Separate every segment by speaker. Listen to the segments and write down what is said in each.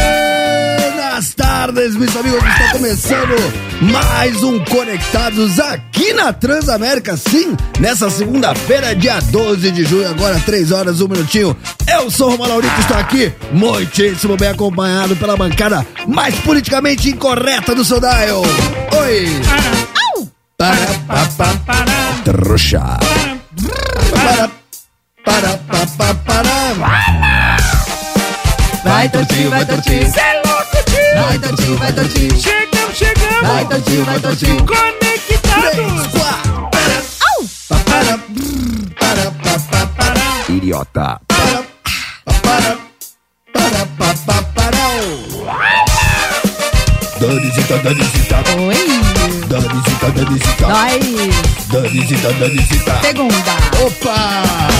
Speaker 1: Buenas tardes, meus amigos. Está começando mais um Conectados aqui na Transamérica. Sim, nessa segunda-feira, dia 12 de junho, agora 3 horas, 1 minutinho. Eu sou o Romulo Laurito, estou aqui muitíssimo bem acompanhado pela bancada mais politicamente incorreta do seu dial. Oi! Para, pa, pa, trouxa. Para, para, pa, pa, para.
Speaker 2: Vai, Totinho, vai, Totinho.
Speaker 3: Cê é louco, tio!
Speaker 2: Vai, Totinho, vai, Totinho.
Speaker 3: Chegamos, chegamos!
Speaker 2: Vai, Totinho, vai, Totinho.
Speaker 1: Três,
Speaker 3: Conectados!
Speaker 1: quatro, para, pa, para, brrr, para, pa, pa, para.
Speaker 4: Idiota.
Speaker 1: Para, pa, para, para, pa, pa, para.
Speaker 4: Danisita, Danisita,
Speaker 2: Oi.
Speaker 4: Danisita, Danisita,
Speaker 2: Nós.
Speaker 4: Danisita, Danisita.
Speaker 2: Segunda.
Speaker 1: Opa!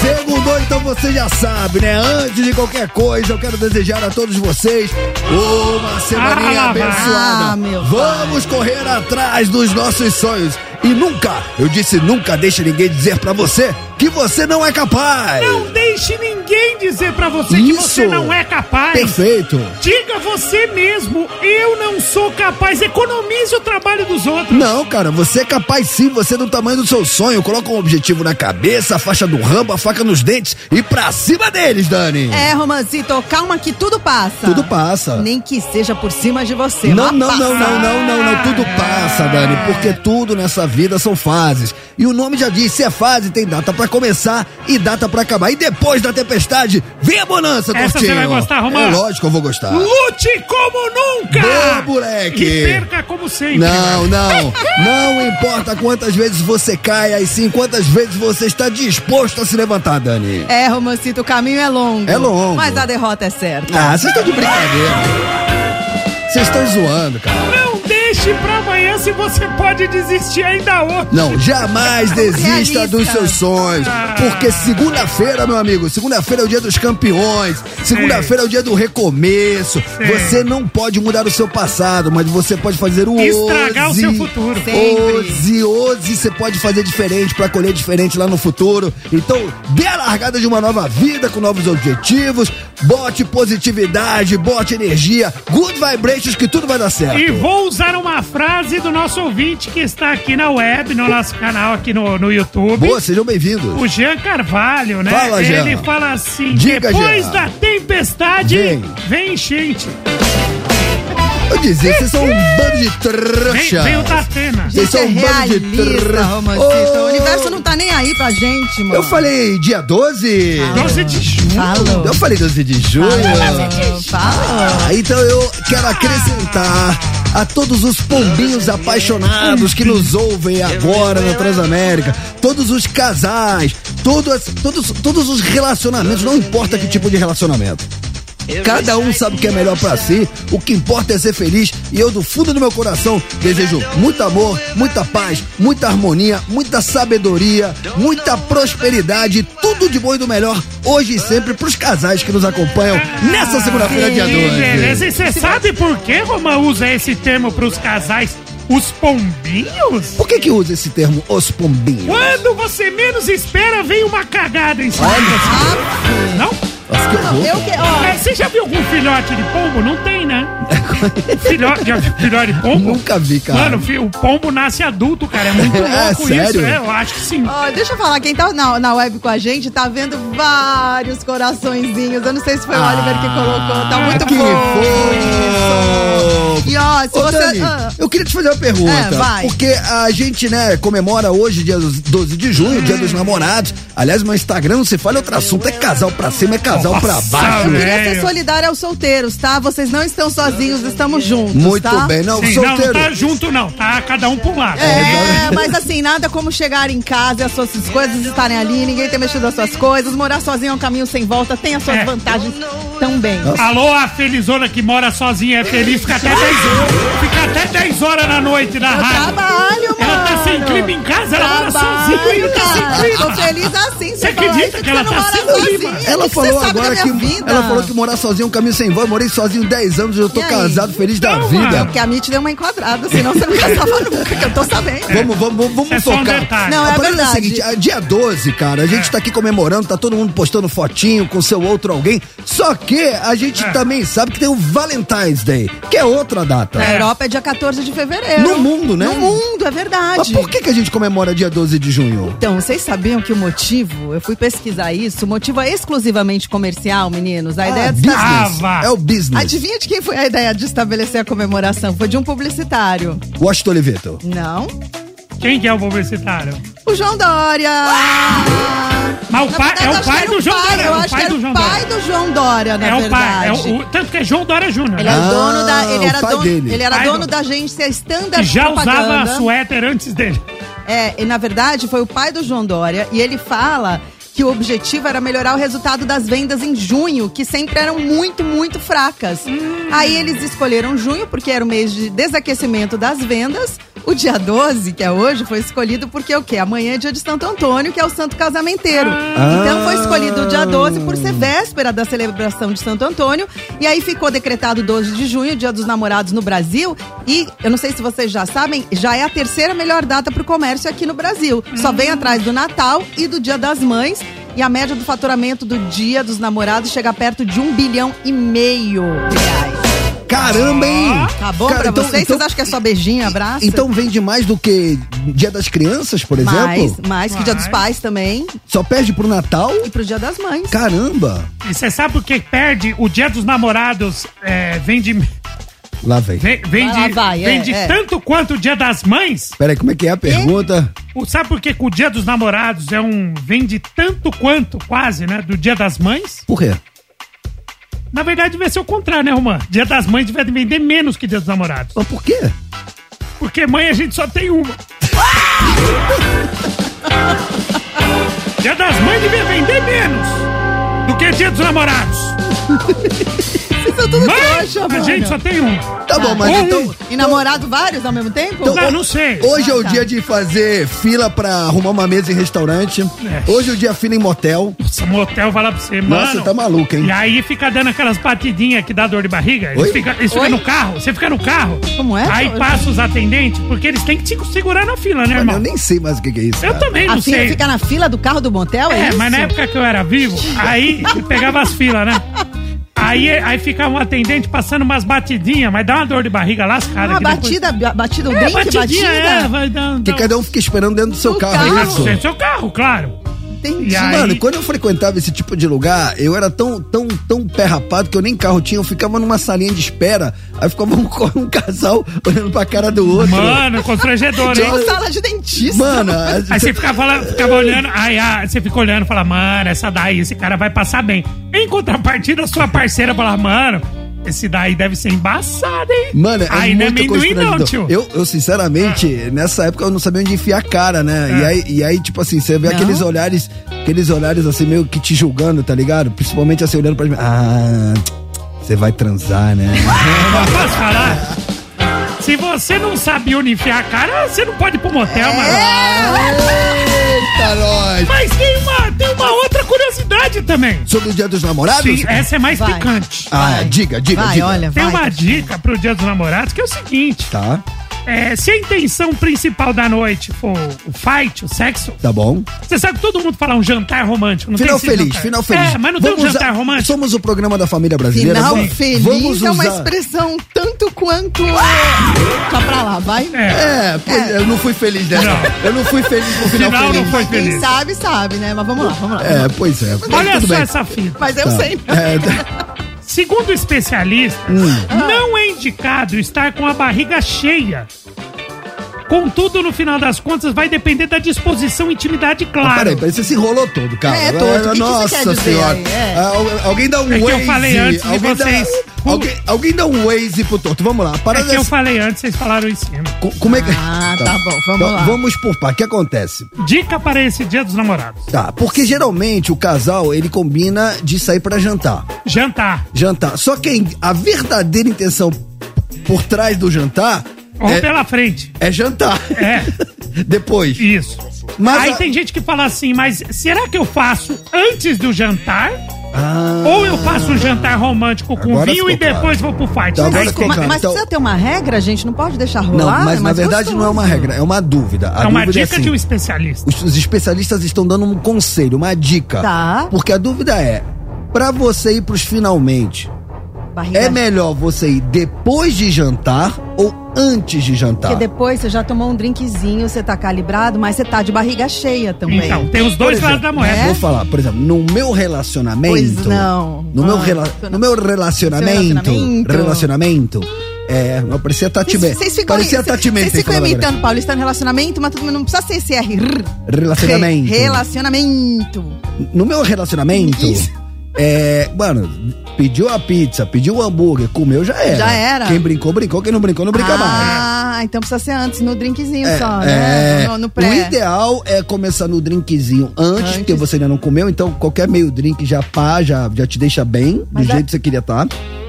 Speaker 1: Segundou, então você já sabe, né? Antes de qualquer coisa, eu quero desejar a todos vocês uma semaninha
Speaker 3: Ah,
Speaker 1: abençoada.
Speaker 2: ah, meu
Speaker 1: Vamos correr atrás dos nossos sonhos. E nunca, eu disse nunca, deixe ninguém dizer pra você que você não é capaz.
Speaker 3: Não deixe ninguém dizer pra você que
Speaker 1: Isso.
Speaker 3: você não é capaz!
Speaker 1: Perfeito.
Speaker 3: Diga você mesmo, eu não sou capaz. Economize o trabalho dos outros.
Speaker 1: Não, cara, você é capaz sim, você é do tamanho do seu sonho. Coloca um objetivo na cabeça, a faixa do rambo, a faca nos dentes e pra cima deles, Dani.
Speaker 2: É, Romancito, calma que tudo passa.
Speaker 1: Tudo passa.
Speaker 2: Nem que seja por cima de você.
Speaker 1: Não,
Speaker 2: mas
Speaker 1: não, não,
Speaker 2: passa.
Speaker 1: não, não, não, não. Tudo passa, Dani, porque tudo nessa vida são fases. E o nome já diz, se é fase, tem data pra começar e data pra acabar. E depois da tempestade, vem a bonança,
Speaker 3: Essa
Speaker 1: Tortinho.
Speaker 3: você vai gostar, Romã?
Speaker 1: É lógico que eu vou gostar.
Speaker 3: Lute como nunca!
Speaker 1: Boa, moleque.
Speaker 3: E perca como sempre!
Speaker 1: Não, não. Não importa quantas vezes você caia e sim quantas vezes você está disposto a se levantar, Dani.
Speaker 2: É, Romancito, o caminho é longo.
Speaker 1: É longo.
Speaker 2: Mas a derrota é certa.
Speaker 1: Ah, vocês estão de brincadeira. Vocês estão zoando, cara.
Speaker 3: Não deixe pra amanhã se você pode desistir ainda hoje.
Speaker 1: Não, jamais desista
Speaker 2: Realista.
Speaker 1: dos seus sonhos. Porque segunda-feira, meu amigo, segunda-feira é o dia dos campeões. Segunda-feira é o dia do recomeço. Você não pode mudar o seu passado, mas você pode fazer o
Speaker 3: Estragar o
Speaker 1: hoje.
Speaker 3: seu futuro.
Speaker 2: Sempre.
Speaker 1: Hoje, hoje você pode fazer diferente pra colher diferente lá no futuro. Então, dê a largada de uma nova vida com novos objetivos. Bote positividade, bote energia, good vibrations que tudo vai dar certo.
Speaker 3: E vou usar uma frase do nosso ouvinte que está aqui na web, no nosso canal aqui no, no YouTube.
Speaker 1: Boa, sejam bem-vindos.
Speaker 3: O Jean Carvalho, né?
Speaker 1: Fala, Jean.
Speaker 3: Ele fala assim:
Speaker 1: Diga,
Speaker 3: depois
Speaker 1: Jean.
Speaker 3: da tempestade,
Speaker 1: Vem.
Speaker 3: vem enchente.
Speaker 1: Eu dizer, vocês são um bando de
Speaker 3: Vem, vem o
Speaker 1: trouxa.
Speaker 3: Datena.
Speaker 1: Vocês
Speaker 2: Isso
Speaker 1: são
Speaker 2: é
Speaker 1: um bando de
Speaker 2: realista, Romancito.
Speaker 1: Oh.
Speaker 2: O universo não tá nem aí pra gente, mano.
Speaker 1: Eu falei dia 12.
Speaker 3: Doce é de junho.
Speaker 2: Falou.
Speaker 1: Eu falei 12 de junho.
Speaker 2: Falou. Falou.
Speaker 1: Ah, Então eu quero acrescentar a todos os pombinhos apaixonados que nos ouvem agora na Transamérica, todos os casais, todas, todos, todos os relacionamentos, não importa que tipo de relacionamento. Cada um sabe o que é melhor pra si, o que importa é ser feliz e eu do fundo do meu coração desejo muito amor, muita paz, muita harmonia, muita sabedoria, muita prosperidade, tudo de bom e do melhor hoje e sempre pros casais que nos acompanham nessa segunda-feira dia
Speaker 3: Que
Speaker 1: 2.
Speaker 3: beleza. E você sabe por que Roma usa esse termo pros casais? Os pombinhos?
Speaker 1: Por que que usa esse termo, os pombinhos?
Speaker 3: Quando você menos espera, vem uma cagada em cima. Não?
Speaker 1: Nossa, que horror.
Speaker 2: Eu que, ó,
Speaker 3: É, você já viu algum filhote de pombo? Não tem, né? filhote, já viu filhote de pombo?
Speaker 1: Nunca vi, cara.
Speaker 3: Mano, fi- o pombo nasce adulto, cara. É muito
Speaker 1: É,
Speaker 3: louco isso.
Speaker 1: sério?
Speaker 3: É, eu acho que sim.
Speaker 2: Ó, deixa eu falar, quem tá na, na web com a gente tá vendo vários coraçõezinhos. Eu não sei se foi o Oliver
Speaker 3: Ah,
Speaker 2: que colocou,
Speaker 3: é
Speaker 2: tá muito
Speaker 1: que
Speaker 2: bom.
Speaker 1: fofo.
Speaker 2: E ó, se
Speaker 1: Ô,
Speaker 2: você.
Speaker 1: Dani,
Speaker 2: ah,
Speaker 1: eu queria te fazer uma pergunta.
Speaker 2: É, vai.
Speaker 1: Porque a gente, né, comemora hoje, dia dos- 12 de junho, dia dos namorados. Aliás, meu Instagram, não se fala outro assunto, é casal pra cima, é casal pra baixo.
Speaker 2: eu queria
Speaker 3: velho.
Speaker 2: ser solidária aos solteiros, tá? Vocês não estão sozinhos, estamos juntos.
Speaker 1: Muito
Speaker 2: tá?
Speaker 1: bem, não,
Speaker 3: Sim, não, não
Speaker 1: solteiro.
Speaker 3: tá junto, não. Tá cada um pro lado.
Speaker 2: É, mas assim, nada como chegar em casa e as suas coisas estarem ali, ninguém ter mexido as suas coisas, morar sozinho é um caminho sem volta, tem as suas
Speaker 3: É.
Speaker 2: vantagens também.
Speaker 3: Alô, a felizona que mora sozinha é feliz, fica até 10 horas. Fica até 10 horas na noite na
Speaker 2: Eu
Speaker 3: rádio.
Speaker 2: trabalho,
Speaker 3: Ela tá
Speaker 2: mano.
Speaker 3: se sem clipe em casa, ela mora sozinha e eu tô sem
Speaker 2: Trabalha.
Speaker 3: clipe.
Speaker 2: Tô feliz assim.
Speaker 3: Ah. Você
Speaker 2: fala
Speaker 3: acredita
Speaker 2: isso,
Speaker 3: que ela
Speaker 2: você
Speaker 3: tá
Speaker 2: não mora
Speaker 3: sendo
Speaker 2: sozinha.
Speaker 3: viva?
Speaker 2: O que
Speaker 1: Ela
Speaker 2: que
Speaker 1: falou
Speaker 2: você sabe
Speaker 1: agora
Speaker 2: da
Speaker 1: que
Speaker 2: minha vida?
Speaker 1: ela falou que morar sozinho é um caminho sem volta. Eu Morei sozinho 10 anos, eu tô
Speaker 2: E aí?
Speaker 1: casado, feliz da
Speaker 3: Não,
Speaker 1: vida.
Speaker 3: mano.
Speaker 2: Porque a Mitch deu uma enquadrada, senão você não casava nunca, que eu tô sabendo.
Speaker 1: Vamos, vamos, vamos, vamos
Speaker 3: É só um
Speaker 1: focar.
Speaker 3: detalhe. É.
Speaker 2: Não, é
Speaker 1: a parada é o
Speaker 2: verdade.
Speaker 1: seguinte, ah, dia 12, cara, a gente tá aqui comemorando, tá todo mundo postando fotinho com seu outro alguém. Só que a gente
Speaker 3: É.
Speaker 1: também sabe que tem o Valentine's Day, que é outra data.
Speaker 2: Na Europa é dia 14 de fevereiro.
Speaker 1: No mundo, né?
Speaker 2: No mundo, é
Speaker 1: Mas
Speaker 2: verdade.
Speaker 1: por que, que a gente comemora dia 12 de junho?
Speaker 2: Então, vocês sabiam que o motivo, eu fui pesquisar isso, o motivo é exclusivamente comercial, meninos. A ideia
Speaker 1: Ah,
Speaker 2: de
Speaker 1: business.
Speaker 3: Ah, vá.
Speaker 1: é o business.
Speaker 2: Adivinha de quem foi a ideia de estabelecer a comemoração? Foi de um publicitário.
Speaker 1: Washington Oliveto.
Speaker 2: Não.
Speaker 3: Quem que é o publicitário?
Speaker 2: O João Dória!
Speaker 3: Mas o
Speaker 2: Na
Speaker 3: pai,
Speaker 2: verdade,
Speaker 3: é
Speaker 2: eu
Speaker 3: o
Speaker 2: acho que
Speaker 3: pai
Speaker 2: era
Speaker 3: do João Dória.
Speaker 2: Eu
Speaker 3: é
Speaker 2: acho
Speaker 3: o
Speaker 2: que
Speaker 3: pai
Speaker 2: era
Speaker 3: do João
Speaker 2: o pai
Speaker 3: Dória.
Speaker 2: do João Dória, na
Speaker 3: É o pai.
Speaker 2: verdade.
Speaker 3: é o- o- tanto que é João Dória Júnior.
Speaker 2: Ele era
Speaker 1: Ah,
Speaker 2: dono da. Ele
Speaker 1: o
Speaker 2: era
Speaker 1: pai
Speaker 2: dono,
Speaker 1: dele.
Speaker 2: ele era
Speaker 3: Pai
Speaker 2: dono
Speaker 3: do-
Speaker 2: da agência Standard
Speaker 3: Que já usava
Speaker 2: Propaganda.
Speaker 3: suéter antes dele.
Speaker 2: É, e na verdade foi o pai do João Dória e ele fala que o objetivo era melhorar o resultado das vendas em junho, que sempre eram muito, muito fracas.
Speaker 3: Hum.
Speaker 2: Aí eles escolheram junho porque era o mês de desaquecimento das vendas. O dia 12, que é hoje, foi escolhido porque o quê? Amanhã é dia de Santo Antônio, que é o santo casamenteiro.
Speaker 3: Ah.
Speaker 2: Então foi escolhido o
Speaker 1: Ah.
Speaker 2: dia 12 por ser véspera da celebração de Santo Antônio. E aí ficou decretado 12 de junho, dia dos namorados no Brasil. E eu não sei se vocês já sabem, já é a terceira melhor data para o comércio aqui no Brasil. Só vem atrás do Natal e do Dia das Mães. E a média do faturamento do dia dos namorados chega perto de um bilhão e meio de reais.
Speaker 1: Caramba, hein?
Speaker 2: Tá bom
Speaker 1: Cara,
Speaker 2: pra
Speaker 1: então-
Speaker 2: vocês?
Speaker 1: então-
Speaker 2: vocês acham que é só beijinho, abraço?
Speaker 1: Então vende mais do que Dia das Crianças, por
Speaker 2: mais,
Speaker 1: exemplo?
Speaker 2: mais que Dia dos
Speaker 3: Mais.
Speaker 2: Pais também
Speaker 1: Só perde pro Natal?
Speaker 2: e pro Dia das Mães.
Speaker 1: Caramba!
Speaker 3: E você sabe por que perde? O dia dos namorados é, vem de.
Speaker 1: Lá vem.
Speaker 3: Vem, vem
Speaker 2: Vai lá,
Speaker 3: de,
Speaker 2: vai,
Speaker 3: vem
Speaker 2: é,
Speaker 3: de
Speaker 2: é.
Speaker 3: tanto quanto o dia das mães?
Speaker 1: Peraí, como é que é a pergunta?
Speaker 3: O- Sabe por que que o dia dos namorados é um. Vem de tanto quanto, quase, né? Do dia das mães?
Speaker 1: Por quê?
Speaker 3: Na verdade, devia ser o contrário, né, Romã? Dia das mães devia vender menos que dia dos namorados.
Speaker 1: Mas por quê?
Speaker 3: Porque mãe a gente só tem uma. dia das mães devia vender menos do que dia dos namorados.
Speaker 2: Vocês são tudo
Speaker 3: Mãe,
Speaker 2: trouxa,
Speaker 3: a
Speaker 2: mano.
Speaker 3: gente só tem uma.
Speaker 1: Tá bom, mas
Speaker 3: Ou
Speaker 1: então.
Speaker 2: É, E namorado vários ao mesmo tempo?
Speaker 1: então
Speaker 3: Não,
Speaker 1: ho-
Speaker 3: não sei.
Speaker 1: Hoje é o
Speaker 2: Tá.
Speaker 1: dia de fazer fila pra arrumar uma mesa em restaurante.
Speaker 3: É.
Speaker 1: Hoje é o dia fila em motel.
Speaker 3: Nossa, motel vai lá pra você, mano.
Speaker 1: Nossa, tá maluco, hein?
Speaker 3: E aí fica dando aquelas batidinhas que dá dor de barriga. Eles
Speaker 1: Oi?
Speaker 3: fica, eles
Speaker 2: Oi?
Speaker 3: ficam no carro, você fica no carro.
Speaker 2: Como é?
Speaker 3: Aí passa os atendentes, porque eles têm que te segurar na fila,
Speaker 1: Mano,
Speaker 3: né,
Speaker 1: eu
Speaker 3: irmão?
Speaker 1: nem sei mais o que, que é isso.
Speaker 3: Eu
Speaker 1: cara.
Speaker 3: também não
Speaker 2: A filha
Speaker 3: sei.
Speaker 2: fica na fila do carro do motel, é,
Speaker 3: É,
Speaker 2: isso?
Speaker 3: mas na época que eu era vivo, aí eu pegava as filas, né? Aí, aí ficava um atendente passando umas batidinhas, mas dá uma dor de barriga
Speaker 2: Uma
Speaker 3: lascada. que depois-
Speaker 2: batida, ba- batida, um
Speaker 3: É,
Speaker 2: drink, batida.
Speaker 3: batidinha, é, vai dar...
Speaker 1: Que
Speaker 3: dar-
Speaker 1: cada um fica esperando dentro do seu
Speaker 2: Do
Speaker 1: carro, é
Speaker 2: carro.
Speaker 1: isso?
Speaker 3: Tem seu carro, claro.
Speaker 2: Entendi.
Speaker 3: E aí-
Speaker 1: Mano, quando eu frequentava esse tipo de lugar, eu era tão, tão, tão pé rapado que eu nem carro tinha, eu ficava numa salinha de espera, aí ficava um, co- um casal olhando pra cara do outro.
Speaker 3: Mano, constrangedor,
Speaker 2: Tem
Speaker 3: hein?
Speaker 2: sala de dentista.
Speaker 1: Mano,
Speaker 3: Aí
Speaker 1: cê-
Speaker 3: você ficava, lá- ficava olhando, aí ah, você fica olhando e fala, mano, essa daí, esse cara vai passar bem. Em contrapartida, sua parceira fala, mano, esse daí deve ser embaçado, hein?
Speaker 1: Mano, é
Speaker 3: aí não é
Speaker 1: muito
Speaker 3: amendoim não,
Speaker 1: constrangedor.
Speaker 3: tio. Ah.
Speaker 1: Eu, eu, sinceramente, nessa época eu não sabia onde enfiar a cara, né? E, aí, e aí, tipo assim, você vê
Speaker 2: Não?
Speaker 1: aqueles olhares, aqueles olhares assim, meio que te julgando, tá ligado? Principalmente assim, olhando pra mim. Ah, você vai transar, né?
Speaker 3: Posso falar? Se você não sabe onde enfiar a cara, você não pode ir pro motel, mano.
Speaker 1: É, Eita, nós!
Speaker 3: Mas tem uma, tem uma outra curiosidade também.
Speaker 1: Sobre o dia dos namorados?
Speaker 3: Sim, essa é mais
Speaker 2: Vai.
Speaker 3: picante.
Speaker 1: Ah,
Speaker 2: Vai.
Speaker 1: diga, diga,
Speaker 2: Vai,
Speaker 1: diga.
Speaker 2: olha,
Speaker 3: Tem
Speaker 2: vai.
Speaker 3: uma dica pro Dia dos Namorados que é o seguinte:
Speaker 1: Tá,
Speaker 3: é, se a intenção principal da noite for o fight, o sexo,
Speaker 1: tá bom.
Speaker 3: você sabe que todo mundo fala um jantar romântico, não
Speaker 1: Final
Speaker 3: tem esse
Speaker 1: feliz,
Speaker 3: jantar.
Speaker 1: final feliz.
Speaker 3: É, mas não tem um
Speaker 1: Vamos
Speaker 3: jantar
Speaker 1: a-
Speaker 3: romântico.
Speaker 1: Somos o programa da família brasileira.
Speaker 2: Final
Speaker 1: vamos-
Speaker 2: feliz
Speaker 1: vamos
Speaker 2: é uma
Speaker 1: usar-
Speaker 2: expressão tanto quanto. Só pra lá, vai.
Speaker 3: É,
Speaker 1: É, pois, é, eu não fui feliz dessa.
Speaker 3: Não.
Speaker 1: Eu não fui feliz no final,
Speaker 3: Final não
Speaker 1: feliz.
Speaker 3: foi
Speaker 2: é, Quem
Speaker 3: feliz.
Speaker 2: sabe, sabe, né? Mas vamos lá, vamos lá.
Speaker 1: É, pois é.
Speaker 3: Olha
Speaker 1: Tudo
Speaker 3: só
Speaker 1: bem.
Speaker 3: essa fita.
Speaker 2: Mas eu
Speaker 1: Tá.
Speaker 2: sei.
Speaker 1: É, tá. Hum.
Speaker 3: Segundo especialistas, não é indicado estar com a barriga cheia. Contudo, no final das contas, vai depender da disposição e intimidade,
Speaker 1: Ah,
Speaker 3: claro.
Speaker 1: Peraí, peraí, você se enrolou todo, cara.
Speaker 2: É, todo. O que que você
Speaker 1: Nossa
Speaker 2: quer dizer
Speaker 1: senhora.
Speaker 2: aí? É.
Speaker 1: Ah, al- alguém dá um
Speaker 3: É que eu
Speaker 1: Waze.
Speaker 3: falei antes de
Speaker 1: alguém,
Speaker 3: vocês.
Speaker 1: Dá, alguém, alguém dá um Waze pro torto. Vamos lá.
Speaker 3: É
Speaker 1: Parada
Speaker 3: que eu falei antes, vocês falaram em cima.
Speaker 1: Co- Como é que. Então,
Speaker 2: Ah, tá bom, vamos lá.
Speaker 1: Vamos por par. O que acontece?
Speaker 3: Dica para esse dia dos namorados.
Speaker 1: Tá, porque geralmente o casal ele combina de sair pra jantar.
Speaker 3: Jantar.
Speaker 1: jantar. Só que a verdadeira intenção por trás do jantar
Speaker 3: Ou
Speaker 1: É.
Speaker 3: pela frente.
Speaker 1: É jantar.
Speaker 3: É.
Speaker 1: Depois.
Speaker 3: Isso.
Speaker 1: Mas
Speaker 3: Aí
Speaker 1: a-
Speaker 3: tem gente que fala assim, mas será que eu faço antes do jantar?
Speaker 1: Ah.
Speaker 3: Ou eu faço um jantar romântico com
Speaker 1: Agora
Speaker 3: Um vinho e
Speaker 1: ficou claro.
Speaker 3: depois vou pro fight?
Speaker 1: Então agora
Speaker 3: Aí
Speaker 1: ficou
Speaker 3: tem-
Speaker 2: Ma-
Speaker 1: claro.
Speaker 2: mas
Speaker 1: Então-
Speaker 2: precisa ter uma regra, gente? Não pode deixar
Speaker 1: Não,
Speaker 2: rolar?
Speaker 1: mas
Speaker 2: É
Speaker 1: na
Speaker 2: mais
Speaker 1: verdade não é
Speaker 2: gostoso.
Speaker 1: uma regra, é uma dúvida. A
Speaker 3: É uma
Speaker 1: dúvida
Speaker 3: dica
Speaker 1: é assim,
Speaker 3: de um especialista.
Speaker 1: os, os especialistas estão dando um conselho, uma dica.
Speaker 2: Tá.
Speaker 1: Porque a dúvida é, pra você ir pros finalmente,
Speaker 2: Barriga
Speaker 1: é melhor você ir depois de jantar ou antes de jantar?
Speaker 2: Porque depois você já tomou um drinkzinho, você tá calibrado, mas você tá de barriga cheia também.
Speaker 3: Então, tem os dois lados da moeda.
Speaker 1: Vou falar, por exemplo, no meu relacionamento.
Speaker 2: Pois não.
Speaker 1: No meu,
Speaker 2: Ah,
Speaker 1: rela-
Speaker 2: seu-
Speaker 1: no meu relacionamento.
Speaker 2: seu relacionamento.
Speaker 1: Relacionamento. É, eu parecia a Tati
Speaker 2: Vocês
Speaker 1: Bento.
Speaker 2: vocês ficam,
Speaker 1: Parecia tá a
Speaker 2: vocês-
Speaker 1: Tati Bento
Speaker 2: vocês ficam
Speaker 1: falando agora.
Speaker 2: imitando paulista no relacionamento, mas todo mundo não precisa ser esse R.
Speaker 1: Relacionamento.
Speaker 2: Re- relacionamento.
Speaker 1: No meu relacionamento.
Speaker 2: Isso.
Speaker 1: É, mano, pediu a pizza, pediu o hambúrguer, comeu, já era.
Speaker 2: Já era.
Speaker 1: Quem brincou, brincou. Quem não brincou, não brinca mais.
Speaker 2: ah, então precisa ser antes, no drinkzinho só,
Speaker 1: É,
Speaker 2: né? No, no
Speaker 1: o
Speaker 2: pré.
Speaker 1: ideal é começar no drinkzinho antes,
Speaker 2: Antes.
Speaker 1: porque você ainda não comeu, então qualquer meio drink já pá, já, já te deixa bem,
Speaker 2: Mas
Speaker 1: do
Speaker 2: é-
Speaker 1: jeito que você queria estar.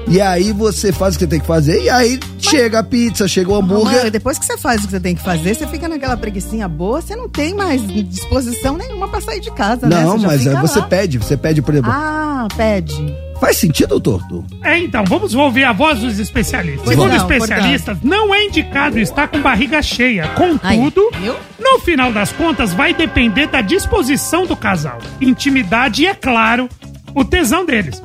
Speaker 1: E aí você faz o que você tem que fazer, e aí chega a pizza, chega é o hambúrguer.
Speaker 2: Mano, depois que você faz o que você tem que fazer, você fica naquela preguiçinha boa, você não tem mais disposição nenhuma pra sair de casa, né?
Speaker 1: não,
Speaker 2: Você já
Speaker 1: mas
Speaker 2: fica
Speaker 1: aí você
Speaker 2: lá.
Speaker 1: pede, você pede, por exemplo.
Speaker 2: Ah, pede.
Speaker 1: Faz sentido, torto?
Speaker 3: É, então, vamos ouvir a voz dos especialistas.
Speaker 2: Pois
Speaker 3: Segundo
Speaker 2: não,
Speaker 3: especialistas, não é indicado estar com barriga cheia.
Speaker 2: Aí,
Speaker 3: Contudo,
Speaker 2: viu?
Speaker 3: no final das contas, vai depender da disposição do casal. Intimidade e, é claro, o tesão deles.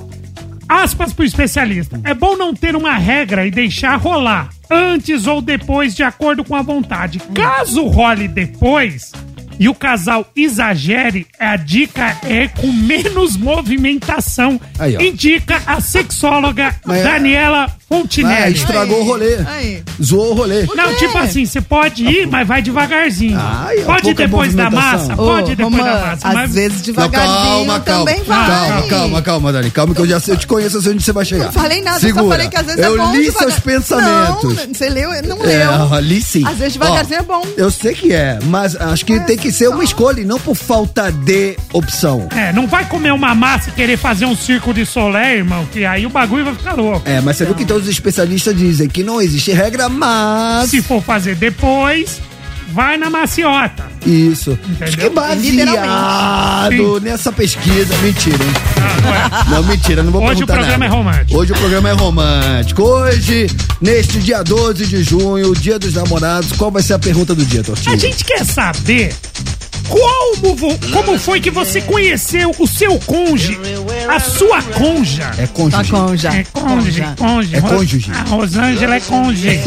Speaker 3: Aspas pro especialista. É bom não ter uma regra e deixar rolar antes ou depois, de acordo com a vontade.
Speaker 2: Hum.
Speaker 3: Caso role depois e o casal exagere, a dica é com menos movimentação.
Speaker 1: Aí, ó.
Speaker 3: Indica a sexóloga
Speaker 1: Mas-
Speaker 3: Daniela
Speaker 1: Ah,
Speaker 3: Fontinelli.
Speaker 1: estragou o rolê.
Speaker 2: Aí.
Speaker 1: Zoou o rolê.
Speaker 3: Não,
Speaker 2: quê?
Speaker 3: tipo assim, você pode ir, mas vai devagarzinho.
Speaker 1: Ah, e a
Speaker 3: pode ir
Speaker 1: pouca
Speaker 3: depois da
Speaker 1: movimentação?
Speaker 3: massa,
Speaker 2: Ô,
Speaker 3: pode ir depois da
Speaker 2: Romã,
Speaker 3: massa.
Speaker 2: Às
Speaker 3: mas-
Speaker 2: vezes
Speaker 1: Não,
Speaker 2: devagarzinho também vai.
Speaker 1: Calma, calma, calma, Dani. Calma que eu já sei, eu te conheço, eu sei onde você vai chegar.
Speaker 2: Não falei nada,
Speaker 1: Segura.
Speaker 2: eu só falei que às vezes
Speaker 1: eu
Speaker 2: é bom
Speaker 1: li
Speaker 2: devagar-
Speaker 1: seus pensamentos.
Speaker 2: Não, você leu, não leu.
Speaker 1: É, ali sim.
Speaker 2: Às vezes devagarzinho
Speaker 1: Ó,
Speaker 2: é bom.
Speaker 1: Eu sei que é, mas acho que tem que ser uma escolha e não por falta de opção.
Speaker 3: É, não vai comer uma massa e querer fazer um circo de solé, irmão, que aí o bagulho vai ficar louco.
Speaker 1: É, mas você viu que todos os especialistas dizem que não existe regra, mas.
Speaker 3: Se for fazer depois, vai na maciota.
Speaker 1: Isso. Acho que
Speaker 3: Entendeu?
Speaker 1: baseado
Speaker 3: Sim.
Speaker 1: nessa pesquisa. Mentira, hein?
Speaker 3: Ah,
Speaker 1: Não, mentira, não vou
Speaker 3: Hoje
Speaker 1: perguntar
Speaker 3: o
Speaker 1: nada.
Speaker 3: programa é romântico.
Speaker 1: Hoje o programa é romântico. Hoje, neste dia 12 de junho, dia dos namorados, qual vai ser a pergunta do dia,
Speaker 3: ué.
Speaker 1: Tortinho?
Speaker 3: a gente quer saber como, vo- como foi que você conheceu o seu cônjuge, a sua conja.
Speaker 1: É
Speaker 2: Tá
Speaker 1: cônjuge.
Speaker 2: com já.
Speaker 3: É cônjuge, cônjuge.
Speaker 1: É cônjuge.
Speaker 3: A Rosângela é cônjuge.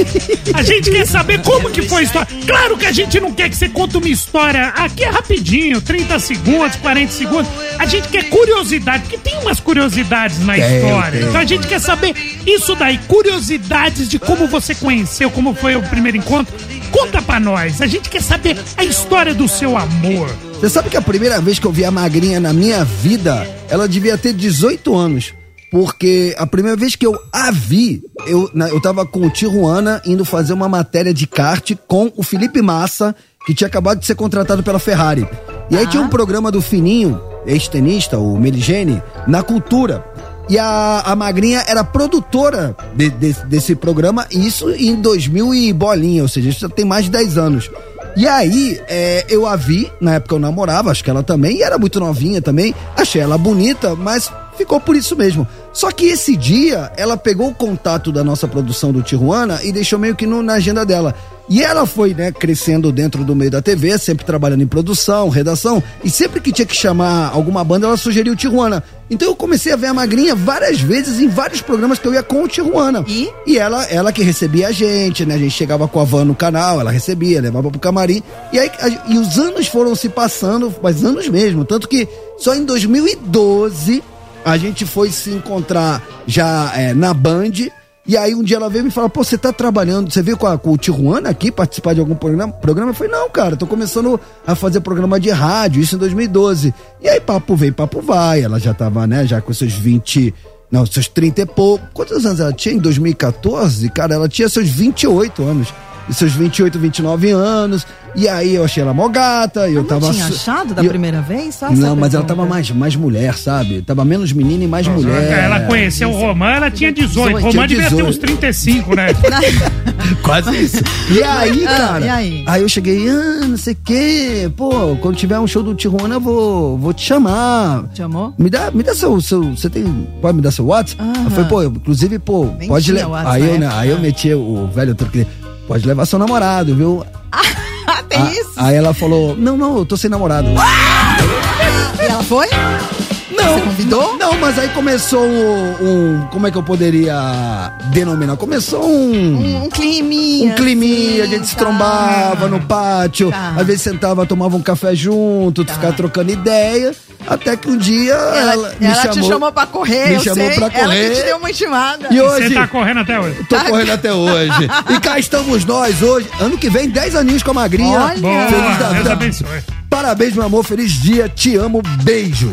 Speaker 3: A gente quer saber como que foi a história. Claro que a gente não quer que você conte uma história aqui é rapidinho, 30 segundos, 40 segundos. A gente quer curiosidade, porque tem umas curiosidades na
Speaker 1: Tem,
Speaker 3: história.
Speaker 1: tem.
Speaker 3: Então a gente quer saber isso daí, curiosidades de como você conheceu, como foi o primeiro encontro. Conta pra nós. A gente quer saber a história do seu amor.
Speaker 1: Você sabe que a primeira vez que eu vi a magrinha na minha vida, ela devia ter 18 anos. Porque a primeira vez que eu a vi, eu, na- eu tava com o Tijuana indo fazer uma matéria de kart com o Felipe Massa, que tinha acabado de ser contratado pela Ferrari. E aí tinha um programa do Fininho, ex-tenista, o Meligene, na Cultura. E a, a Magrinha era produtora de- de- desse programa, e isso em 2000 e bolinha, ou seja, isso já tem mais de 10 anos. E aí, é, eu a vi, na época eu namorava, acho que ela também, e era muito novinha também, achei ela bonita, mas ficou por isso mesmo. Só que esse dia, ela pegou o contato da nossa produção do Tijuana e deixou meio que no- na agenda dela. E ela foi, né, crescendo dentro do meio da TV, sempre trabalhando em produção, redação, e sempre que tinha que chamar alguma banda, ela sugeriu o Tijuana. Então eu comecei a ver a Magrinha várias vezes em vários programas que eu ia com o Tijuana.
Speaker 2: E?
Speaker 1: ela, ela que recebia a gente, né? A gente chegava com a van no canal, ela recebia, levava pro camarim. E aí a- e os anos foram se passando, mas anos mesmo, tanto que só em 2012 a gente foi se encontrar já é, na Band. E aí um dia ela veio e me falou, pô, você tá trabalhando, você veio com, a, com o Tijuana aqui participar de algum programa? programa? Eu falei, não, cara, tô começando a fazer programa de rádio, isso em 2012. E aí papo vem, papo vai, ela já tava, né, já com seus 20, não, seus 30 e pouco. Quantos anos ela tinha em 2014? Cara, ela tinha seus 28 anos. seus 28, 29 anos. E aí eu achei ela mó gata, eu
Speaker 2: não
Speaker 1: tava.
Speaker 2: tinha
Speaker 1: su-
Speaker 2: achado da
Speaker 1: e eu-
Speaker 2: primeira vez? Só essa
Speaker 1: Não, mas ela
Speaker 2: pergunta.
Speaker 1: tava mais, mais mulher, sabe? Tava menos menina e mais mulher.
Speaker 3: Ela conheceu o Romã, ela tinha 18. O Romã
Speaker 1: É, Tinha
Speaker 3: devia ter
Speaker 1: 18.
Speaker 3: uns 35, né?
Speaker 1: Quase isso. E aí,
Speaker 2: Ah,
Speaker 1: cara?
Speaker 2: e aí?
Speaker 1: eu cheguei, ah, não sei o quê. Pô, quando tiver um show do Tijuana, eu vou, vou te chamar.
Speaker 2: Te amou?
Speaker 1: Me dá, me dá seu, seu. Você tem. Pode me dar seu WhatsApp?
Speaker 2: Aham.
Speaker 1: Eu falei, pô, inclusive, pô,
Speaker 2: Nem
Speaker 1: pode
Speaker 2: tinha
Speaker 1: levar.
Speaker 2: WhatsApp Ah.
Speaker 1: Aí, eu,
Speaker 2: na
Speaker 1: né,
Speaker 2: época.
Speaker 1: aí eu meti o velho truque. Pode levar seu namorado, viu?
Speaker 2: Ah, tem
Speaker 1: A-
Speaker 2: isso? Ah!
Speaker 1: Aí ela falou: Não, não, eu tô sem namorado.
Speaker 2: E ela foi?
Speaker 1: Não.
Speaker 2: Você convidou?
Speaker 1: Não, mas aí começou um, um- Como é que eu poderia denominar? Começou um.
Speaker 2: Um, um climinha.
Speaker 1: Um climinha, a
Speaker 2: assim,
Speaker 1: gente se
Speaker 2: tá.
Speaker 1: trombava no pátio,
Speaker 2: Tá.
Speaker 1: às vezes sentava, tomava um café junto, ficava trocando ideia, até que um dia ela,
Speaker 2: Ela,
Speaker 1: me
Speaker 2: tá. ela
Speaker 1: chamou.
Speaker 2: te chamou pra correr,
Speaker 1: me
Speaker 2: eu
Speaker 1: chamou
Speaker 2: sei.
Speaker 1: pra
Speaker 2: Ela que te
Speaker 1: correr.
Speaker 2: deu uma intimada.
Speaker 1: E
Speaker 3: Você
Speaker 1: hoje,
Speaker 3: tá correndo até hoje.
Speaker 1: tô correndo até hoje. E cá estamos nós hoje, ano que vem, 10 aninhos com a Magrinha.
Speaker 2: Olha.
Speaker 3: Boa,
Speaker 1: Feliz da
Speaker 3: Deus
Speaker 1: vida.
Speaker 3: abençoe.
Speaker 1: Parabéns, meu amor, feliz dia, te amo, beijo.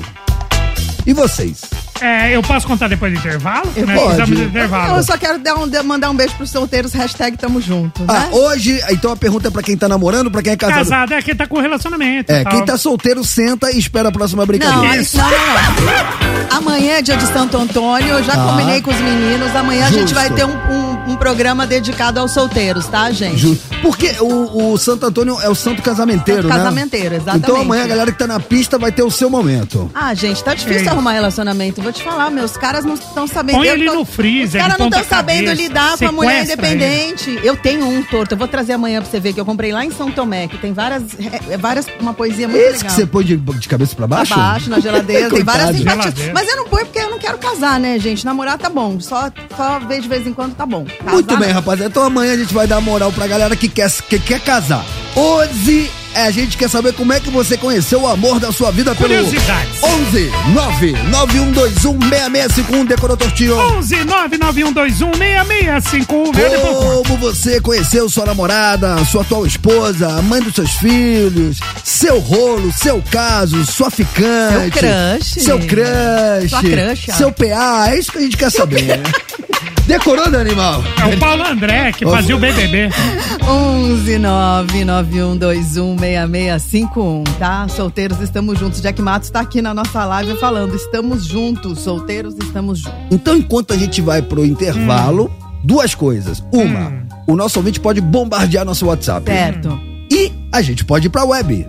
Speaker 1: E vocês?
Speaker 3: É, eu posso contar depois do intervalo?
Speaker 1: Eu
Speaker 3: né?
Speaker 1: pode.
Speaker 3: Precisamos de
Speaker 2: Não,
Speaker 3: intervalo.
Speaker 2: eu só quero dar um- mandar um beijo pros solteiros, hashtag tamo junto, né?
Speaker 1: Ah, hoje, então a pergunta é pra quem tá namorando, pra quem é casado.
Speaker 3: Casado é quem tá com relacionamento.
Speaker 1: É,
Speaker 3: tal.
Speaker 1: quem tá solteiro senta e espera a próxima
Speaker 2: Não,
Speaker 1: brincadeira.
Speaker 2: isso. não, não, não. Amanhã é dia de Santo Antônio, eu já
Speaker 1: Tá.
Speaker 2: combinei com os meninos. Amanhã a gente
Speaker 1: Justo.
Speaker 2: vai ter um, um- um programa dedicado aos solteiros, tá, gente?
Speaker 1: Ju- Porque o, o Santo Antônio é o santo casamenteiro,
Speaker 2: Santo
Speaker 1: né?
Speaker 2: casamenteiro, exatamente.
Speaker 1: Então amanhã a galera que tá na pista vai ter o seu momento.
Speaker 2: Ah, gente,
Speaker 3: É
Speaker 2: tá difícil
Speaker 3: Ei.
Speaker 2: arrumar relacionamento. Vou te falar, meus caras não estão sabendo.
Speaker 3: Põe
Speaker 2: eu
Speaker 3: ele
Speaker 2: tô-
Speaker 3: no freezer,
Speaker 2: Os caras
Speaker 3: de
Speaker 2: não estão
Speaker 3: ponta
Speaker 2: sabendo
Speaker 3: cabeça,
Speaker 2: lidar com a mulher
Speaker 3: sequestra
Speaker 2: independente. Eu tenho um torto. Eu vou trazer amanhã pra você ver que eu comprei lá em São Tomé, que tem várias. é, é, várias uma poesia muito
Speaker 1: Esse que
Speaker 2: legal.
Speaker 1: você põe de, de cabeça pra baixo?
Speaker 2: Abaixo, na geladeira, tem várias
Speaker 1: Coitado.
Speaker 2: simpatias.
Speaker 3: Geladeira.
Speaker 2: Mas eu não ponho porque eu não quero casar, né, gente? Namorar tá bom. Só, só ver de vez em quando tá bom. Casar,
Speaker 1: Muito bem,
Speaker 2: não.
Speaker 1: rapaziada. Então amanhã a gente vai dar moral pra galera que quer, que quer casar. Hoje a gente quer saber como é que você conheceu o amor da sua vida pelo...
Speaker 3: Curiosidades.
Speaker 1: 11 991216651, decorou tortinho.
Speaker 3: 11 991216651. Veio depois. conta.
Speaker 1: Como você conheceu sua namorada, sua atual esposa, a mãe dos seus filhos, seu rolo, seu caso, sua ficante.
Speaker 2: Seu
Speaker 1: Seu
Speaker 2: crush.
Speaker 1: crush.
Speaker 2: Sua crush, ó.
Speaker 1: Seu PA, é isso que a gente quer saber. né? Decorou, né, animal?
Speaker 3: É o Paulo André que fazia o BBB.
Speaker 2: 11 991216651, tá? Solteiros, estamos juntos. Jack Matos tá aqui na nossa live falando, estamos juntos, solteiros, estamos juntos.
Speaker 1: Então, enquanto a gente vai pro intervalo, duas coisas. Uma, o nosso ouvinte pode bombardear nosso WhatsApp.
Speaker 2: Certo.
Speaker 1: E a gente pode ir pra web.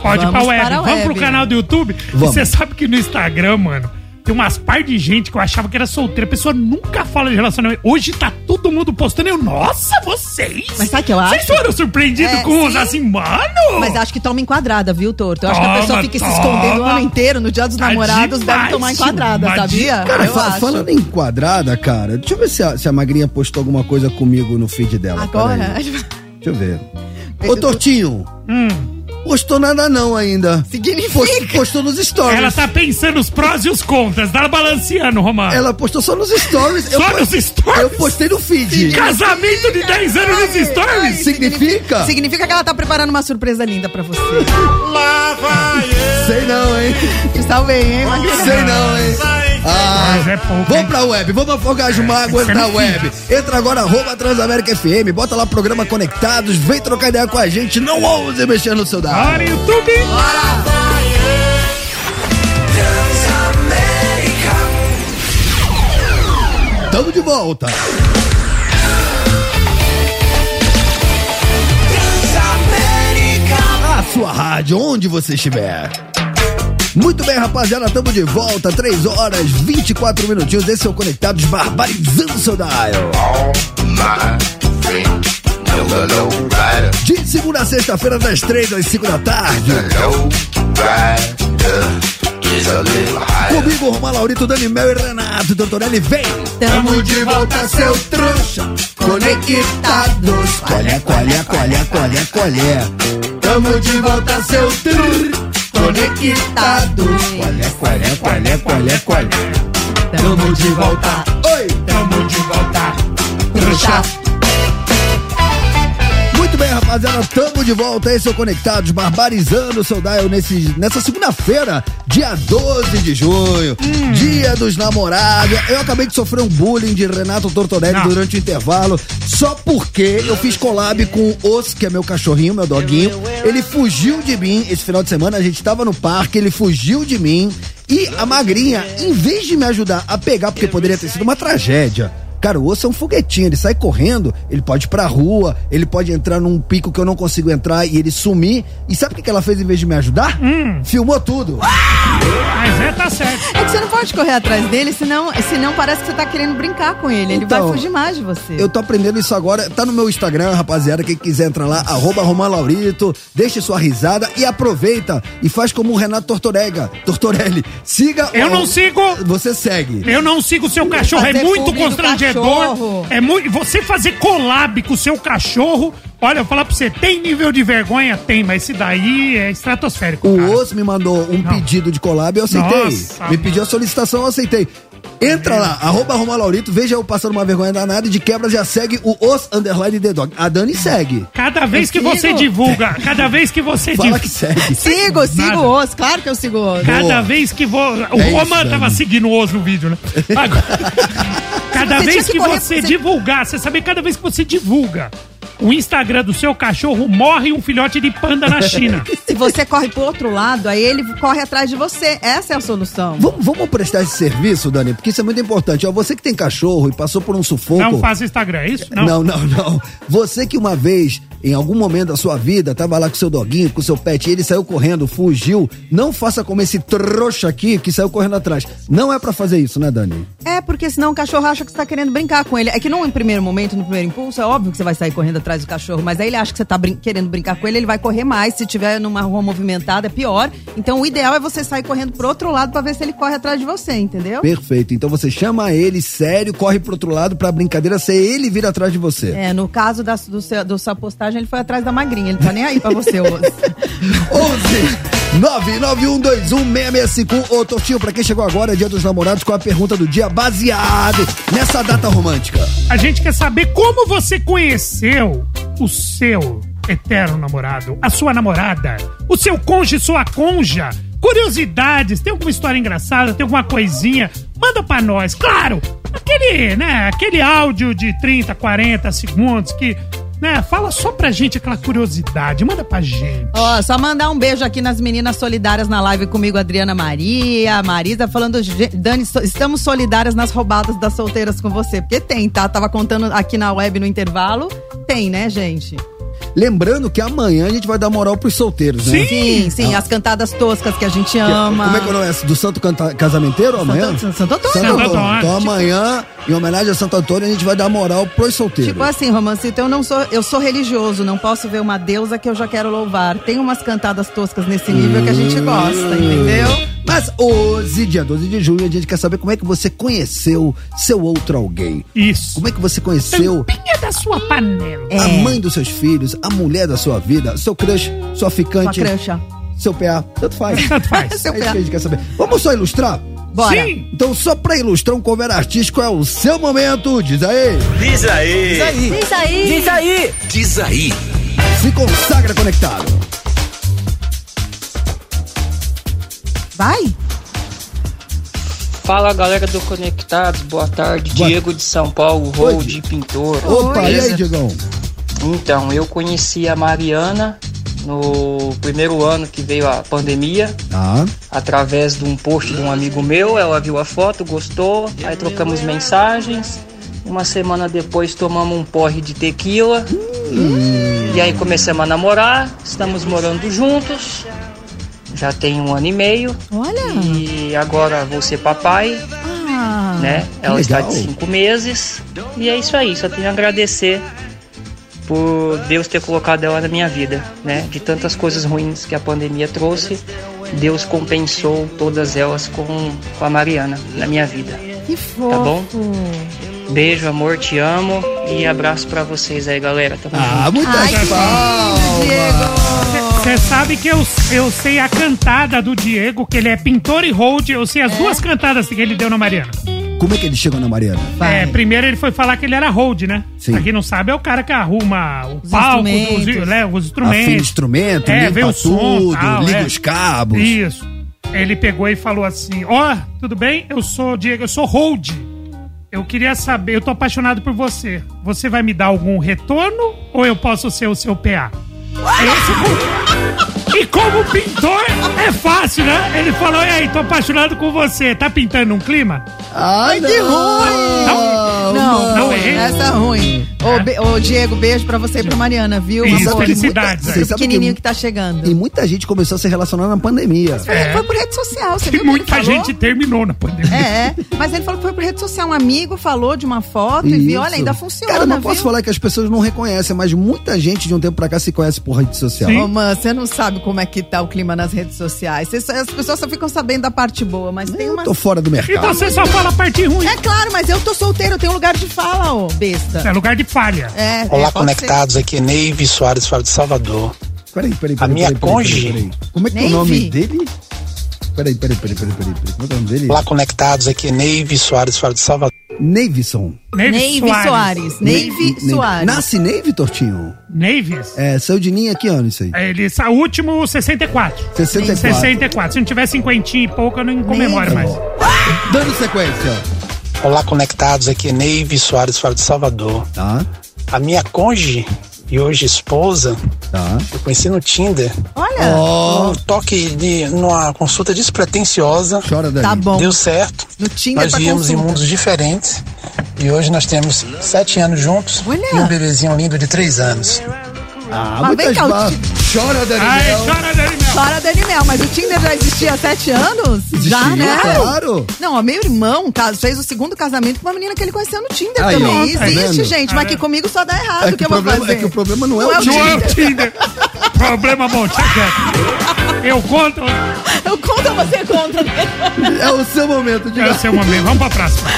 Speaker 3: Pode ir pra
Speaker 2: Vamos
Speaker 3: web.
Speaker 2: para a
Speaker 3: Vamos pro
Speaker 2: web.
Speaker 3: canal do YouTube.
Speaker 1: Vamos.
Speaker 3: E você sabe que no Instagram, mano, tem umas par de gente que eu achava que era solteira. A pessoa nunca fala de relacionamento. Hoje tá todo mundo postando. Eu, nossa, vocês!
Speaker 2: Mas sabe o que eu
Speaker 3: Vocês
Speaker 2: acho?
Speaker 3: foram surpreendidos
Speaker 2: É,
Speaker 3: com os
Speaker 2: sim.
Speaker 3: assim, mano!
Speaker 2: Mas acho que toma enquadrada, viu, Torto? Eu acho que a
Speaker 3: Toma,
Speaker 2: pessoa fica se
Speaker 3: toma.
Speaker 2: escondendo o ano inteiro, no dia dos
Speaker 3: Tá
Speaker 2: namorados, deve
Speaker 3: demais,
Speaker 2: tomar enquadrada,
Speaker 3: tá
Speaker 2: sabia?
Speaker 3: de-
Speaker 1: Cara,
Speaker 2: eu
Speaker 1: fa-
Speaker 2: acho.
Speaker 1: falando em quadrada, cara, deixa eu ver se a, se a Magrinha postou alguma coisa comigo no feed dela.
Speaker 2: Agora,
Speaker 1: peraí. Deixa eu ver. Ô, Tortinho,
Speaker 3: Hum,
Speaker 1: postou nada não ainda.
Speaker 2: Significa.
Speaker 1: Post- Postou nos stories.
Speaker 3: ela tá pensando os prós e os contras. Tá balanceando, Romano.
Speaker 1: Ela postou só nos stories.
Speaker 3: Só
Speaker 1: po-
Speaker 3: nos stories?
Speaker 1: Eu postei no feed.
Speaker 3: Casamento de 10 anos nos
Speaker 2: Ai,
Speaker 3: stories!
Speaker 1: Significa?
Speaker 2: significa que ela tá preparando uma surpresa linda pra você.
Speaker 1: Sei não, hein?
Speaker 2: Te salvei, hein, Magrinha?
Speaker 1: Sei não, hein? Ah,
Speaker 3: Mas é pouco, hein?
Speaker 1: vamos pra web, vamos afogar as mágoas
Speaker 3: isso é
Speaker 1: na
Speaker 3: no
Speaker 1: web. Entra agora, arroba Transamérica FM, bota lá programa Conectados, vem trocar ideia com a gente, não ouse mexer no seu dado.
Speaker 3: Bora, YouTube!
Speaker 2: Hum.
Speaker 1: Tamo de volta. A sua rádio, onde você estiver. Muito bem, rapaziada, estamos de volta. 3 horas 24 minutinhos. Esse é o Conectados Barbarizando o seu dial. De segunda a sexta-feira, das 3 às 5 da tarde. Comigo, Romão Laurito, Dani Mel e Renato Tortorelli. Vem!
Speaker 2: Tamo
Speaker 1: de volta, seu trouxa. Conectados. Colé, colé, colé, colé, colé. Tamo de volta, seu tr.
Speaker 5: tá
Speaker 1: Conectados. Colé, colé, colé, colé, colé. Tamo de volta. Oi! Tamo de volta, trouxa. Muito bem, Rapaziada, tamo de volta, esse é o Conectados, barbarizando o seu dial nesse, nessa segunda-feira, dia 12 de junho, dia dos namorados. Eu acabei de sofrer um bullying de Renato Tortorelli
Speaker 3: Não.
Speaker 1: durante o intervalo, só porque eu fiz collab com o Os, que é meu cachorrinho, meu doguinho. Ele fugiu de mim esse final de semana, a gente tava no parque, ele fugiu de mim. E a magrinha, em vez de me ajudar a pegar, porque poderia ter sido uma tragédia. Cara, o osso é um foguetinho, ele sai correndo, ele pode ir pra rua, ele pode entrar num pico que eu não consigo entrar e ele sumir. E sabe o que que ela fez em vez de me ajudar? Filmou tudo.
Speaker 3: Mas é, tá certo.
Speaker 2: É que você não pode correr atrás dele, senão, senão parece que você tá querendo brincar com ele. Ele
Speaker 1: Então,
Speaker 2: vai fugir mais de você.
Speaker 1: Eu tô aprendendo isso agora. Tá no meu Instagram, rapaziada. Quem quiser entrar lá, arroba Romão Laurito, deixe sua risada e aproveita e faz como o Renato Tortorega. Tortorelli, siga
Speaker 3: Eu
Speaker 1: o-
Speaker 3: não sigo.
Speaker 1: Você segue.
Speaker 3: Eu não sigo o seu cachorro, é
Speaker 2: Fazer
Speaker 3: muito
Speaker 2: publi do
Speaker 3: constrangedor.
Speaker 2: cachorro.
Speaker 3: É muito. Você fazer collab com o seu cachorro. Olha, eu vou falar pra você, tem nível de vergonha? Tem, mas esse daí é estratosférico.
Speaker 1: O
Speaker 3: cara.
Speaker 1: Os me mandou um
Speaker 3: Não.
Speaker 1: pedido de collab, eu aceitei.
Speaker 3: Nossa,
Speaker 1: me pediu a solicitação, eu aceitei. Entra lá, arroba Roma Laurito, veja eu passando uma vergonha danada e de quebra já segue o Os Underline The Dog. A Dani segue.
Speaker 3: Cada vez que você
Speaker 2: sigo.
Speaker 3: divulga, cada vez que você
Speaker 1: Fala
Speaker 3: divulga.
Speaker 1: que segue.
Speaker 2: Sigo, sigo o osso, claro que eu sigo o osso.
Speaker 3: Cada
Speaker 1: Boa.
Speaker 3: vez que vou. O
Speaker 1: É isso,
Speaker 3: Roman tava
Speaker 1: Dani.
Speaker 3: seguindo o osso no vídeo, né? Agora- cada
Speaker 2: Você tinha
Speaker 3: vez
Speaker 2: que
Speaker 3: que
Speaker 2: correr,
Speaker 3: você
Speaker 2: você-
Speaker 3: divulgar, você sabe, cada vez que você divulga o Instagram do seu cachorro, morre um filhote de panda na China.
Speaker 2: Se você corre pro outro lado, aí ele corre atrás de você. Essa é a solução.
Speaker 1: Vamos, vamos prestar esse serviço, Dani, porque isso é muito importante. Ó, você que tem cachorro e passou por um sufoco.
Speaker 3: Não faz o Instagram, é isso?
Speaker 1: Não, não, não. Você que uma vez, em algum momento da sua vida, tava lá com seu doguinho, com seu pet, e ele saiu correndo, fugiu, não faça como esse trouxa aqui que saiu correndo atrás. Não é pra fazer isso, né, Dani?
Speaker 2: É, porque senão o cachorro acha que você tá querendo brincar com ele. É que não em primeiro momento, no primeiro impulso, é óbvio que você vai sair correndo atrás do cachorro, mas aí ele acha que você tá brin- querendo brincar com ele, ele vai correr mais. Se tiver numa rua movimentada, é pior. Então o ideal é você sair correndo pro outro lado pra ver se ele corre atrás de você, entendeu?
Speaker 1: Perfeito. Então você chama ele sério, corre pro outro lado pra brincadeira ser ele vir atrás de você.
Speaker 2: É, no caso da, do seu, do sua postagem, ele foi atrás da magrinha. Ele tá nem aí pra você, Osso.
Speaker 1: 11 991216651. Ô, Tortinho, pra quem chegou agora, é Dia dos Namorados, com a pergunta do dia baseado nessa data romântica.
Speaker 3: A gente quer saber como você conheceu o seu eterno namorado, a sua namorada, o seu cônjuge, sua conja. Curiosidades, tem alguma história engraçada, tem alguma coisinha? Manda pra nós, claro! Aquele, né, aquele áudio de 30, 40 segundos que, né, fala só pra gente aquela curiosidade, manda pra gente.
Speaker 2: Ó, só mandar um beijo aqui nas meninas solidárias na live comigo, Adriana Maria, Marisa, falando, "Ge- Dani, so- estamos solidárias nas roubadas das solteiras com você. Porque tem, tá? Tava contando aqui na web no intervalo. Tem, né, gente?
Speaker 1: Lembrando que amanhã a gente vai dar moral pros solteiros, né?
Speaker 2: Sim, sim, as cantadas toscas que a gente ama.
Speaker 1: Como é que é o nome? É Do Santo Canta- Casamenteiro amanhã?
Speaker 2: Santo- Santo Antônio.
Speaker 3: Santo Antônio.
Speaker 1: Então amanhã, em homenagem a Santo Antônio, a gente vai dar moral pros solteiros.
Speaker 2: Tipo assim, Romancito, eu não sou, eu sou religioso, não posso ver uma deusa que eu já quero louvar. Tem umas cantadas toscas nesse nível que a gente gosta, entendeu?
Speaker 1: Hum. Mas hoje, dia 12 de junho, a gente quer saber como é que você conheceu seu outro alguém.
Speaker 3: Isso.
Speaker 1: Como é que você conheceu
Speaker 3: Tampinha é da sua panela.
Speaker 1: a
Speaker 2: É.
Speaker 1: mãe dos seus filhos, a mulher da sua vida, seu crush, sua
Speaker 2: Sua
Speaker 1: ficante,
Speaker 2: crancha.
Speaker 1: seu PA, tanto faz.
Speaker 3: Tanto faz.
Speaker 2: Seu
Speaker 1: é isso
Speaker 2: PA.
Speaker 1: que a gente quer saber. Vamos só ilustrar?
Speaker 2: Bora.
Speaker 3: Sim.
Speaker 1: Então, só pra ilustrar um cover artístico é o seu momento, diz aí.
Speaker 5: Diz aí.
Speaker 2: Diz aí. Diz aí.
Speaker 5: Diz aí.
Speaker 1: Se consagra Tá conectado.
Speaker 2: Vai.
Speaker 6: Fala galera do Conectados, boa tarde.
Speaker 1: Boa-
Speaker 6: Diego de São Paulo,
Speaker 1: Oi,
Speaker 6: Rold,
Speaker 1: Diego.
Speaker 6: pintor.
Speaker 1: Opa,
Speaker 6: Beleza?
Speaker 1: e aí, Digão?
Speaker 6: Então, eu conheci a Mariana no primeiro ano que veio a pandemia,
Speaker 1: Tá.
Speaker 6: através de um post de um amigo meu. Ela viu a foto, gostou, aí trocamos mensagens. Uma semana depois tomamos um porre de tequila. E aí começamos a namorar, estamos morando juntos. Já tem um ano e meio.
Speaker 2: Olha.
Speaker 6: E agora vou ser papai.
Speaker 2: Ah.
Speaker 6: né?
Speaker 5: É
Speaker 6: Ela está de
Speaker 1: legal.
Speaker 6: cinco meses. E é isso aí, só tenho a agradecer por Deus ter colocado ela na minha vida, né? De tantas coisas ruins que a pandemia trouxe, Deus compensou todas elas com, com a Mariana na minha vida.
Speaker 2: Que
Speaker 5: Tá
Speaker 2: fofo.
Speaker 6: bom? Beijo, amor, te amo e abraço pra vocês aí, galera. Tamo junto.
Speaker 1: Ah, muitas
Speaker 2: Ai, que lindo, Diego.
Speaker 3: Você sabe que eu, eu sei a cantada do Diego, que ele é pintor e hold. Eu sei as duas cantadas que ele deu na Mariana.
Speaker 1: Como é que ele chegou na Mariana?
Speaker 2: Vai.
Speaker 3: É, primeiro ele foi falar que ele era hold, né?
Speaker 1: Sim.
Speaker 3: Pra quem não sabe, é o cara que arruma o
Speaker 2: Os
Speaker 3: palco,
Speaker 2: instrumentos.
Speaker 3: os, né, os
Speaker 1: Afina
Speaker 3: instrumentos.
Speaker 1: instrumento,
Speaker 3: É, vê
Speaker 1: limpa
Speaker 3: o som,
Speaker 1: tudo,
Speaker 3: tal,
Speaker 1: liga
Speaker 3: é.
Speaker 1: os cabos.
Speaker 3: Isso. Ele pegou e falou assim: Ó, tudo bem? Eu sou Diego, eu sou hold. Eu queria saber, eu tô apaixonado por você. Você vai me dar algum retorno ou eu posso ser o seu PA? Esse- E como pintor, é fácil, né? Ele falou: E aí, tô apaixonado com você. Tá pintando um clima? Então
Speaker 1: Ai,
Speaker 2: que ruim!
Speaker 3: Não,
Speaker 2: Não,
Speaker 3: não errei.
Speaker 2: essa é ruim. Ô, Be- ô, Diego, beijo pra você e pra Mariana, viu?
Speaker 3: Isso,
Speaker 2: Amor,
Speaker 3: felicidades,
Speaker 2: esse
Speaker 1: velho. Sabe que-
Speaker 2: pequenininho que tá
Speaker 1: E
Speaker 2: chegando. É.
Speaker 1: muita gente começou a se relacionar na pandemia.
Speaker 2: Foi- Foi por rede social, você
Speaker 3: É. Que
Speaker 2: viu o que ele
Speaker 3: muita
Speaker 2: falou?
Speaker 3: gente terminou na pandemia.
Speaker 2: É, é. mas ele falou que foi por rede social. Um amigo falou de uma foto e viu, olha, ainda funciona,
Speaker 1: Cara, não
Speaker 2: viu?
Speaker 1: posso falar que as pessoas não reconhecem, mas muita gente de um tempo pra cá se conhece por rede social.
Speaker 3: Sim.
Speaker 2: Ô, man, você não sabe como é que tá o clima nas redes sociais. Você só- as pessoas só ficam sabendo da parte boa, mas tem uma...
Speaker 1: Eu tô fora do
Speaker 3: E
Speaker 1: mercado.
Speaker 3: Então você só fala a parte ruim.
Speaker 2: É claro, mas eu tô solteiro, eu tenho lugar de fala, ô, besta.
Speaker 3: É lugar de falha.
Speaker 2: É, é,
Speaker 7: Olá,
Speaker 2: pode ser.
Speaker 7: conectados. Aqui é Neive Soares, Fábio de Salvador.
Speaker 1: Peraí, peraí, peraí.
Speaker 7: A minha
Speaker 1: peraí, peraí,
Speaker 7: cônjuge.
Speaker 1: peraí, peraí. Como é que é o
Speaker 2: Nem
Speaker 1: nome
Speaker 2: vi.
Speaker 1: dele? Peraí, peraí, peraí, peraí, peraí, peraí. Como é que é o nome dele?
Speaker 7: Olá, conectados. Aqui é Neive Soares, Fábio de Salvador.
Speaker 1: Neivisson.
Speaker 2: Neive Soares. Neive
Speaker 1: Neive.
Speaker 2: Soares.
Speaker 1: Nasce Neive, Tortinho?
Speaker 3: Neives?
Speaker 1: É, saiu de ninho aqui, ano, isso aí.
Speaker 3: É, Ele sa- o último 64.
Speaker 1: 64.
Speaker 3: 64. Se não tiver cinquentinha e pouco, eu não comemoro mais.
Speaker 1: Dando sequência.
Speaker 7: Olá, conectados. Aqui é Neive Soares, Fábio de Salvador.
Speaker 1: Tá,
Speaker 7: A minha cônjuge e hoje esposa,
Speaker 1: tá.
Speaker 7: eu conheci no Tinder.
Speaker 2: Olha,
Speaker 7: Um toque de numa consulta despretensiosa.
Speaker 1: Chora, Dani.
Speaker 2: tá bom.
Speaker 7: Deu certo.
Speaker 2: No Tinder
Speaker 7: Nós
Speaker 2: pra
Speaker 7: vivíamos em
Speaker 2: consulta.
Speaker 7: mundos diferentes. E hoje nós temos sete anos juntos
Speaker 2: Olha.
Speaker 7: e um bebezinho lindo de três anos.
Speaker 1: Ah,
Speaker 2: Mas
Speaker 1: muitas
Speaker 2: vem cá, o
Speaker 1: ba- Chora,
Speaker 3: Aê,
Speaker 1: Dani.
Speaker 3: chora, Daniel.
Speaker 2: Chora Dani Mel, mas o Tinder já existia há sete anos? já,
Speaker 1: Existia,
Speaker 2: né?
Speaker 1: claro.
Speaker 2: Não, ó, meu irmão ca- fez o segundo casamento com uma menina que ele conheceu no Tinder
Speaker 1: Aí,
Speaker 2: também.
Speaker 1: ó, tá
Speaker 2: Existe,
Speaker 1: vendo?
Speaker 2: gente, mas que comigo só dá errado
Speaker 1: É que,
Speaker 2: o Ah,
Speaker 1: o
Speaker 2: que eu vou
Speaker 1: problema,
Speaker 2: fazer.
Speaker 1: é que o problema não é o
Speaker 2: Não
Speaker 1: Tinder.
Speaker 3: Não
Speaker 5: Tá
Speaker 3: é o Tinder. Problema bom, tchau, tchau. Eu conto.
Speaker 2: Eu conto, você conta.
Speaker 1: É o seu momento,
Speaker 3: É o
Speaker 1: diga.
Speaker 3: seu momento. Vamos pra próxima.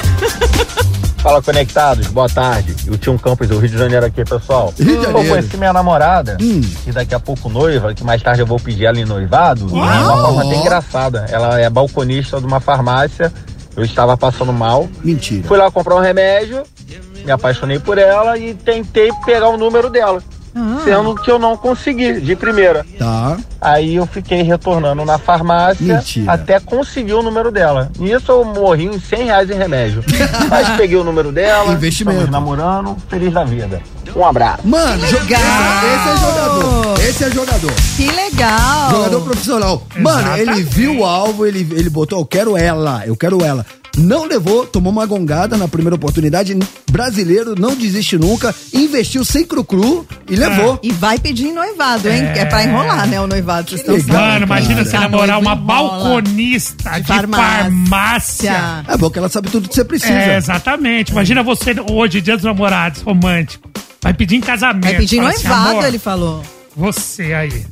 Speaker 8: Fala conectados, boa tarde. O Tio Campos do Rio de Janeiro aqui, pessoal.
Speaker 1: Rio de
Speaker 8: Eu
Speaker 1: Janeiro.
Speaker 8: conheci minha namorada,
Speaker 1: Hum.
Speaker 8: que daqui a pouco noiva, que mais tarde eu vou pedir ela em noivado, de uma
Speaker 1: Uau!
Speaker 8: forma até engraçada. Ela é balconista de uma farmácia, eu estava passando mal.
Speaker 1: Mentira.
Speaker 8: Fui lá comprar um remédio, me apaixonei por ela e tentei pegar o número dela.
Speaker 2: Ah.
Speaker 8: Sendo que eu não consegui, de primeira.
Speaker 1: Tá.
Speaker 8: Aí eu fiquei retornando na farmácia
Speaker 1: Mentira.
Speaker 8: até conseguir o número dela. Nisso eu morri em 100 reais em remédio. Mas peguei o número dela,
Speaker 1: Investimento.
Speaker 8: estamos namorando, feliz da vida. Um abraço.
Speaker 1: Mano,
Speaker 2: Que
Speaker 1: joga-
Speaker 2: legal!
Speaker 1: esse é jogador. Esse é jogador.
Speaker 2: Que legal.
Speaker 1: Jogador profissional. Mano, ele viu o alvo, ele, ele botou, eu quero ela, eu quero ela. Não levou, tomou uma gongada na primeira oportunidade. Brasileiro, não desiste nunca. Investiu sem cru-cru e levou.
Speaker 2: E vai pedir noivado, hein? É, pra enrolar, né, o noivado. Vocês estão
Speaker 1: legal,
Speaker 2: sabendo.
Speaker 3: Mano, imagina se
Speaker 2: Tá noivo,
Speaker 3: namorar uma
Speaker 2: enrola.
Speaker 3: balconista de
Speaker 2: farmácia.
Speaker 3: farmácia.
Speaker 1: É bom que ela sabe tudo que você precisa.
Speaker 3: É, exatamente. Imagina você hoje, dia dos namorados, romântico. Vai pedir em
Speaker 1: É,
Speaker 3: casamento.
Speaker 2: Vai pedir
Speaker 3: Fala assim,
Speaker 2: noivado,
Speaker 3: amor,
Speaker 2: ele falou.
Speaker 3: Você aí,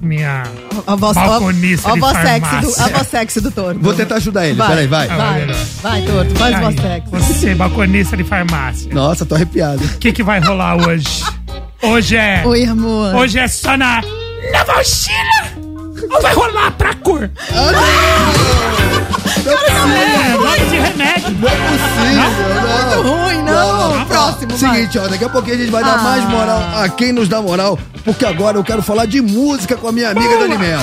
Speaker 3: minha
Speaker 2: A voz, ó,
Speaker 3: balconista
Speaker 2: ó,
Speaker 3: de
Speaker 2: voz sexy
Speaker 3: farmácia.
Speaker 2: do, a voz sexy do torto.
Speaker 1: Vou tentar ajudar ele,
Speaker 2: Vai.
Speaker 1: peraí, vai.
Speaker 2: Vai, vai, torto, faz
Speaker 3: Aí,
Speaker 2: voz sexy.
Speaker 3: Você, balconista de farmácia.
Speaker 1: Nossa, tô arrepiado.
Speaker 3: O que, que vai rolar hoje? Hoje é.
Speaker 2: Oi, amor.
Speaker 3: Hoje é só na. Na mochila! Ou vai rolar pra
Speaker 5: Ah,
Speaker 3: cor? É, nome de remédio.
Speaker 1: Não é possível, não.
Speaker 2: Muito ruim, não. Próximo, vai.
Speaker 1: Seguinte, ó, daqui a pouquinho a gente vai dar
Speaker 2: Ah.
Speaker 1: mais moral a quem nos dá moral, porque agora eu quero falar de música com a minha amiga Dani Mel.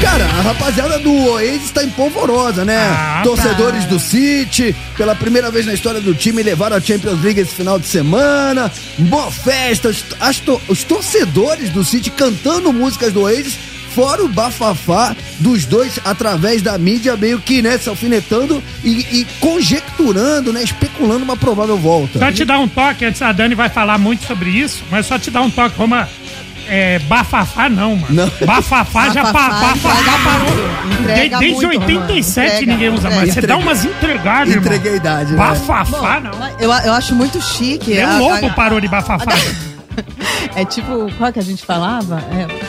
Speaker 1: Cara, a rapaziada do Oasis tá em polvorosa, né?
Speaker 3: Ah,
Speaker 1: Torcedores do City, pela primeira vez na história do time, levaram a Champions League esse final de semana. Boa festa, os, as to- os torcedores do City cantando músicas do Oasis, fora o bafafá dos dois através da mídia, meio que, né, se alfinetando e, e conjecturando, né, especulando uma provável volta.
Speaker 3: Só te dar um toque, antes a Dani vai falar muito sobre isso, mas só te dar um toque, Roma. É, bafafá não, mano.
Speaker 1: Não.
Speaker 3: Bafafá já pa,
Speaker 2: Bafafá
Speaker 3: bafafá
Speaker 2: entrega muito.
Speaker 3: parou. De-
Speaker 2: Entrega
Speaker 3: desde
Speaker 2: muito, Romano.
Speaker 3: 87
Speaker 2: Entrega.
Speaker 3: ninguém usa mais. Você
Speaker 1: Entrega.
Speaker 3: dá umas entregadas, irmão.
Speaker 1: É, Entreguei a idade, né?
Speaker 3: Bafafá não.
Speaker 2: Eu, eu acho muito chique.
Speaker 3: Nem
Speaker 2: a-
Speaker 3: o lobo
Speaker 2: a-
Speaker 3: parou de bafafá.
Speaker 2: É tipo, qual que a gente falava?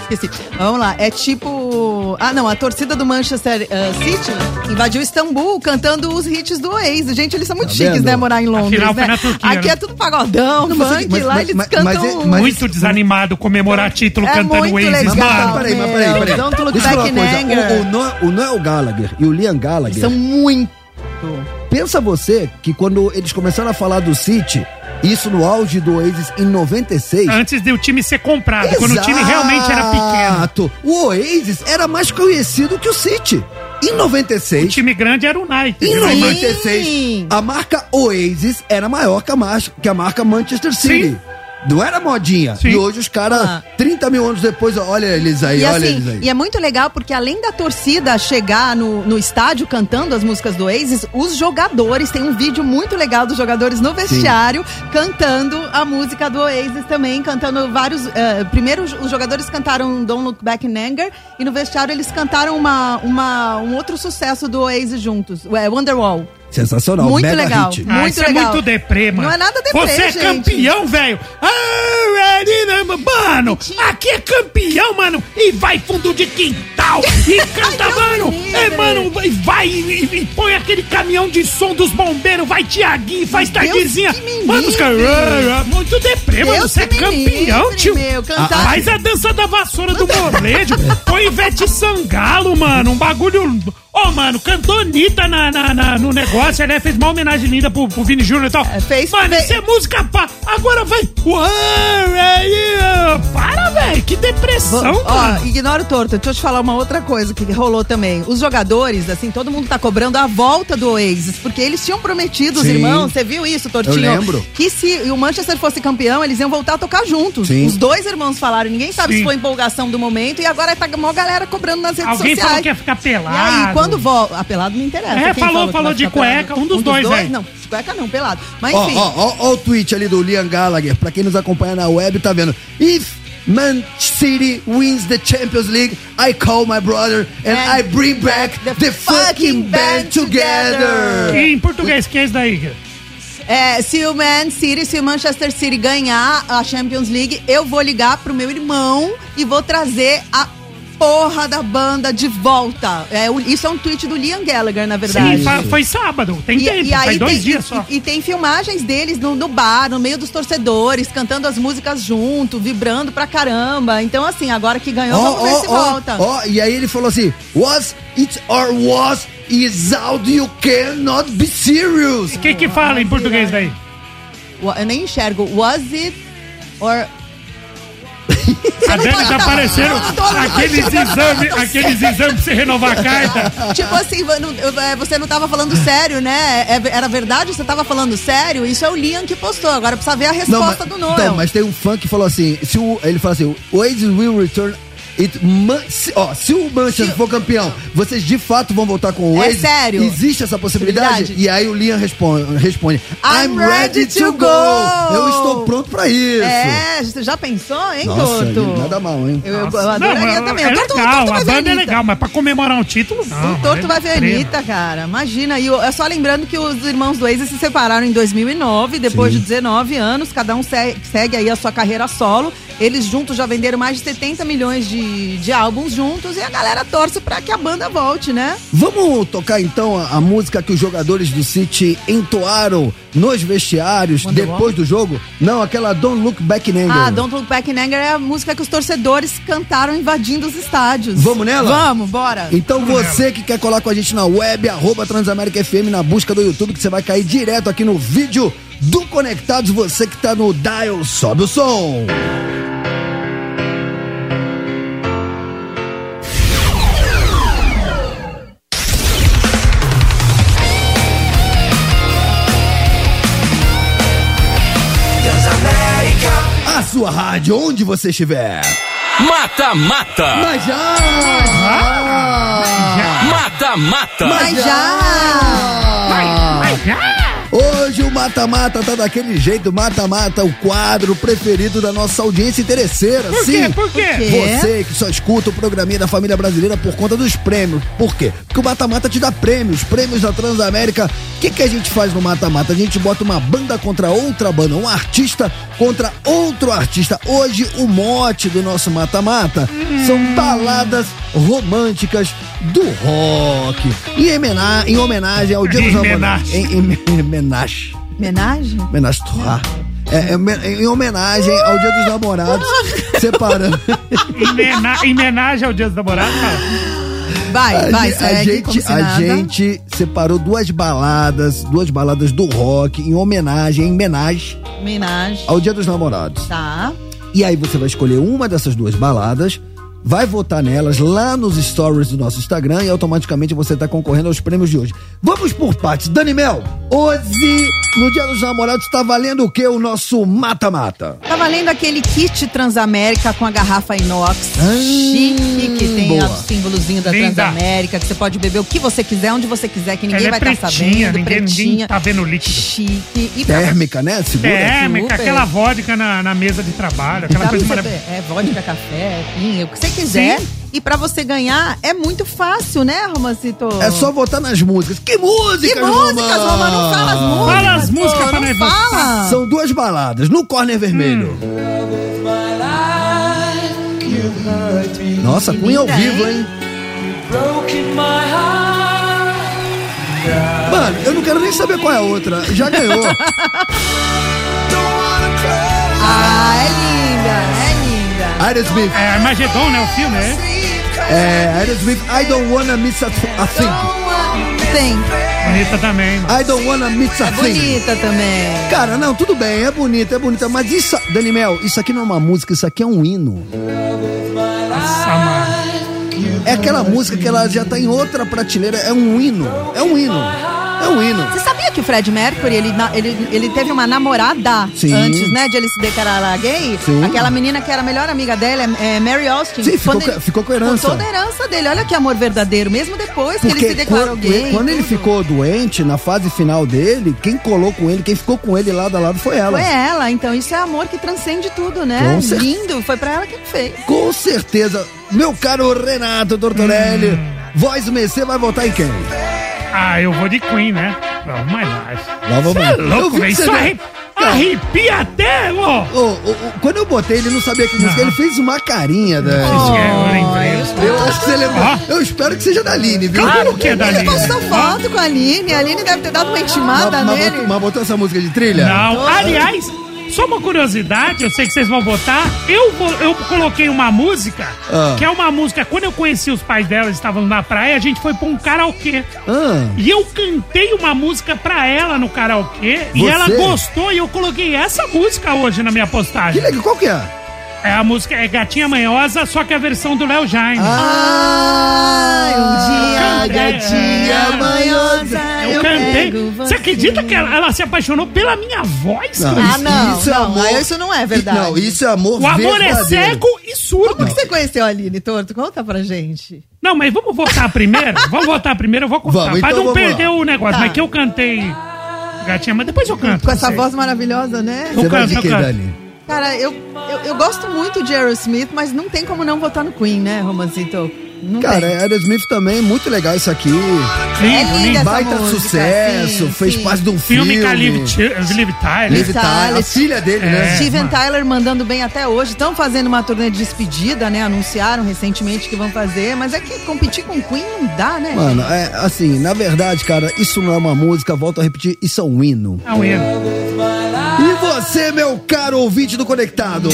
Speaker 2: É, esqueci. Vamos lá, é tipo ano. Ah, não, a torcida do Manchester eh, City invadiu Istambul cantando os hits do Oasis. Gente, eles são muito
Speaker 1: Tá
Speaker 2: chiques,
Speaker 1: vendo?
Speaker 2: né? Morar em Londres.
Speaker 3: Afinal, foi
Speaker 2: né?
Speaker 3: na Turquia,
Speaker 2: Aqui
Speaker 3: né?
Speaker 2: é tudo pagodão,
Speaker 1: Não, mas
Speaker 2: funk,
Speaker 1: mas-
Speaker 2: lá
Speaker 1: mas-
Speaker 2: eles
Speaker 1: mas- é,
Speaker 2: cantam.
Speaker 1: mas-
Speaker 3: Muito desanimado comemorar título
Speaker 2: É
Speaker 3: cantando
Speaker 2: muito
Speaker 3: Waze,
Speaker 2: legal. né?
Speaker 3: mano.
Speaker 1: peraí, mas peraí, peraí.
Speaker 2: Don't look
Speaker 1: Deixa eu falar
Speaker 2: back
Speaker 1: uma
Speaker 2: in
Speaker 1: coisa.
Speaker 2: anger.
Speaker 1: O, o, Noel, o Noel Gallagher e o Liam Gallagher.
Speaker 2: São muito.
Speaker 1: Pensa você que quando eles começaram a falar do City, isso no auge do Oasis em 96.
Speaker 3: Antes de o time ser comprado, quando o time realmente era pequeno.
Speaker 1: Exato. O Oasis era mais conhecido que o City. Em
Speaker 3: O
Speaker 1: 96.
Speaker 3: time grande era o Nike.
Speaker 1: Em
Speaker 3: né?
Speaker 2: Sim.
Speaker 1: 96, a marca Oasis era maior que a, mar- que a marca Manchester City.
Speaker 3: Sim.
Speaker 1: Não era modinha.
Speaker 3: Sim.
Speaker 1: E hoje os caras,
Speaker 2: Ah.
Speaker 1: 30 mil anos depois, olha eles aí,
Speaker 2: E
Speaker 1: olha eles
Speaker 2: assim,
Speaker 1: aí.
Speaker 2: e é muito legal porque além da torcida chegar no, no estádio cantando as músicas do Oasis, os jogadores, tem um vídeo muito legal dos jogadores no vestiário cantando a música do Oasis também, cantando vários, eh, primeiro os os jogadores cantaram Don't Look Back in Anger e no vestiário eles cantaram uma, uma, um outro sucesso do Oasis juntos, é, Wonderwall.
Speaker 1: Sensacional,
Speaker 2: muito
Speaker 1: mega
Speaker 2: legal.
Speaker 1: hit.
Speaker 3: Ah,
Speaker 2: Muito
Speaker 3: isso é
Speaker 2: legal.
Speaker 3: muito deprê, mano.
Speaker 2: Não é nada deprê,
Speaker 3: Você é
Speaker 2: gente.
Speaker 3: campeão, velho. Ah, Arena, Mano, aqui é campeão, mano. E vai fundo de quintal. E canta,
Speaker 2: Ai, Deus
Speaker 3: mano.
Speaker 2: me livre.
Speaker 3: É, mano, e vai e, e põe aquele caminhão de som dos bombeiros. Vai, Tiaguinho, faz
Speaker 2: Deus
Speaker 3: tardezinha.
Speaker 2: que me
Speaker 3: Mano, os caras...
Speaker 2: livre.
Speaker 3: ah, ah, Muito deprê, mano.
Speaker 2: Deus
Speaker 3: Você é
Speaker 2: que me
Speaker 3: campeão,
Speaker 2: livre,
Speaker 3: tio.
Speaker 2: meu, cantar-
Speaker 3: Ah, Faz a dança da vassoura do molejo. Põe Ivete Sangalo, mano. Um bagulho. Ô, mano, cantou Anitta na, na- na- no negócio. Ela fez uma homenagem linda pro, pro Vini Júnior e tal.
Speaker 2: É, fez-
Speaker 3: mano,
Speaker 2: fez-
Speaker 3: isso é música pá. Agora vai. Uau, é, é, Para, velho. Que depressão,
Speaker 2: Vamos-
Speaker 3: mano.
Speaker 2: Ó, ignora o torto. Deixa eu te falar uma outra coisa que rolou também. Os jogadores, assim, todo mundo tá cobrando a volta do Oasis, porque eles tinham prometido, os
Speaker 1: Sim.
Speaker 2: irmãos, você viu isso, Tortinho?
Speaker 1: Eu lembro.
Speaker 2: Que se o Manchester fosse campeão, eles iam voltar a tocar juntos.
Speaker 1: Sim.
Speaker 2: Os dois irmãos falaram, ninguém sabe
Speaker 3: Sim.
Speaker 2: se foi empolgação do momento, e agora tá a maior galera cobrando nas redes
Speaker 3: Alguém
Speaker 2: sociais.
Speaker 3: falou que ia ficar pelado.
Speaker 2: E aí, quando volta. Ah, pelado não interessa. Quem
Speaker 3: É, falou-
Speaker 2: que
Speaker 3: falou
Speaker 2: vai
Speaker 3: de
Speaker 2: ficar pelado?
Speaker 3: cueca, um dos dois, velho.
Speaker 2: Não, cueca não, pelado. Mas
Speaker 1: Ó,
Speaker 2: enfim.
Speaker 1: ó, ó, ó o tweet ali do Liam Gallagher, pra quem nos acompanha na web, tá vendo? If Man City wins the Champions League, I call my brother and
Speaker 2: And
Speaker 1: I bring back the, fucking band together.
Speaker 3: E em português, que é isso daí? cara?
Speaker 2: É, se o Man City, se o Manchester City ganhar a Champions League, eu vou ligar pro meu irmão e vou trazer a porra da banda de volta. É, o- isso é um tweet do Liam Gallagher, na verdade.
Speaker 3: Sim, fa- foi sábado. Tem
Speaker 2: E-
Speaker 3: tempo.
Speaker 2: e aí
Speaker 3: faz dois
Speaker 2: tem-
Speaker 3: dias
Speaker 2: e-
Speaker 3: só.
Speaker 2: E, tem filmagens deles no, no bar, no meio dos torcedores, cantando as músicas junto, vibrando pra caramba. Então, assim, agora que ganhou, vamos ver se volta.
Speaker 1: ó, e aí ele falou assim: Was it or was is out, you cannot be serious.
Speaker 3: O que que fala em português daí?
Speaker 2: Wa- Eu nem enxergo. Was it or... Você
Speaker 3: A
Speaker 2: não
Speaker 3: Dani
Speaker 2: pode
Speaker 3: tá
Speaker 2: dar-
Speaker 3: aparecendo
Speaker 2: Eu tô-
Speaker 3: aqueles exames, aqueles exames pra você renovar a carta.
Speaker 2: Tipo assim, va- não- eu- é, você não tava falando sério, né? É- Era verdade? Você tava falando sério? Isso é o Liam que postou. Agora precisa ver a É resposta
Speaker 1: mas,
Speaker 2: do Noel.
Speaker 1: Então, mas tem um fã que falou assim: se o, ele fala assim, o Oasis will return. It man, se, ó, se o Manchester for campeão, vocês de fato vão voltar com o
Speaker 2: É
Speaker 1: Oasis?
Speaker 2: sério?
Speaker 1: Existe essa possibilidade?
Speaker 2: Possibilidade?
Speaker 1: E aí o Liam responde, responde
Speaker 2: I'm ready to go.
Speaker 1: Eu estou pronto pra isso.
Speaker 2: É, você já pensou, hein,
Speaker 1: Nossa,
Speaker 2: Toto?
Speaker 1: nada mal, hein?
Speaker 2: Eu, eu adoraria
Speaker 3: mas
Speaker 2: também.
Speaker 3: É
Speaker 2: o Toto,
Speaker 3: legal,
Speaker 2: o Toto vai
Speaker 3: a
Speaker 2: ver
Speaker 3: banda é
Speaker 2: Anitta.
Speaker 3: legal, mas pra comemorar um título, não.
Speaker 2: O Toto
Speaker 3: mano,
Speaker 2: vai ver a
Speaker 3: é trema.
Speaker 2: Anitta, cara. Imagina. E o- é só lembrando que os irmãos do Ace se separaram em 2009, depois de 19 anos. Cada um se- segue aí a sua carreira solo. Eles juntos já venderam mais de 70 milhões de, de álbuns juntos. E a galera torce pra que a banda volte, né?
Speaker 1: Vamos tocar então a, a música que os jogadores do City entoaram nos vestiários depois do jogo? Não, aquela Don't Look Back in Anger.
Speaker 2: Ah, Don't Look Back in Anger é a música que os torcedores cantaram invadindo os estádios.
Speaker 1: Vamos nela?
Speaker 2: Vamos, bora.
Speaker 1: Então você que quer colar com a gente na web, arroba Transamérica FM na busca do YouTube, que você vai cair direto aqui no vídeo do Conectados. Você que tá no Dial, sobe o som. A sua rádio, onde você estiver.
Speaker 5: Mata, mata.
Speaker 1: Mas já!
Speaker 5: Mata, mata.
Speaker 2: Mas já!
Speaker 3: Vai, vai, já.
Speaker 1: Hoje o Mata-mata tá daquele jeito, mata-mata, o quadro preferido da nossa audiência interesseira.
Speaker 3: Por
Speaker 1: Sim.
Speaker 3: quê? Por quê?
Speaker 2: quê?
Speaker 1: Você que só escuta o programinha da família brasileira por conta dos prêmios. Por quê? Porque o mata-mata te dá prêmios, prêmios da Transamérica. O que, que a gente faz no mata-mata? A gente bota uma banda contra outra banda, um artista contra outro artista. Hoje, o mote do nosso mata-mata são
Speaker 3: Hum.
Speaker 1: baladas românticas do rock. E em, mena- em homenagem ao Dia dos
Speaker 3: Em
Speaker 1: Namorados.
Speaker 3: homenagem.
Speaker 1: Em, em, em homenagem.
Speaker 2: Homenagem?
Speaker 1: Homenagem Torá. É, é, me- em homenagem ao Dia dos Namorados, separando.
Speaker 3: Em mena- Em homenagem ao Dia dos Namorados, cara.
Speaker 2: Vai, vai,
Speaker 1: ge-
Speaker 2: segue, como
Speaker 1: gente,
Speaker 2: se
Speaker 1: a
Speaker 2: nada.
Speaker 1: gente separou duas baladas, duas baladas do rock em homenagem, em homenagem
Speaker 2: Homenagem.
Speaker 1: ao Dia dos Namorados.
Speaker 2: Tá.
Speaker 1: E aí você vai escolher uma dessas duas baladas, vai votar nelas lá nos stories do nosso Instagram e automaticamente você tá concorrendo aos prêmios de hoje. Vamos por partes. Dani Mel, hoje, no Dia dos Namorados, tá valendo o que o nosso mata-mata?
Speaker 2: Tá valendo aquele kit Transamérica com a garrafa inox.
Speaker 1: Ah,
Speaker 2: chique, que tem
Speaker 1: boa.
Speaker 2: o símbolozinho da
Speaker 3: Linda.
Speaker 2: Transamérica, que você pode beber o que você quiser, onde você quiser, que ninguém
Speaker 3: Ela é
Speaker 2: vai estar
Speaker 3: pretinha,
Speaker 2: sabendo.
Speaker 3: ninguém- ninguém
Speaker 2: pretinha.
Speaker 3: tá vendo o líquido.
Speaker 2: Chique. E pra
Speaker 1: Térmica, né? Segura.
Speaker 2: É.
Speaker 3: Térmica,
Speaker 2: super.
Speaker 3: aquela vodka na, na mesa de trabalho,
Speaker 2: Dá
Speaker 3: aquela
Speaker 2: pra
Speaker 3: coisa
Speaker 2: você
Speaker 3: maravilhosa.
Speaker 2: beber, É, vodka, café, vinho, o que você quiser.
Speaker 3: Sim.
Speaker 2: E pra você ganhar, é muito fácil, né, Romancito?
Speaker 1: É só votar nas músicas. Que músicas,
Speaker 2: Que músicas, Roma? Não fala as músicas.
Speaker 3: Fala as músicas
Speaker 2: pô,
Speaker 3: pra
Speaker 2: não
Speaker 3: nós
Speaker 2: Fala. Hum.
Speaker 1: São duas baladas, no Corner Vermelho. Nossa, Cunha ao
Speaker 2: linda,
Speaker 1: vivo,
Speaker 2: hein?
Speaker 1: hein? Mano, eu não quero nem saber qual é a outra. Já ganhou.
Speaker 2: Ah, é linda, é linda.
Speaker 1: Aerosmith.
Speaker 3: É Armagedon, né? O filme, é?
Speaker 1: É, Aerosmith. I don't wanna miss a, a thing.
Speaker 2: Tem.
Speaker 3: Bonita também, mano.
Speaker 1: I don't wanna miss a
Speaker 2: É
Speaker 1: thing.
Speaker 2: bonita também.
Speaker 1: Cara, não, tudo bem, é bonita, é bonita, mas isso, Dani Mel, isso aqui não é uma música, isso aqui é um hino.
Speaker 3: Nossa, mano.
Speaker 1: É aquela música que ela já tá em outra prateleira, é um hino, é um hino, é um hino.
Speaker 2: Você sabia que o Fred Mercury, ele, na- ele, ele teve uma namorada
Speaker 1: Sim.
Speaker 2: antes, né, de ele se declarar gay?
Speaker 1: Sim.
Speaker 2: Aquela menina que era a melhor amiga dela, é, é Mary Austin.
Speaker 1: Sim, ficou
Speaker 2: Quando
Speaker 1: com- ficou com a herança.
Speaker 2: Com toda a herança dele. Olha que amor verdadeiro, mesmo depois que ele
Speaker 1: Porque
Speaker 2: se declarou
Speaker 1: quando,
Speaker 2: gay.
Speaker 1: quando ele ficou doente, na fase final dele, quem colou com ele, quem ficou com ele lado a lado foi ela.
Speaker 2: Foi ela, então isso é amor que transcende tudo, né?
Speaker 1: Com certeza.
Speaker 2: Lindo, foi pra ela que ele fez.
Speaker 1: Com certeza, meu caro Renato Tortorelli,
Speaker 3: Hum.
Speaker 1: voz Messê vai votar em quem?
Speaker 3: Ah, eu vou de Queen, né? Vamos mais mais.
Speaker 1: Lá vamos.
Speaker 3: Você é louco,
Speaker 1: vi
Speaker 3: velho.
Speaker 1: que você-
Speaker 3: Isso
Speaker 1: é-
Speaker 3: arri- arrepia até, ó.
Speaker 1: Ô, ô, ô, quando eu botei, ele não sabia que música, ele fez uma carinha, Dani.
Speaker 3: Isso é, eu lembrei.
Speaker 1: Eu acho que você lembrou.
Speaker 3: Ó.
Speaker 1: Eu espero que seja da Aline, viu?
Speaker 3: Claro que é da
Speaker 2: Ele
Speaker 3: Aline.
Speaker 2: postou foto com a Aline, a Aline deve ter dado uma intimada
Speaker 1: Mas- mas
Speaker 2: nele.
Speaker 1: botou- Mas botou essa música de trilha?
Speaker 3: Não, aliás, só uma curiosidade, eu sei que vocês vão votar. Eu, vou- eu coloquei uma música,
Speaker 1: Ah.
Speaker 3: que é uma música. Quando eu conheci os pais dela, eles estavam na praia, a gente foi pra um karaokê.
Speaker 1: Ah,
Speaker 3: E eu cantei uma música pra ela no karaokê, e
Speaker 1: Você?
Speaker 3: ela gostou, e eu coloquei essa música hoje na minha
Speaker 1: que
Speaker 3: postagem.
Speaker 1: legal, qual que é?
Speaker 3: É a música é Gatinha Manhosa, só que a versão do Léo Jaime.
Speaker 1: Ah,
Speaker 3: um dia, gatinha
Speaker 1: manhosa.
Speaker 3: eu, cantei. Você acredita que ela, ela se apaixonou pela minha voz?
Speaker 1: Não,
Speaker 3: cara?
Speaker 2: Ah, não,
Speaker 1: Isso é
Speaker 2: não,
Speaker 1: amor.
Speaker 2: aí isso não é verdade.
Speaker 1: Não, isso é amor
Speaker 3: O amor é
Speaker 1: verdadeiro.
Speaker 3: cego e surdo.
Speaker 2: Como que você conheceu a Aline, Torto? Conta pra gente.
Speaker 3: Não, mas vamos votar primeiro? vamos votar primeiro, eu vou contar.
Speaker 1: Vamos,
Speaker 3: pra
Speaker 1: então
Speaker 3: não
Speaker 1: vamos
Speaker 3: perder
Speaker 1: lá.
Speaker 3: o negócio.
Speaker 2: Tá.
Speaker 3: Mas que eu cantei gatinha, mas depois eu canto.
Speaker 2: Com
Speaker 3: não
Speaker 2: essa
Speaker 3: sei.
Speaker 2: voz maravilhosa, né?
Speaker 3: Eu
Speaker 1: Você vai de
Speaker 3: canto,
Speaker 1: quem,
Speaker 3: eu canto.
Speaker 1: Dani?
Speaker 2: Cara, eu, eu, eu gosto muito de Aerosmith, mas não tem como não votar no Queen, né, Romancito? Não
Speaker 1: Cara, é
Speaker 2: tem.
Speaker 1: Aerosmith também, muito legal isso aqui.
Speaker 3: Lindo,
Speaker 2: É linda
Speaker 3: lindo.
Speaker 2: essa
Speaker 1: Baita
Speaker 2: música,
Speaker 1: sucesso,
Speaker 2: sim,
Speaker 1: fez
Speaker 2: sim.
Speaker 1: parte de um filme.
Speaker 3: Filme com a Liv, Ti- Liv Tyler.
Speaker 1: Liv Tyler, a
Speaker 2: Tyler.
Speaker 1: filha dele, né?
Speaker 3: É.
Speaker 2: Steven
Speaker 3: mano.
Speaker 2: Tyler mandando bem até hoje. Estão fazendo uma turnê de despedida, né? Anunciaram recentemente que vão fazer, mas é que competir com Queen não dá, né?
Speaker 1: Mano, é assim, na verdade, cara, isso não é uma música, volto a repetir, isso é um hino.
Speaker 3: É um hino.
Speaker 1: E você, meu caro ouvinte do Conectado?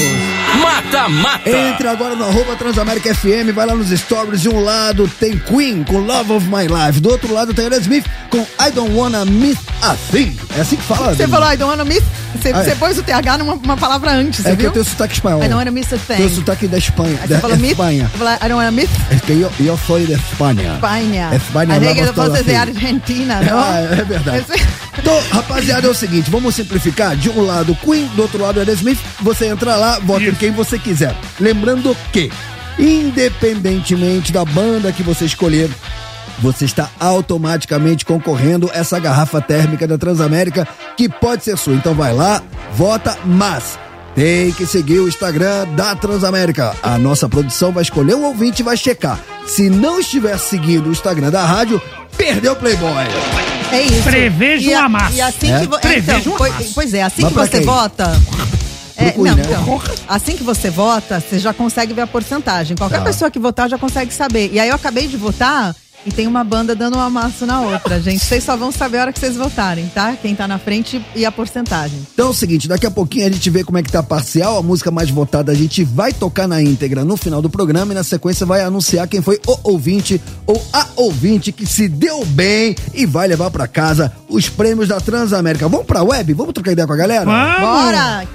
Speaker 5: Mata, mata.
Speaker 1: Entre agora no arroba Transamérica FM, vai lá nos stories. De um lado tem Queen com Love of My Life. Do outro lado tem Aerosmith com I Don't Wanna Miss a Thing. É assim que fala?
Speaker 2: Você
Speaker 1: Dani?
Speaker 2: falou, I don't wanna miss. Você,
Speaker 1: Ah, é.
Speaker 2: você pôs o TH numa uma palavra antes,
Speaker 1: É
Speaker 2: você
Speaker 1: que eu
Speaker 2: viu?
Speaker 1: tenho sotaque espanhol.
Speaker 2: I don't wanna miss a
Speaker 1: Tenho
Speaker 2: thing.
Speaker 1: sotaque da Espanha.
Speaker 2: Aí
Speaker 1: Da
Speaker 2: você falou miss.
Speaker 1: Espanha.
Speaker 2: eu falei, I don't wanna miss
Speaker 1: É que eu, eu sou de Espanha.
Speaker 2: Espanha.
Speaker 1: Espanha,
Speaker 2: A
Speaker 1: lá assim.
Speaker 2: regra
Speaker 1: gostou
Speaker 2: você
Speaker 1: da
Speaker 2: é
Speaker 1: filha.
Speaker 2: Argentina, não?
Speaker 1: Ah, é verdade.
Speaker 2: Esse-
Speaker 1: Então, rapaziada, é o seguinte, vamos simplificar. De um lado Queen, do outro lado Aerosmith. Você entra lá, vota em
Speaker 3: Isso.
Speaker 1: quem você quiser. Lembrando que, independentemente da banda que você escolher, você está automaticamente concorrendo essa garrafa térmica da Transamérica que pode ser sua. Então vai lá, vota, mas tem que seguir o Instagram da Transamérica. A nossa produção vai escolher um ouvinte e vai checar. Se não estiver seguindo o Instagram da rádio, perdeu o Playboy.
Speaker 2: É isso.
Speaker 3: Prevejo
Speaker 2: e
Speaker 3: um amasso.
Speaker 2: E assim
Speaker 1: É?
Speaker 2: que vo...
Speaker 3: Prevejo
Speaker 2: então,
Speaker 3: um
Speaker 2: pois,
Speaker 3: amasso.
Speaker 2: pois é, assim
Speaker 1: Mas
Speaker 2: que
Speaker 1: pra
Speaker 2: você
Speaker 1: quem?
Speaker 2: vota. É,
Speaker 1: Pro Cui,
Speaker 2: não,
Speaker 1: né?
Speaker 2: então, assim que você vota, você já consegue ver a porcentagem. Qualquer
Speaker 1: Tá.
Speaker 2: pessoa que votar já consegue saber. E aí eu acabei de votar e tem uma banda dando um amasso na outra, gente. Vocês só vão saber a hora que vocês votarem, tá? Quem tá na frente e a porcentagem.
Speaker 1: Então é o seguinte, daqui a pouquinho a gente vê como é que tá a parcial, a música mais votada a gente vai tocar na íntegra no final do programa e na sequência vai anunciar quem foi o ouvinte ou a ouvinte que se deu bem e vai levar pra casa os prêmios da Transamérica. Vamos pra web? Vamos trocar ideia com a galera?
Speaker 3: Vamos!
Speaker 2: Bora!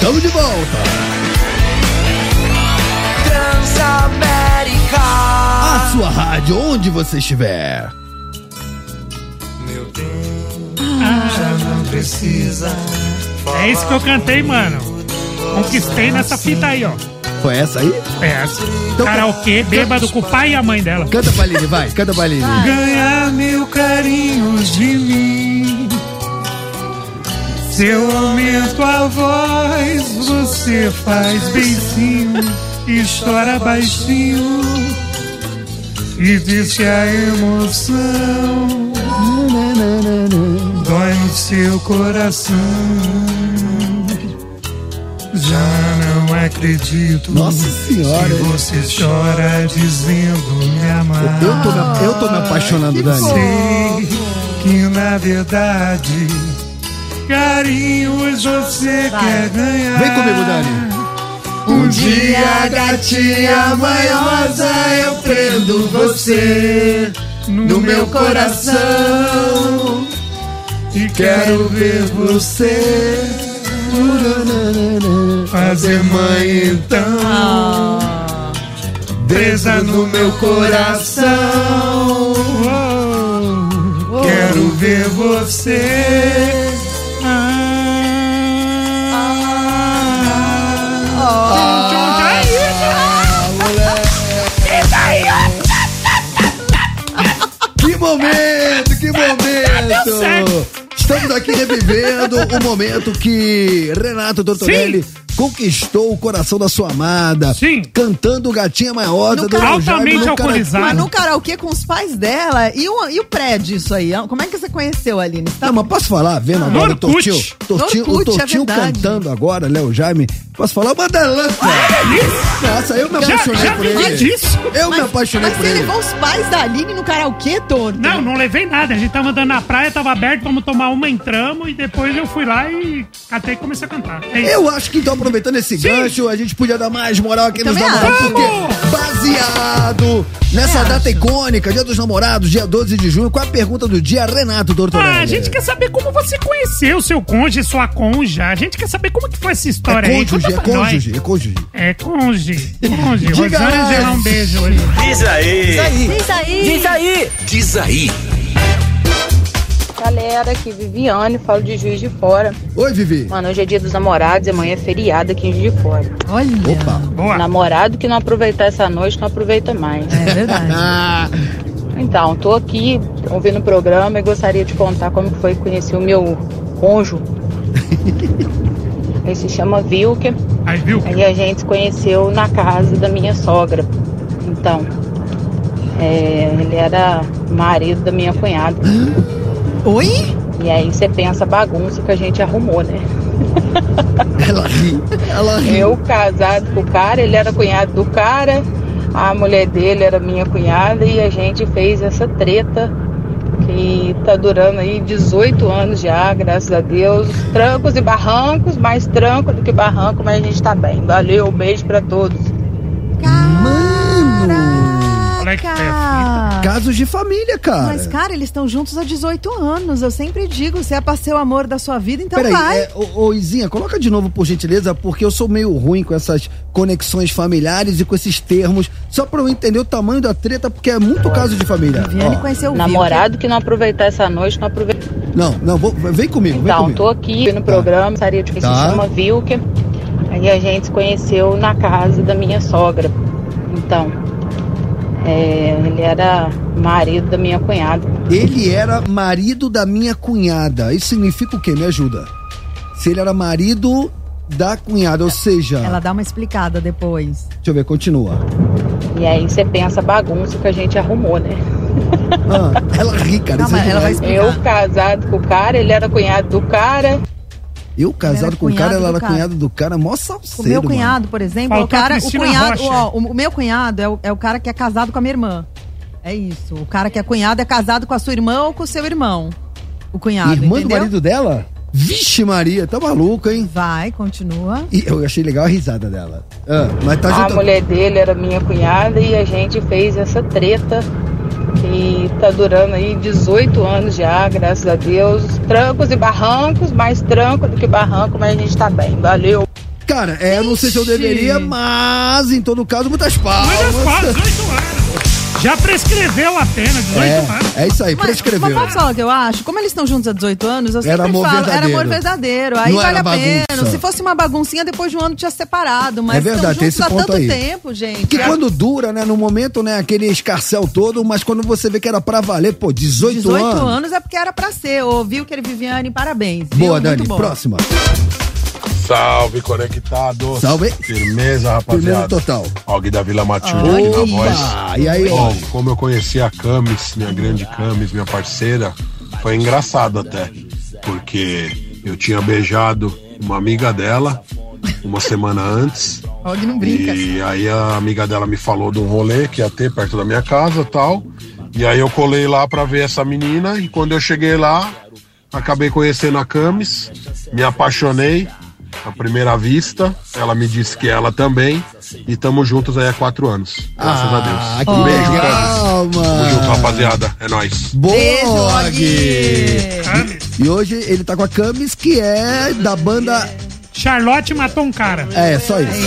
Speaker 1: Tamo de volta! A sua rádio, onde você estiver.
Speaker 3: É isso que eu cantei, mano. Conquistei nessa fita aí, ó.
Speaker 1: Foi essa aí?
Speaker 3: Peça.
Speaker 1: Então-
Speaker 3: Karaokê, bêbado com o pai e a mãe dela.
Speaker 1: Canta pra Lili, vai, canta pra Lili.
Speaker 3: Ganhar mil carinhos de mim. Se eu aumento a voz, você faz beicinho e chora baixinho. E diz que a emoção dói no seu coração. Já não acredito
Speaker 1: Nossa senhora,
Speaker 3: que
Speaker 1: hein?
Speaker 3: você chora dizendo me amar.
Speaker 1: Eu tô me, eu tô me apaixonando, Dani.
Speaker 3: Sei que na verdade carinhos você quer ganhar.
Speaker 1: Vem comigo, Dani.
Speaker 3: Um dia gatinha manhosa eu prendo você no meu coração e quero ver você fazer mãe então presa no meu coração. Quero ver você.
Speaker 2: Ah.
Speaker 1: Que momento, que momento! Estamos aqui revivendo o momento que Renato Tortorelli conquistou o coração da sua amada.
Speaker 3: Sim.
Speaker 1: Cantando Gatinha Maiosa
Speaker 2: No
Speaker 1: do
Speaker 2: carro.
Speaker 1: Eljaibe
Speaker 3: Altamente
Speaker 1: um no Cara-
Speaker 3: alcoolizado.
Speaker 2: Mas no karaokê com os pais dela. E o, e o prédio, isso aí? Como é que você conheceu, Aline? Você tá-
Speaker 1: Não, Ah, mas posso falar, vendo agora o
Speaker 3: Orkut.
Speaker 1: Tortinho, Tortinho- o
Speaker 2: Orkut, é
Speaker 1: Tortinho
Speaker 2: verdade.
Speaker 1: cantando agora, Léo Jaime. Posso falar? Uma delância! Nossa, eu me
Speaker 3: Já,
Speaker 1: apaixonei
Speaker 3: já
Speaker 1: por
Speaker 3: vivi
Speaker 1: ele.
Speaker 3: disso?
Speaker 1: Eu
Speaker 2: mas,
Speaker 1: me apaixonei
Speaker 2: mas
Speaker 1: por
Speaker 2: você
Speaker 1: ele.
Speaker 2: levou os pais da Aline no karaokê, Torto?
Speaker 3: Não, não levei nada. A gente tava andando na praia, tava aberto, vamos tomar uma, entramos e depois eu fui lá e catei e comecei a cantar. É isso.
Speaker 1: Eu acho que então, aproveitando esse
Speaker 3: Sim.
Speaker 1: gancho, a gente podia dar mais moral aqui nos
Speaker 2: Também
Speaker 1: namorados,
Speaker 2: acho.
Speaker 1: porque baseado nessa
Speaker 2: Também
Speaker 1: data
Speaker 2: acho.
Speaker 1: icônica, dia dos namorados, dia 12 de junho, qual a pergunta do dia, Renato Tortorelli?
Speaker 3: Ah, a gente quer saber como você conheceu seu cônjuge, sua conja. A gente quer saber como que foi essa história
Speaker 1: É
Speaker 3: aí. Conta
Speaker 1: cônjuge, é
Speaker 3: pra nós.
Speaker 1: cônjuge, é cônjuge.
Speaker 3: É cônjuge, cônjuge.
Speaker 1: Diga
Speaker 3: Rosângela,
Speaker 1: aí.
Speaker 3: um beijo. aí.
Speaker 2: Diz aí.
Speaker 5: Diz aí.
Speaker 9: Galera, aqui é Viviane, falo de Juiz de Fora.
Speaker 1: Oi, Vivi.
Speaker 9: Mano, hoje é dia dos namorados, amanhã é feriado aqui em Juiz de Fora.
Speaker 2: Olha.
Speaker 1: Opa.
Speaker 3: Boa.
Speaker 9: Namorado que não aproveitar essa noite, não aproveita mais.
Speaker 2: É verdade.
Speaker 1: Ah,
Speaker 9: Então, tô aqui ouvindo o programa e gostaria de contar como que foi que conheci o meu cônjuge. Ele se chama Vilker
Speaker 3: Aí, viu?
Speaker 9: e a gente se conheceu na casa da minha sogra. Então, é, ele era marido da minha cunhada.
Speaker 2: Oi?
Speaker 9: E aí você pensa a bagunça que a gente arrumou, né?
Speaker 1: ela riu, ela riu.
Speaker 9: Eu casado com o cara, ele era cunhado do cara, a mulher dele era minha cunhada e a gente fez essa treta que tá durando aí 18 anos já, graças a Deus. Trancos e barrancos, mais tranco do que barranco, mas a gente tá bem. Valeu, beijo pra todos.
Speaker 3: Olha que
Speaker 2: Caraca.
Speaker 1: Casos de família, cara.
Speaker 2: Mas, cara, eles estão juntos há 18 anos. Eu sempre digo, você é pra ser o amor da sua vida, então
Speaker 1: Peraí,
Speaker 2: vai.
Speaker 1: é, ô, ô, Izinha, coloca de novo, por gentileza, porque eu sou meio ruim com essas conexões familiares e com esses termos, só pra eu entender o tamanho da treta, porque é muito caso de família.
Speaker 2: Viane
Speaker 1: Ó,
Speaker 2: conheceu o
Speaker 9: Namorado que não aproveitar essa noite, não aproveita.
Speaker 1: é- Não, não, vou- vem comigo, vem
Speaker 9: Então,
Speaker 1: comigo.
Speaker 9: tô aqui no programa, gostaria de que
Speaker 1: Tá.
Speaker 9: se chama Vilker. E E a gente se conheceu na casa da minha sogra. Então, é, ele era marido da minha cunhada.
Speaker 1: Ele era marido da minha cunhada. Isso significa o quê? Me ajuda. Se ele era marido da cunhada, ou seja.
Speaker 2: Ela dá uma explicada depois.
Speaker 1: Deixa eu ver, continua.
Speaker 9: E aí você pensa a bagunça que a gente arrumou, né?
Speaker 1: Ah, ela ri, cara.
Speaker 2: Não,
Speaker 1: isso é
Speaker 2: mas ela
Speaker 1: demais.
Speaker 2: vai explicar.
Speaker 9: Eu casado com o cara, ele era cunhado do cara.
Speaker 1: Eu casado
Speaker 2: Ela
Speaker 1: com o cara,
Speaker 2: cunhado
Speaker 1: ela
Speaker 2: do
Speaker 1: era
Speaker 2: cara.
Speaker 1: cunhada do cara, mó
Speaker 2: O
Speaker 1: salseiro.
Speaker 2: meu
Speaker 1: mano.
Speaker 2: cunhado, por exemplo, é o
Speaker 3: Faltou a
Speaker 2: cara. O
Speaker 3: Cristina
Speaker 2: cunhado,
Speaker 3: Rocha.
Speaker 2: ó, o, o meu cunhado é o, é o cara que é casado com a minha irmã. É isso. O cara que é cunhado é casado com a sua irmã ou com o seu irmão. O cunhado,
Speaker 1: Irmã do
Speaker 2: entendeu?
Speaker 1: marido dela? Vixe, Maria, tá maluco, hein?
Speaker 2: Vai, continua.
Speaker 1: E eu achei legal a risada dela. Ah, mas tá
Speaker 9: A
Speaker 1: juntando.
Speaker 9: mulher dele era minha cunhada e a gente fez essa treta que tá durando aí 18 anos já, graças a Deus. Trancos e barrancos, mais tranco do que barranco, mas a gente tá bem. Valeu.
Speaker 1: Cara, é, eu não sei se eu deveria, mas em todo caso, muitas palmas.
Speaker 3: Muitas palmas, 18 anos. Já prescreveu a pena, 18 anos.
Speaker 1: É, é isso aí,
Speaker 2: Mas, mas tá
Speaker 1: prescreveu.
Speaker 2: pode falar o que eu acho? Como eles estão juntos há 18 anos, eu sempre
Speaker 1: Era amor
Speaker 2: falo, era
Speaker 1: verdadeiro.
Speaker 2: amor verdadeiro. Aí
Speaker 1: Não
Speaker 2: vale
Speaker 1: era
Speaker 2: a pena.
Speaker 1: bagunça.
Speaker 2: Se fosse uma baguncinha, depois de um ano tinha separado. Mas
Speaker 1: É verdade, tem
Speaker 2: estão juntos
Speaker 1: esse ponto
Speaker 2: há tanto
Speaker 1: aí.
Speaker 2: tempo, gente.
Speaker 1: Porque
Speaker 2: É-
Speaker 1: quando dura, né? No momento, né? Aquele escarcel todo, mas quando você vê que era pra valer, pô, 18,
Speaker 2: 18
Speaker 1: anos.
Speaker 2: anos. é porque era pra ser. Ouviu que ele Viviane, parabéns. viu?
Speaker 1: Boa,
Speaker 2: Muito
Speaker 1: Dani.
Speaker 2: bom.
Speaker 1: Próxima.
Speaker 4: Salve, conectado.
Speaker 1: Salve.
Speaker 4: Firmeza,
Speaker 1: Primeiro
Speaker 4: rapaziada.
Speaker 1: total.
Speaker 4: Og da Vila Matilde
Speaker 2: Olha
Speaker 4: aqui
Speaker 2: aí.
Speaker 4: na voz.
Speaker 1: Ah, e aí, ó.
Speaker 4: Bom, como eu conheci a Camis, minha grande Camis, minha parceira, foi engraçado até, porque eu tinha beijado uma amiga dela uma semana antes.
Speaker 2: Og não brinca.
Speaker 4: E aí a amiga dela me falou de um rolê que ia ter perto da minha casa tal. E aí eu colei lá pra ver essa menina e quando eu cheguei lá, acabei conhecendo a Camis, me apaixonei à primeira vista. Ela me disse que ela também. E estamos juntos aí há quatro anos. Graças a
Speaker 1: Ah,
Speaker 4: Deus.
Speaker 1: que
Speaker 4: um beijo, Camis.
Speaker 1: legal,
Speaker 4: Tamo junto,
Speaker 1: mano.
Speaker 4: rapaziada. É nóis.
Speaker 1: Boa,
Speaker 2: Beijo, Og.
Speaker 1: Og.
Speaker 3: Camis.
Speaker 1: E hoje ele tá com a Camis, que é da banda.
Speaker 3: Charlotte matou um cara.
Speaker 1: É, só isso.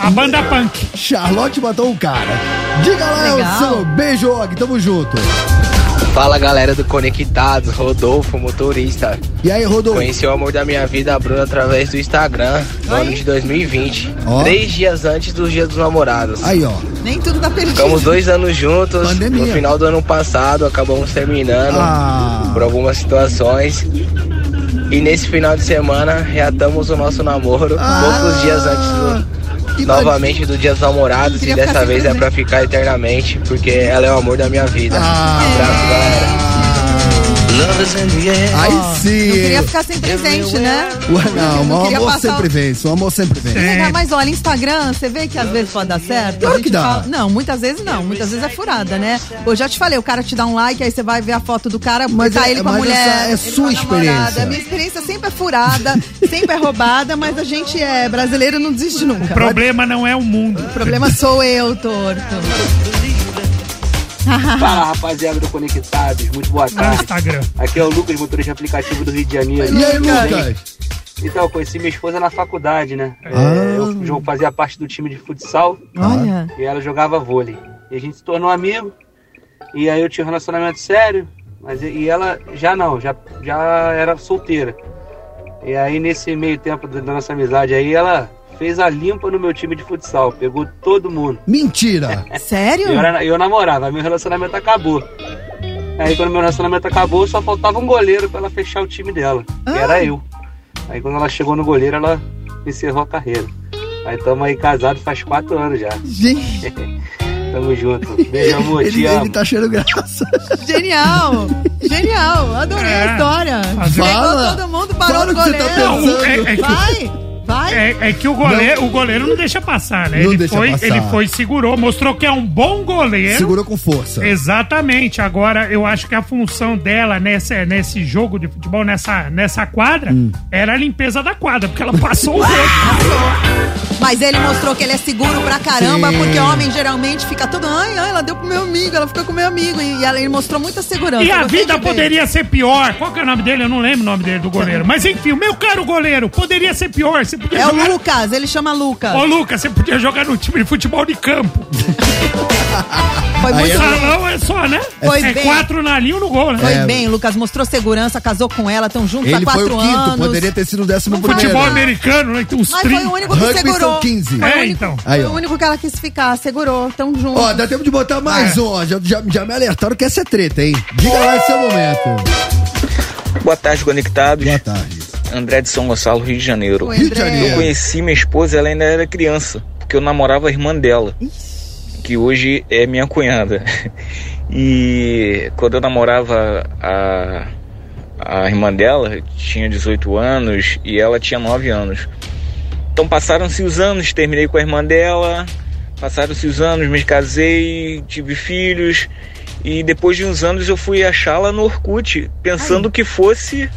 Speaker 3: A banda punk.
Speaker 1: Charlotte matou um cara. Diga lá,
Speaker 2: Legal.
Speaker 1: Elson. Beijo, Og. Tamo junto.
Speaker 10: Fala galera do Conectados, Rodolfo, motorista.
Speaker 1: E aí, Rodolfo?
Speaker 10: Conheci o amor da minha vida, a Bruna, através do Instagram, no ano de 2020.
Speaker 1: Ó.
Speaker 10: Três dias antes do Dia dos Namorados.
Speaker 1: Aí, ó.
Speaker 2: Nem tudo tá perdido.
Speaker 10: Ficamos dois anos juntos.
Speaker 1: Pandemia.
Speaker 10: No final do ano passado, acabamos terminando
Speaker 1: Ah.
Speaker 10: por algumas situações. E nesse final de semana, reatamos o nosso namoro
Speaker 1: Ah.
Speaker 10: poucos dias antes do.
Speaker 1: Que
Speaker 10: Novamente do Dia dos Namorados,
Speaker 2: Queria
Speaker 10: e
Speaker 2: ficar
Speaker 10: dessa
Speaker 2: sempre
Speaker 10: vez é
Speaker 2: presente.
Speaker 10: pra ficar eternamente, porque ela é o amor da minha vida.
Speaker 1: Ah.
Speaker 10: Abraço, galera.
Speaker 11: Love is in the air.
Speaker 1: Aí
Speaker 2: Não
Speaker 1: sim.
Speaker 2: queria ficar sem presente, né?
Speaker 1: Ué, não,
Speaker 2: Não
Speaker 1: o
Speaker 2: queria
Speaker 1: amor
Speaker 2: passar o-
Speaker 1: sempre vence, o amor sempre vence.
Speaker 3: É.
Speaker 2: Legal, mas olha, Instagram, você vê que às vezes pode dar certo?
Speaker 1: É. Claro
Speaker 2: A gente
Speaker 1: que dá.
Speaker 2: Não, muitas vezes não. Muitas vezes é furada, né? Eu já te falei, o cara te dá um like, aí você vai ver a foto do cara,
Speaker 1: Mas
Speaker 2: mas tá
Speaker 1: é-
Speaker 2: ele com a
Speaker 1: mas
Speaker 2: mulher.
Speaker 1: essa é
Speaker 2: ele
Speaker 1: sua
Speaker 2: com a namorada.
Speaker 1: experiência.
Speaker 2: A minha experiência sempre é furada, sempre é roubada, mas a gente é brasileiro não desiste nunca.
Speaker 3: O problema não é o mundo.
Speaker 2: O problema sou eu, torto.
Speaker 10: Fala rapaziada do Conectados, muito boa
Speaker 3: No
Speaker 10: tarde.
Speaker 3: Instagram.
Speaker 10: Aqui é o Lucas, motorista de aplicativo do Rio de Janeiro.
Speaker 1: E aí, Lucas?
Speaker 10: Então, eu conheci minha esposa na faculdade, né?
Speaker 1: Ah.
Speaker 10: É, Eu jo- fazia parte do time de futsal
Speaker 1: Tá.
Speaker 2: Olha.
Speaker 10: e ela jogava vôlei. E a gente se tornou amigo. E aí eu tinha um relacionamento sério, mas e- e ela já não, já, já era solteira. E aí nesse meio tempo da da nossa amizade aí, ela fez a limpa no meu time de futsal, pegou todo mundo.
Speaker 1: Mentira!
Speaker 2: Sério?
Speaker 10: Eu, era- eu namorava, meu relacionamento acabou. Aí quando meu relacionamento acabou, só faltava um goleiro pra ela fechar o time dela. que era eu. Aí quando ela chegou no goleiro, ela encerrou a carreira. Aí estamos aí casados faz quatro anos já.
Speaker 1: Gente,
Speaker 10: Tamo junto. Beijo, amor.
Speaker 1: ele,
Speaker 10: te
Speaker 1: ele
Speaker 10: amo.
Speaker 1: tá cheirando graça.
Speaker 2: Genial! Genial! Adorei a
Speaker 3: É.
Speaker 2: história.
Speaker 3: Fazer-
Speaker 1: Fala.
Speaker 2: Pegou todo mundo, parou
Speaker 1: Fala
Speaker 2: o
Speaker 1: o que você tá
Speaker 2: goleiro.
Speaker 1: pensando.
Speaker 3: É- é que-
Speaker 2: Vai! Vai!
Speaker 3: É, é que o goleiro, o goleiro não deixa passar, né?
Speaker 1: Não
Speaker 3: ele,
Speaker 1: deixa
Speaker 3: foi,
Speaker 1: passar.
Speaker 3: ele foi, segurou, mostrou que é um bom goleiro.
Speaker 1: Segurou com força.
Speaker 3: Exatamente. Agora, eu acho que a função dela nesse, nesse jogo de futebol,
Speaker 1: Hum.
Speaker 2: Ah,
Speaker 3: nessa, nessa quadra, era a limpeza da quadra, porque ela passou o dedo.
Speaker 2: Mas Mas ele mostrou que ele é seguro pra caramba, porque homem geralmente fica todo. Ai, ai, ela deu pro meu amigo, ela ficou com o meu amigo. E ela- ele mostrou muita segurança.
Speaker 3: E a
Speaker 2: gostei
Speaker 3: vida
Speaker 2: de ver.
Speaker 3: poderia ser pior. Qual que é o nome dele? Eu não lembro o nome dele do goleiro. Mas enfim, o meu caro goleiro, poderia ser pior. Você podia
Speaker 2: É
Speaker 3: jogar...
Speaker 2: o Lucas, ele chama Lucas.
Speaker 3: Ô, Lucas, você podia jogar no time de futebol de campo.
Speaker 2: Foi
Speaker 3: O
Speaker 2: muito
Speaker 3: salão é só, né?
Speaker 2: Foi
Speaker 3: é
Speaker 2: bem.
Speaker 3: quatro na linha ou no gol, né?
Speaker 2: Foi bem, o Lucas mostrou segurança, casou com ela, estão juntos
Speaker 1: É.
Speaker 2: há
Speaker 1: Ele foi
Speaker 2: quatro
Speaker 1: o quinto,
Speaker 2: anos.
Speaker 1: poderia ter sido o décimo primeiro.
Speaker 3: Futebol americano, né? Que tem uns
Speaker 2: Mas
Speaker 3: 30.
Speaker 2: foi o único que
Speaker 1: Rugby
Speaker 2: segurou.
Speaker 1: são 15.
Speaker 2: Foi o
Speaker 3: É,
Speaker 2: único-
Speaker 3: então.
Speaker 1: Aí,
Speaker 2: foi
Speaker 1: ó.
Speaker 2: o único que ela quis ficar, segurou, tão juntos.
Speaker 1: Ó, dá tempo de botar mais
Speaker 3: É.
Speaker 1: um, ó. Já, já- já me alertaram que essa é treta, hein? Diga lá esse seu momento.
Speaker 12: Boa tarde, conectados.
Speaker 1: Boa tarde.
Speaker 12: André de São Gonçalo, Rio de Janeiro.
Speaker 1: Oi, Rio de André. Janeiro.
Speaker 12: Eu conheci minha esposa, ela ainda era criança, porque eu namorava a irmã dela, que hoje é minha cunhada. E quando eu namorava a, a irmã dela, eu tinha 18 anos e ela tinha 9 anos. Então passaram-se os anos, terminei com a irmã dela, passaram-se os anos, me casei, tive filhos. E depois de uns anos eu fui achá-la no Orkut, pensando que fosse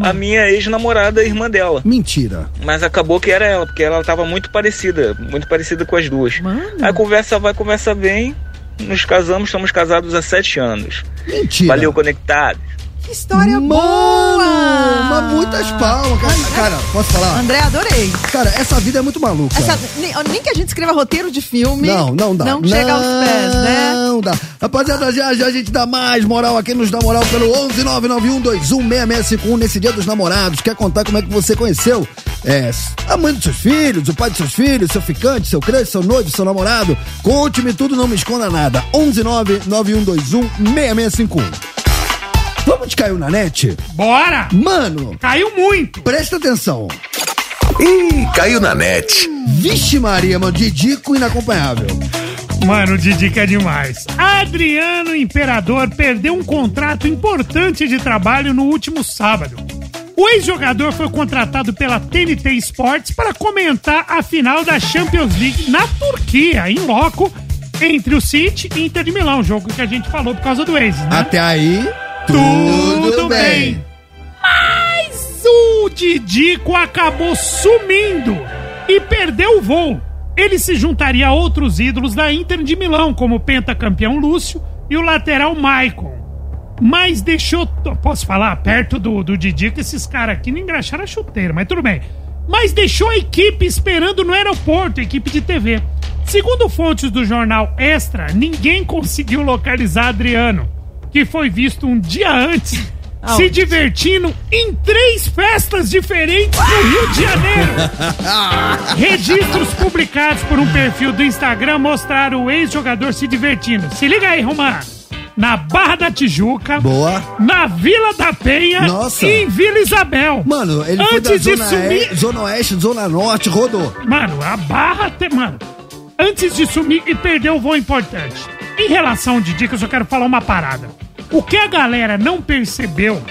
Speaker 12: a minha ex-namorada, a irmã dela.
Speaker 1: Mentira.
Speaker 12: Mas acabou que era ela, porque ela tava muito parecida, muito parecida com as duas. Aí conversa vai, conversa vem, nos casamos, estamos casados há sete anos.
Speaker 1: Mentira.
Speaker 12: Valeu, conectado.
Speaker 2: Que história
Speaker 1: boa! Mas muitas palmas, cara. Cara, posso falar?
Speaker 2: André, adorei.
Speaker 1: Cara, essa vida é muito maluca.
Speaker 2: Essa- nem, nem que a gente escreva roteiro de filme.
Speaker 1: Não, não dá.
Speaker 2: Não chega aos pés, né?
Speaker 1: Não dá. Rapaziada, já, já a gente dá mais moral aqui, nos dá moral pelo 11991216651 nesse dia dos namorados. Quer contar como é que você conheceu é, a mãe dos seus filhos, o pai dos seus filhos, seu ficante, seu crush, seu noivo, seu namorado? Conte-me tudo, não me esconda nada. 11991216651. Vamos de caiu na net?
Speaker 3: Bora!
Speaker 1: Mano!
Speaker 3: Caiu muito!
Speaker 1: Presta atenção.
Speaker 13: Ih, caiu na net.
Speaker 1: Vixe Maria, mano, Didico inacompanhável.
Speaker 3: Mano, o Didico é demais. Adriano Imperador perdeu um contrato importante de trabalho no último sábado. O ex-jogador foi contratado pela TNT Sports para comentar a final da Champions League na Turquia, em loco, entre o City e Inter de Milão, jogo que a gente falou por causa do ex, né?
Speaker 1: Até aí,
Speaker 3: tudo,
Speaker 1: tudo
Speaker 3: bem.
Speaker 1: bem.
Speaker 3: Mas o Didico acabou sumindo e perdeu o voo. Ele se juntaria a outros ídolos da Inter de Milão, como o pentacampeão Lúcio e o lateral Maicon. Mas deixou. to- Posso falar? Perto do, do Didico, esses caras aqui não engraxaram a chuteira, mas tudo bem. Mas deixou a equipe esperando no aeroporto, a equipe de TV. Segundo fontes do jornal Extra, ninguém conseguiu localizar Adriano, que foi visto um dia antes se divertindo em três festas diferentes no Rio de Janeiro. Registros publicados por um perfil do Instagram mostraram o ex-jogador se divertindo. Se liga aí, Romar. Na Barra da Tijuca.
Speaker 1: Boa.
Speaker 3: Na Vila da Penha.
Speaker 1: Nossa.
Speaker 3: E em Vila Isabel.
Speaker 1: Mano, ele foi da
Speaker 3: Antes de
Speaker 1: zona,
Speaker 3: sumir,
Speaker 1: E- zona Oeste, Zona Norte, rodou.
Speaker 3: Mano, a barra até. Mano, antes de sumir e perder o voo importante. Em relação de dicas, eu quero falar uma parada. O que a galera não percebeu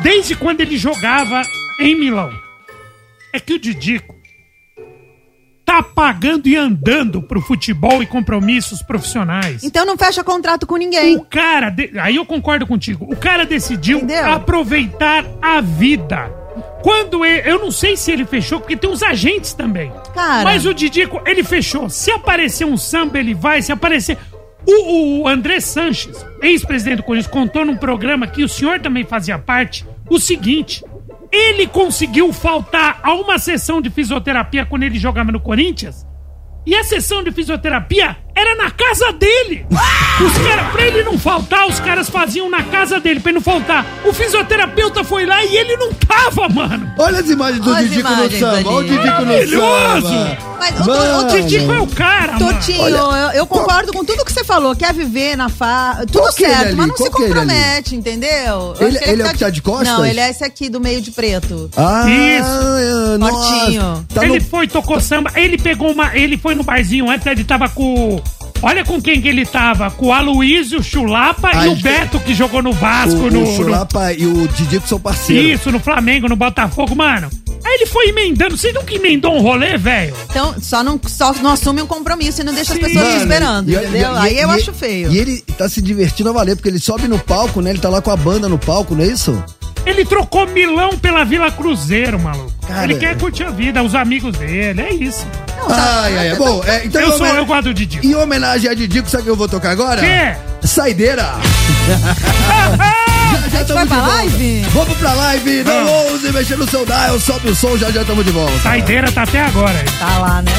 Speaker 3: desde quando ele jogava em Milão é que o Didico tá pagando e andando pro futebol e compromissos profissionais.
Speaker 2: Então não fecha contrato com ninguém.
Speaker 3: O cara, de- aí eu concordo contigo. O cara decidiu aproveitar a vida. Quando ele, eu não sei se ele fechou, porque tem uns agentes também.
Speaker 2: Cara.
Speaker 3: Mas o Didico, ele fechou. Se aparecer um samba, ele vai. Se aparecer. O, o André Sanches, ex-presidente do Corinthians, contou num programa que o senhor também fazia parte o seguinte: ele conseguiu faltar a uma sessão de fisioterapia quando ele jogava no Corinthians. E a sessão de fisioterapia era na casa dele. Os caras, pra ele não faltar, os caras faziam na casa dele, pra ele não faltar. O fisioterapeuta foi lá e ele não tava, mano.
Speaker 1: Olha as imagens do
Speaker 3: Olha as
Speaker 1: Didico no
Speaker 3: imagens
Speaker 1: samba. Olha o
Speaker 3: ali.
Speaker 1: Didico no
Speaker 3: Maravilhoso.
Speaker 1: samba.
Speaker 2: Mas o, Tor- o Didico é o
Speaker 3: cara,
Speaker 2: Tortinho, eu, eu concordo com tudo que você falou. Quer viver na fa... Tudo
Speaker 1: Qual que é ele
Speaker 2: certo,
Speaker 1: ali?
Speaker 2: mas não
Speaker 1: Qual
Speaker 2: se
Speaker 1: que é ele ali?
Speaker 2: compromete, entendeu? Eu
Speaker 1: Ele-
Speaker 2: acho que
Speaker 1: ele é o que tá de costas?
Speaker 2: Não, ele é esse aqui do meio de preto.
Speaker 1: Ah,
Speaker 3: Isso.
Speaker 1: nossa.
Speaker 2: Tortinho.
Speaker 1: Tá
Speaker 3: ele
Speaker 1: no-
Speaker 3: foi, tocou samba, ele pegou uma. Ele foi no barzinho antes, ele tava com. Olha com quem que ele tava. Com o Aloysio Chulapa
Speaker 1: Ah,
Speaker 3: e o
Speaker 1: ele-
Speaker 3: Beto que jogou no Vasco,
Speaker 1: O,
Speaker 3: no-
Speaker 1: o
Speaker 3: no
Speaker 1: Chulapa e o Didico são parceiros.
Speaker 3: Isso, no Flamengo, no Botafogo, mano. Aí ele foi emendando. Você nunca emendou um rolê, velho?
Speaker 2: Então, só não, só não assume um compromisso e não deixa as pessoas te
Speaker 1: Mano,
Speaker 2: esperando,
Speaker 1: e-
Speaker 2: entendeu?
Speaker 1: e-
Speaker 2: Aí eu
Speaker 1: e-
Speaker 2: acho feio.
Speaker 1: E ele tá se divertindo a valer, porque ele sobe no palco, né? Ele tá lá com a banda no palco, não é isso?
Speaker 3: Ele trocou Milão pela Vila Cruzeiro, maluco.
Speaker 1: Cara,
Speaker 3: ele quer curtir a vida, os amigos dele, é isso.
Speaker 1: Ai, ai, ai. Bom, é, então.
Speaker 3: Eu
Speaker 1: em
Speaker 3: sou-
Speaker 1: homen-
Speaker 3: eu gosto do Didico. é?
Speaker 1: Em homenagem a Didico, sabe o que eu vou tocar agora?
Speaker 3: Quê?
Speaker 1: Saideira. já, já estamos de volta. Vamos pra live. Não ouse mexer no seu dial. Sobe o som, já já estamos de volta.
Speaker 3: Saideira tá até agora. aí.
Speaker 2: Tá lá, né?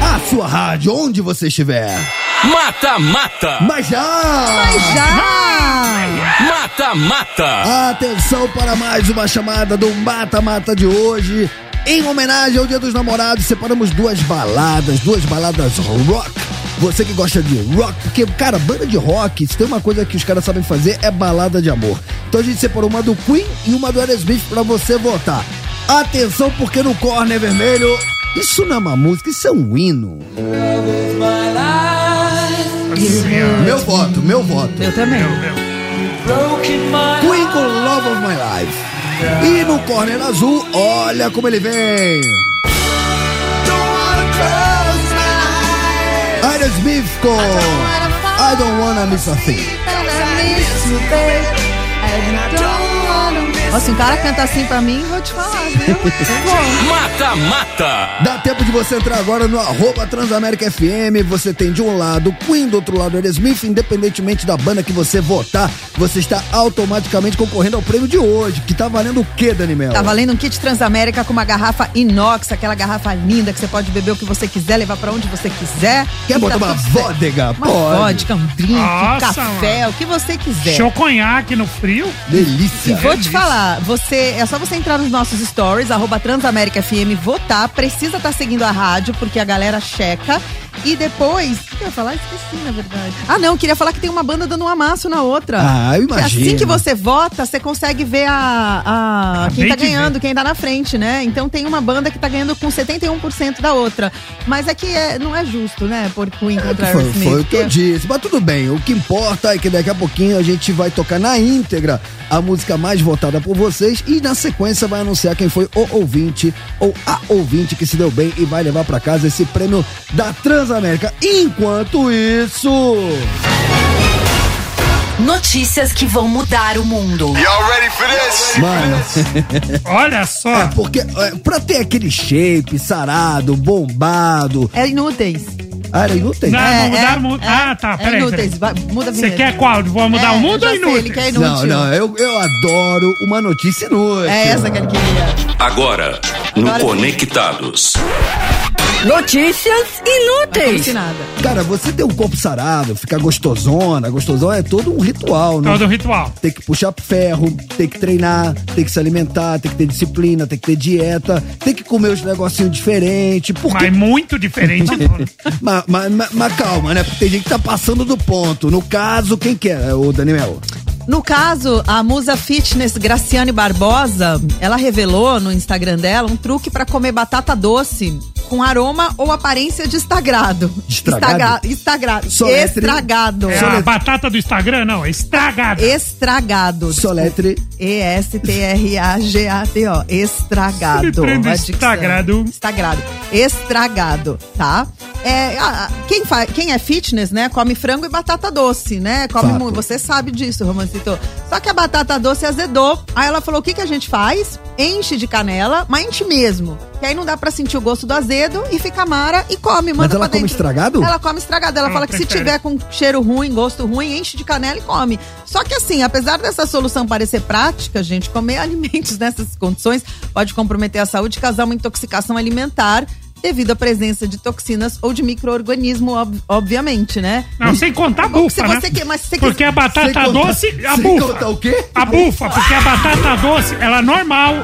Speaker 1: A sua rádio, onde você estiver.
Speaker 14: Mata, mata.
Speaker 1: Mas já! Mas
Speaker 2: já!
Speaker 14: Mata, mata.
Speaker 1: Atenção para mais uma chamada do Mata Mata de hoje. Em homenagem ao Dia dos Namorados, separamos duas baladas, duas baladas rock. Você que gosta de rock, porque, cara, banda de rock, se tem uma coisa que os caras sabem fazer, é balada de amor. Então a gente separou uma do Queen e uma do Aerosmith pra você votar. Atenção, porque no corner vermelho, isso não é uma música, isso é um hino. Meu voto, meu voto.
Speaker 2: Eu também.
Speaker 1: Queen com Love of My Life. E no corner azul, olha como ele vem. Aerosmith com I Don't Wanna Miss a Thing.
Speaker 2: Nossa, se um cara canta assim pra mim, vou te falar, viu?
Speaker 14: Mata, mata.
Speaker 1: Dá tempo de você entrar agora no arroba Transamérica FM. Você tem de um lado Queen, do outro lado Aerosmith. Independentemente da banda que você votar, você está automaticamente concorrendo ao prêmio de hoje, que tá valendo o quê, Dani Melo?
Speaker 2: Tá valendo um kit Transamérica com uma garrafa inox, aquela garrafa linda que você pode beber o que você quiser, levar pra onde você quiser.
Speaker 1: Quer
Speaker 2: E
Speaker 1: botar
Speaker 2: tá
Speaker 1: uma
Speaker 2: tudo certo.
Speaker 1: vodega?
Speaker 2: Uma vodka, um drink, um
Speaker 3: Nossa,
Speaker 2: café, o que você
Speaker 1: é.
Speaker 2: quiser.
Speaker 3: Choconhaque no frio.
Speaker 1: Delícia.
Speaker 2: E
Speaker 3: é
Speaker 2: vou te falar, você é só você entrar nos nossos stories, arroba Transamérica FM, votar. Precisa estar seguindo a rádio, porque a galera checa. E depois. O que eu ia falar? Esqueci, na verdade. Ah, não, queria falar que tem uma banda dando um amasso na outra.
Speaker 1: Ah, eu
Speaker 2: Que Assim
Speaker 1: imagino.
Speaker 2: que você vota, você consegue ver a, a- quem
Speaker 1: Acabei
Speaker 2: tá
Speaker 1: de ver.
Speaker 2: ganhando, quem tá na frente, né? Então tem uma banda que tá ganhando com 71% da outra. Mas é que é- não é justo, né? Por Queen contra
Speaker 1: Foi,
Speaker 2: Aerosmith.
Speaker 1: É, foi o que eu disse, mas tudo bem. O que importa é que daqui a pouquinho a gente vai tocar na íntegra a música mais votada por vocês e na sequência vai anunciar quem foi o ouvinte ou a ouvinte que se deu bem e vai levar pra casa esse prêmio da Transamérica. Enquanto isso,
Speaker 15: Notícias que vão mudar o mundo.
Speaker 1: mano,
Speaker 3: olha só.
Speaker 1: É porque é, pra ter aquele shape sarado, bombado,
Speaker 2: É inúteis.
Speaker 1: ah, era inútil.
Speaker 3: Não,
Speaker 2: É,
Speaker 3: vamos mudar
Speaker 2: é,
Speaker 3: o mundo.
Speaker 2: é,
Speaker 3: ah, tá,
Speaker 2: é
Speaker 3: peraí.
Speaker 2: inúteis, vai, muda a
Speaker 3: Você
Speaker 2: vinheta.
Speaker 3: quer qual? Vou mudar
Speaker 2: É,
Speaker 3: o mundo
Speaker 2: já
Speaker 3: ou
Speaker 2: sei,
Speaker 3: inúteis?
Speaker 2: ele quer inútil.
Speaker 1: Não, não, eu, eu adoro uma notícia inútil.
Speaker 2: É essa que ele queria.
Speaker 14: Agora, no Conectados.
Speaker 15: Notícias inúteis.
Speaker 1: Cara, você ter um corpo sarado, ficar gostosona, gostosão é todo um ritual, né?
Speaker 3: Todo um ritual.
Speaker 1: Tem que puxar ferro, tem que treinar, tem que se alimentar, tem que ter disciplina, tem que ter dieta, tem que comer uns negocinhos diferentes. Porque...
Speaker 3: Mas muito diferente não, né?
Speaker 1: mas, mas- mas- mas calma, né? Porque tem gente que tá passando do ponto. No caso, quem que é? O Daniel.
Speaker 2: No caso, a musa fitness Graciane Barbosa, ela revelou no Instagram dela um truque para comer batata doce com aroma ou aparência de estragado. Estagra-
Speaker 3: Estragado?
Speaker 2: Estragado.
Speaker 3: Soletre.
Speaker 2: Estragado.
Speaker 3: É a batata do Instagram, não. É estragada.
Speaker 2: Estragado.
Speaker 1: Soletre.
Speaker 2: E-S-T-R-A-G-A-T-O. Estragado.
Speaker 3: Sempre
Speaker 2: A
Speaker 3: do
Speaker 2: dicção.
Speaker 3: Instagrado.
Speaker 2: é Estragado. Estragado, tá? É, a- a- quem, fa- quem é fitness, né, come frango e batata doce, né? Come
Speaker 16: Fato.
Speaker 2: mu- Você sabe disso, Romancito. Só que a batata doce azedou. Aí ela falou: o que, que a gente faz? Enche de canela, mas enche mesmo. Que aí não dá pra sentir o gosto do azedo e fica mara e come. Manda
Speaker 1: Mas ela
Speaker 2: pra
Speaker 1: come
Speaker 2: dentro.
Speaker 1: estragado?
Speaker 2: Ela come estragado.
Speaker 3: Ah,
Speaker 2: Ela
Speaker 1: Ela
Speaker 2: fala que se
Speaker 1: prefere.
Speaker 2: tiver com cheiro ruim, gosto ruim, enche de canela e come. Só que assim, apesar dessa solução parecer prática, gente, comer alimentos nessas condições pode comprometer a saúde e causar uma intoxicação alimentar devido à presença de toxinas ou de micro-organismo, ob- obviamente, né?
Speaker 3: Não, sem contar a bufa,
Speaker 2: se
Speaker 3: né?
Speaker 2: você quer- mas se você
Speaker 3: Porque
Speaker 2: quiser-
Speaker 3: a batata
Speaker 2: Sem contar-
Speaker 3: doce, a
Speaker 2: sem
Speaker 3: bufa.
Speaker 2: contar
Speaker 1: o quê?
Speaker 3: A bufa, porque a batata doce, ela é normal,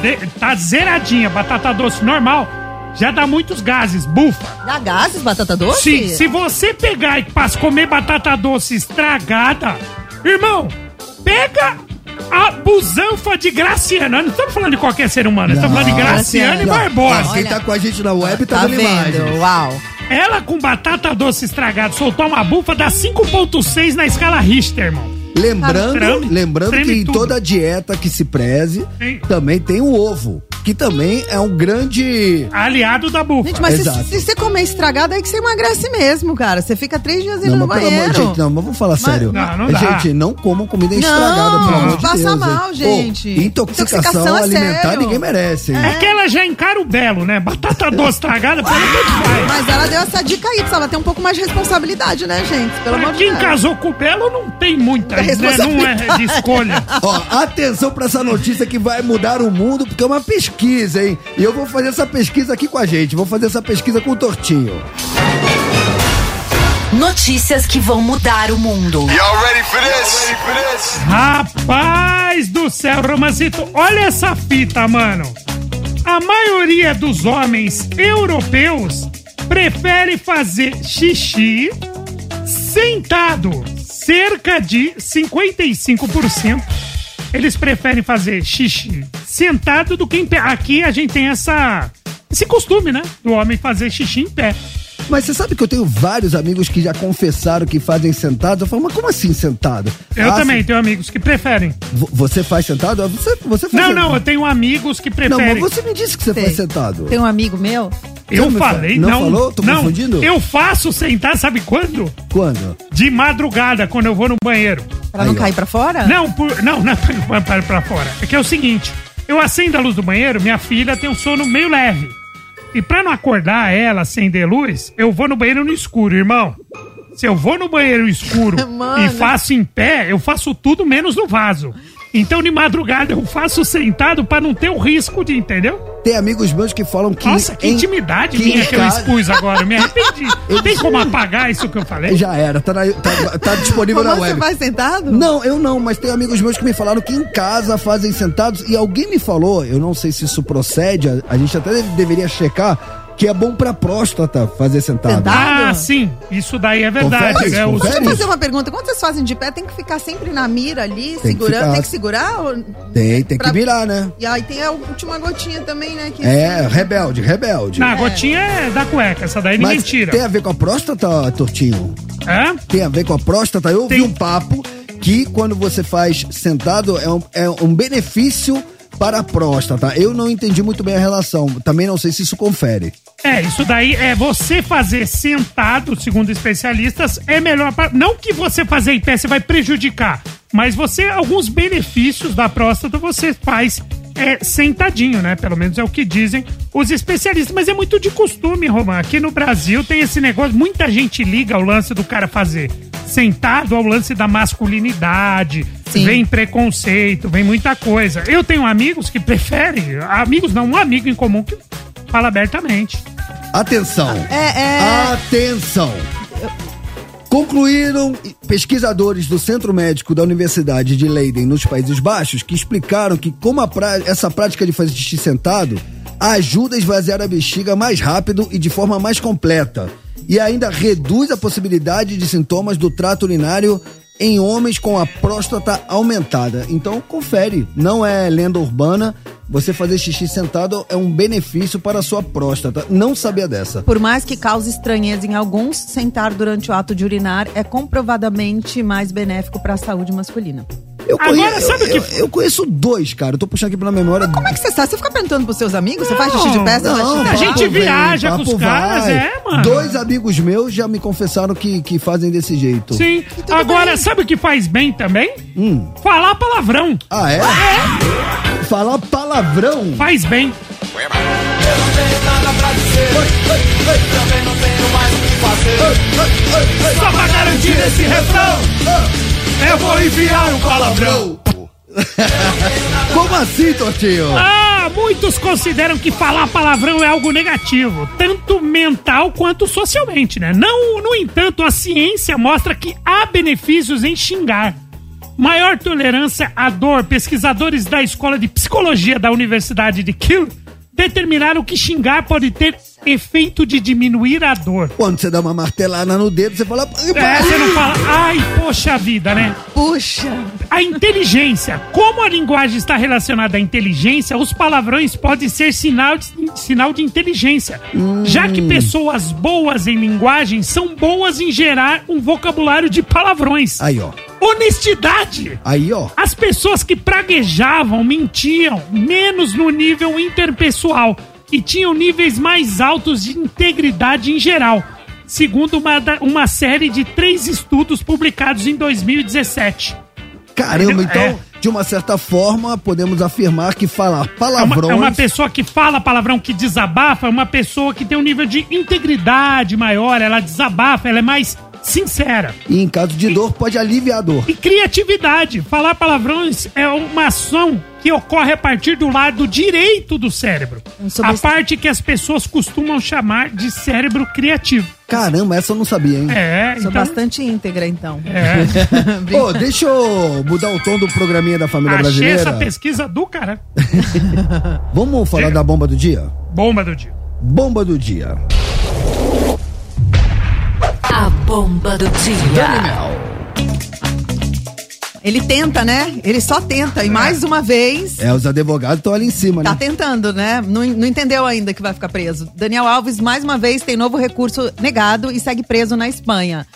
Speaker 3: de- tá zeradinha. Batata doce normal, já dá muitos gases, bufa.
Speaker 2: Dá gases, batata doce?
Speaker 3: Sim, se você pegar e passa comer batata doce estragada, irmão, pega a busanfa de Graciano. Nós não estamos falando de qualquer ser humano, estamos tá falando de Graciano e
Speaker 1: Ah, Não,
Speaker 3: Barbosa.
Speaker 1: mas Quem tá com a gente na web tá, vendo imagens.
Speaker 2: Uau.
Speaker 3: Ela com batata doce estragada soltou uma bufa dá 5.6 na escala Richter, irmão.
Speaker 1: Lembrando,
Speaker 3: Treme-
Speaker 1: lembrando
Speaker 3: treme
Speaker 1: que em
Speaker 3: tudo.
Speaker 1: toda dieta que se preze,
Speaker 3: Sim.
Speaker 1: também tem o ovo. que também é um grande.
Speaker 3: Aliado da bufa.
Speaker 10: Gente, mas se, se você comer estragado,
Speaker 2: é
Speaker 10: aí que você emagrece mesmo, cara. Você fica três dias indo
Speaker 1: Não,
Speaker 10: no
Speaker 1: mas pelo
Speaker 10: banheiro.
Speaker 1: amor de gente, não, mas vamos falar sério.
Speaker 10: não, não dá.
Speaker 1: Gente, não comam comida estragada, pelo amor de
Speaker 10: passa
Speaker 1: Deus.
Speaker 10: mal,
Speaker 1: Pô,
Speaker 10: gente.
Speaker 1: intoxicação,
Speaker 10: Intoxicação é
Speaker 1: alimentar
Speaker 10: sério.
Speaker 1: ninguém merece. hein?
Speaker 3: É que ela já encara o belo, né? Batata doce tragada, pelo que faz.
Speaker 10: Mas ela deu essa dica aí, precisava ter um pouco mais de responsabilidade, né, gente? Pelo amor
Speaker 3: Pra
Speaker 10: de
Speaker 3: quem
Speaker 10: Deus.
Speaker 3: casou com o belo não tem muita, né? Não é de escolha.
Speaker 1: Ó, atenção pra essa notícia que vai mudar o mundo, porque é uma pesquisa, hein? E eu vou fazer essa pesquisa aqui com a gente. Vou fazer essa pesquisa com o Tortinho.
Speaker 17: Notícias que vão mudar o mundo.
Speaker 3: Rapaz do céu, Romancito, olha essa fita, mano. A maioria dos homens europeus prefere fazer xixi sentado. Cerca de 55%. Eles preferem fazer xixi sentado do que em pé. Aqui a gente tem essa esse costume, né? Do homem fazer xixi em pé.
Speaker 1: Mas você sabe que eu tenho vários amigos que já confessaram que fazem sentado. Eu falo, mas como assim sentado?
Speaker 3: Eu
Speaker 1: Ah,
Speaker 3: também tenho amigos que preferem.
Speaker 1: vo- Você faz sentado? Ah, Você, você faz
Speaker 3: Não,
Speaker 1: sentado.
Speaker 3: não, eu tenho amigos que
Speaker 1: Não, mas
Speaker 3: preferem.
Speaker 1: você me disse que você
Speaker 3: Sei.
Speaker 1: faz sentado.
Speaker 10: Tem um amigo meu.
Speaker 3: Eu
Speaker 1: Não me fa-
Speaker 3: falei,
Speaker 1: não
Speaker 3: não.
Speaker 1: falou? Tô
Speaker 3: não.
Speaker 1: confundindo?
Speaker 3: Eu faço sentar, sabe quando?
Speaker 1: Quando?
Speaker 3: De madrugada, quando eu vou no banheiro.
Speaker 10: Pra não cair pra fora?
Speaker 3: Não, por, não, não é pra- pra, pra fora. É que é o seguinte: eu acendo a luz do banheiro, minha filha tem um sono meio leve. E pra não acordar ela, acender luz, eu vou no banheiro no escuro, irmão. Se eu vou no banheiro escuro
Speaker 10: Mano.
Speaker 3: e faço em pé, eu faço tudo menos no vaso. Então, de madrugada, eu faço sentado pra não ter o risco de, entendeu?
Speaker 1: Tem amigos meus que falam que.
Speaker 3: Nossa, que
Speaker 1: em-
Speaker 3: intimidade
Speaker 1: que
Speaker 3: minha
Speaker 1: em
Speaker 3: que eu
Speaker 1: casa-
Speaker 3: expus agora. Eu me arrependi.
Speaker 1: Eu- "Hum,
Speaker 3: Tem como apagar isso que eu falei?
Speaker 1: Já era, tá, na- tá- tá disponível na
Speaker 10: Romance,
Speaker 1: web.
Speaker 10: você vai sentado?
Speaker 1: Não, eu não, mas tem amigos meus que me falaram que em casa fazem sentados e alguém me falou, eu não sei se isso procede, a, a gente até deve- deveria checar, que é bom pra próstata fazer sentado.
Speaker 3: Ah, sim. Isso daí é verdade.
Speaker 1: Confere,
Speaker 3: é o-
Speaker 1: confere.
Speaker 10: Deixa eu
Speaker 1: Sério?
Speaker 10: fazer uma pergunta. Quando vocês fazem de pé, tem que ficar sempre na mira ali,
Speaker 1: que
Speaker 10: segurando.
Speaker 1: ficar-
Speaker 10: Tem que segurar? ou-
Speaker 1: Tem, tem
Speaker 10: pra-
Speaker 1: que mirar, né?
Speaker 10: E aí tem a última gotinha também, né? Que
Speaker 1: É, rebelde, rebelde.
Speaker 3: Não, a gotinha é da cueca. Essa daí ninguém
Speaker 1: Mas
Speaker 3: tira.
Speaker 1: tem a ver com a próstata, Tortinho?
Speaker 3: Hã?
Speaker 1: Tem a ver com a próstata? Eu ouvi um papo que quando você faz sentado é um, é um benefício para a próstata. Eu não entendi muito bem a relação, também não sei se isso confere.
Speaker 3: É, isso daí é você fazer sentado, segundo especialistas, é melhor pra... Não que você fazer em pé você vai prejudicar, mas você alguns benefícios da próstata você faz é, sentadinho, né? Pelo menos é o que dizem os especialistas, mas é muito de costume, Romã. Aqui no Brasil tem esse negócio, muita gente liga ao lance do cara fazer sentado ao lance da masculinidade. Vem preconceito, vem muita coisa. Eu tenho amigos que preferem, amigos não, um amigo em comum que Fala abertamente.
Speaker 1: Atenção.
Speaker 10: É, é.
Speaker 1: Atenção. Concluíram pesquisadores do Centro Médico da Universidade de Leiden, nos Países Baixos, que explicaram que como a pra- essa prática de fazer xixi sentado ajuda a esvaziar a bexiga mais rápido e de forma mais completa. E ainda reduz a possibilidade de sintomas do trato urinário em homens com a próstata aumentada. Então, confere. Não é lenda urbana. Você fazer xixi sentado é um benefício para a sua próstata. Não sabia dessa.
Speaker 10: Por mais que cause estranheza em alguns, sentar durante o ato de urinar é comprovadamente mais benéfico pra saúde masculina.
Speaker 1: Eu,
Speaker 10: Agora,
Speaker 1: conhe- eu-
Speaker 10: sabe o que-
Speaker 1: eu, eu conheço dois, cara. Eu tô puxando aqui pela memória.
Speaker 10: Como é que você sabe? Você fica perguntando pros seus amigos? Você faz xixi de pé? Você faz xixi
Speaker 1: Não,
Speaker 10: de
Speaker 1: papo
Speaker 10: pé?
Speaker 1: vem, papo vai.
Speaker 3: é,
Speaker 1: Dois amigos meus já me confessaram que, que fazem desse jeito.
Speaker 3: Sim. Agora, sabe o que faz bem também? Falar palavrão.
Speaker 1: Hum.
Speaker 3: É.
Speaker 1: Ah, é? Falar palavrão?
Speaker 3: Faz bem. Só pra garantir esse refrão, eu vou enviar um palavrão.
Speaker 1: Como assim, Tortinho?
Speaker 3: Ah, muitos consideram que falar palavrão é algo negativo, tanto mental quanto socialmente, né? Não, no entanto, a ciência mostra que há benefícios em xingar. Maior tolerância à dor. Pesquisadores da Escola de Psicologia da Universidade de Kiel determinaram que xingar pode ter efeito de diminuir a dor.
Speaker 1: Quando você dá uma martelada no dedo, você fala.
Speaker 3: É, você não fala, ai, poxa vida, né?
Speaker 10: Puxa.
Speaker 3: A inteligência. Como a linguagem está relacionada à inteligência, os palavrões podem ser sinal de, sinal de inteligência.
Speaker 1: Hum.
Speaker 3: Já que pessoas boas em linguagem são boas em gerar um vocabulário de palavrões.
Speaker 1: Aí, ó.
Speaker 3: Honestidade!
Speaker 1: Aí, ó.
Speaker 3: As pessoas que praguejavam mentiam menos no nível interpessoal e tinham níveis mais altos de integridade em geral, segundo uma, da- uma série de três estudos publicados em 2017.
Speaker 1: Caramba,
Speaker 3: Entendeu?
Speaker 1: então,
Speaker 3: É.
Speaker 1: de uma certa forma, podemos afirmar que falar
Speaker 3: É uma,
Speaker 1: palavrões.
Speaker 3: é uma pessoa que fala palavrão, que desabafa, é uma pessoa que tem um nível de integridade maior, ela desabafa, ela é mais sincera.
Speaker 1: E em caso de dor, pode aliviar a dor.
Speaker 3: E criatividade. Falar palavrões é uma ação que ocorre a partir do lado direito do cérebro. A parte que as pessoas costumam chamar de cérebro criativo.
Speaker 1: Caramba, essa eu não sabia, hein?
Speaker 3: É,
Speaker 2: Sou
Speaker 3: então...
Speaker 2: bastante íntegra, então.
Speaker 3: É.
Speaker 1: Ô, deixa eu mudar o tom do programinha da família
Speaker 3: Achei essa
Speaker 1: brasileira.
Speaker 3: pesquisa do cara.
Speaker 1: Vamos falar da bomba do dia?
Speaker 3: Bomba do dia.
Speaker 1: Bomba do dia.
Speaker 17: A bomba do dia.
Speaker 2: Ele tenta, né? Ele só tenta. E mais uma vez,
Speaker 1: É, os advogados estão ali em cima, né?
Speaker 2: tá tentando, né? Não, não entendeu ainda que vai ficar preso. Daniel Alves, mais uma vez, tem novo recurso negado e segue preso na Espanha.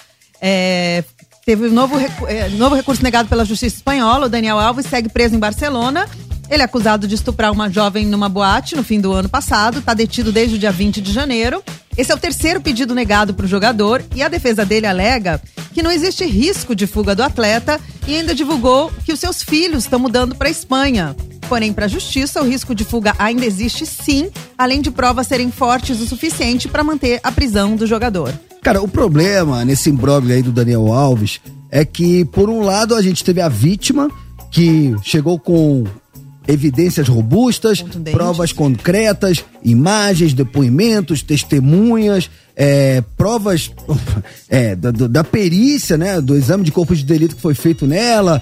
Speaker 2: É, teve um novo, recu- é, novo recurso negado pela justiça espanhola. O Daniel Alves segue preso em Barcelona. Ele é acusado de estuprar uma jovem numa boate no fim do ano passado. Tá detido desde o dia 20 de janeiro. Esse é o terceiro pedido negado para o jogador e a defesa dele alega que não existe risco de fuga do atleta e ainda divulgou que os seus filhos estão mudando para Espanha. Porém, para a justiça, o risco de fuga ainda existe sim, além de provas serem fortes o suficiente para manter a prisão do jogador.
Speaker 1: Cara, o problema nesse imbróglio aí do Daniel Alves é que, por um lado, a gente teve a vítima que chegou com evidências robustas, provas concretas, imagens, depoimentos, testemunhas, é, provas é, da, do- da perícia, né, do exame de corpo de delito que foi feito nela.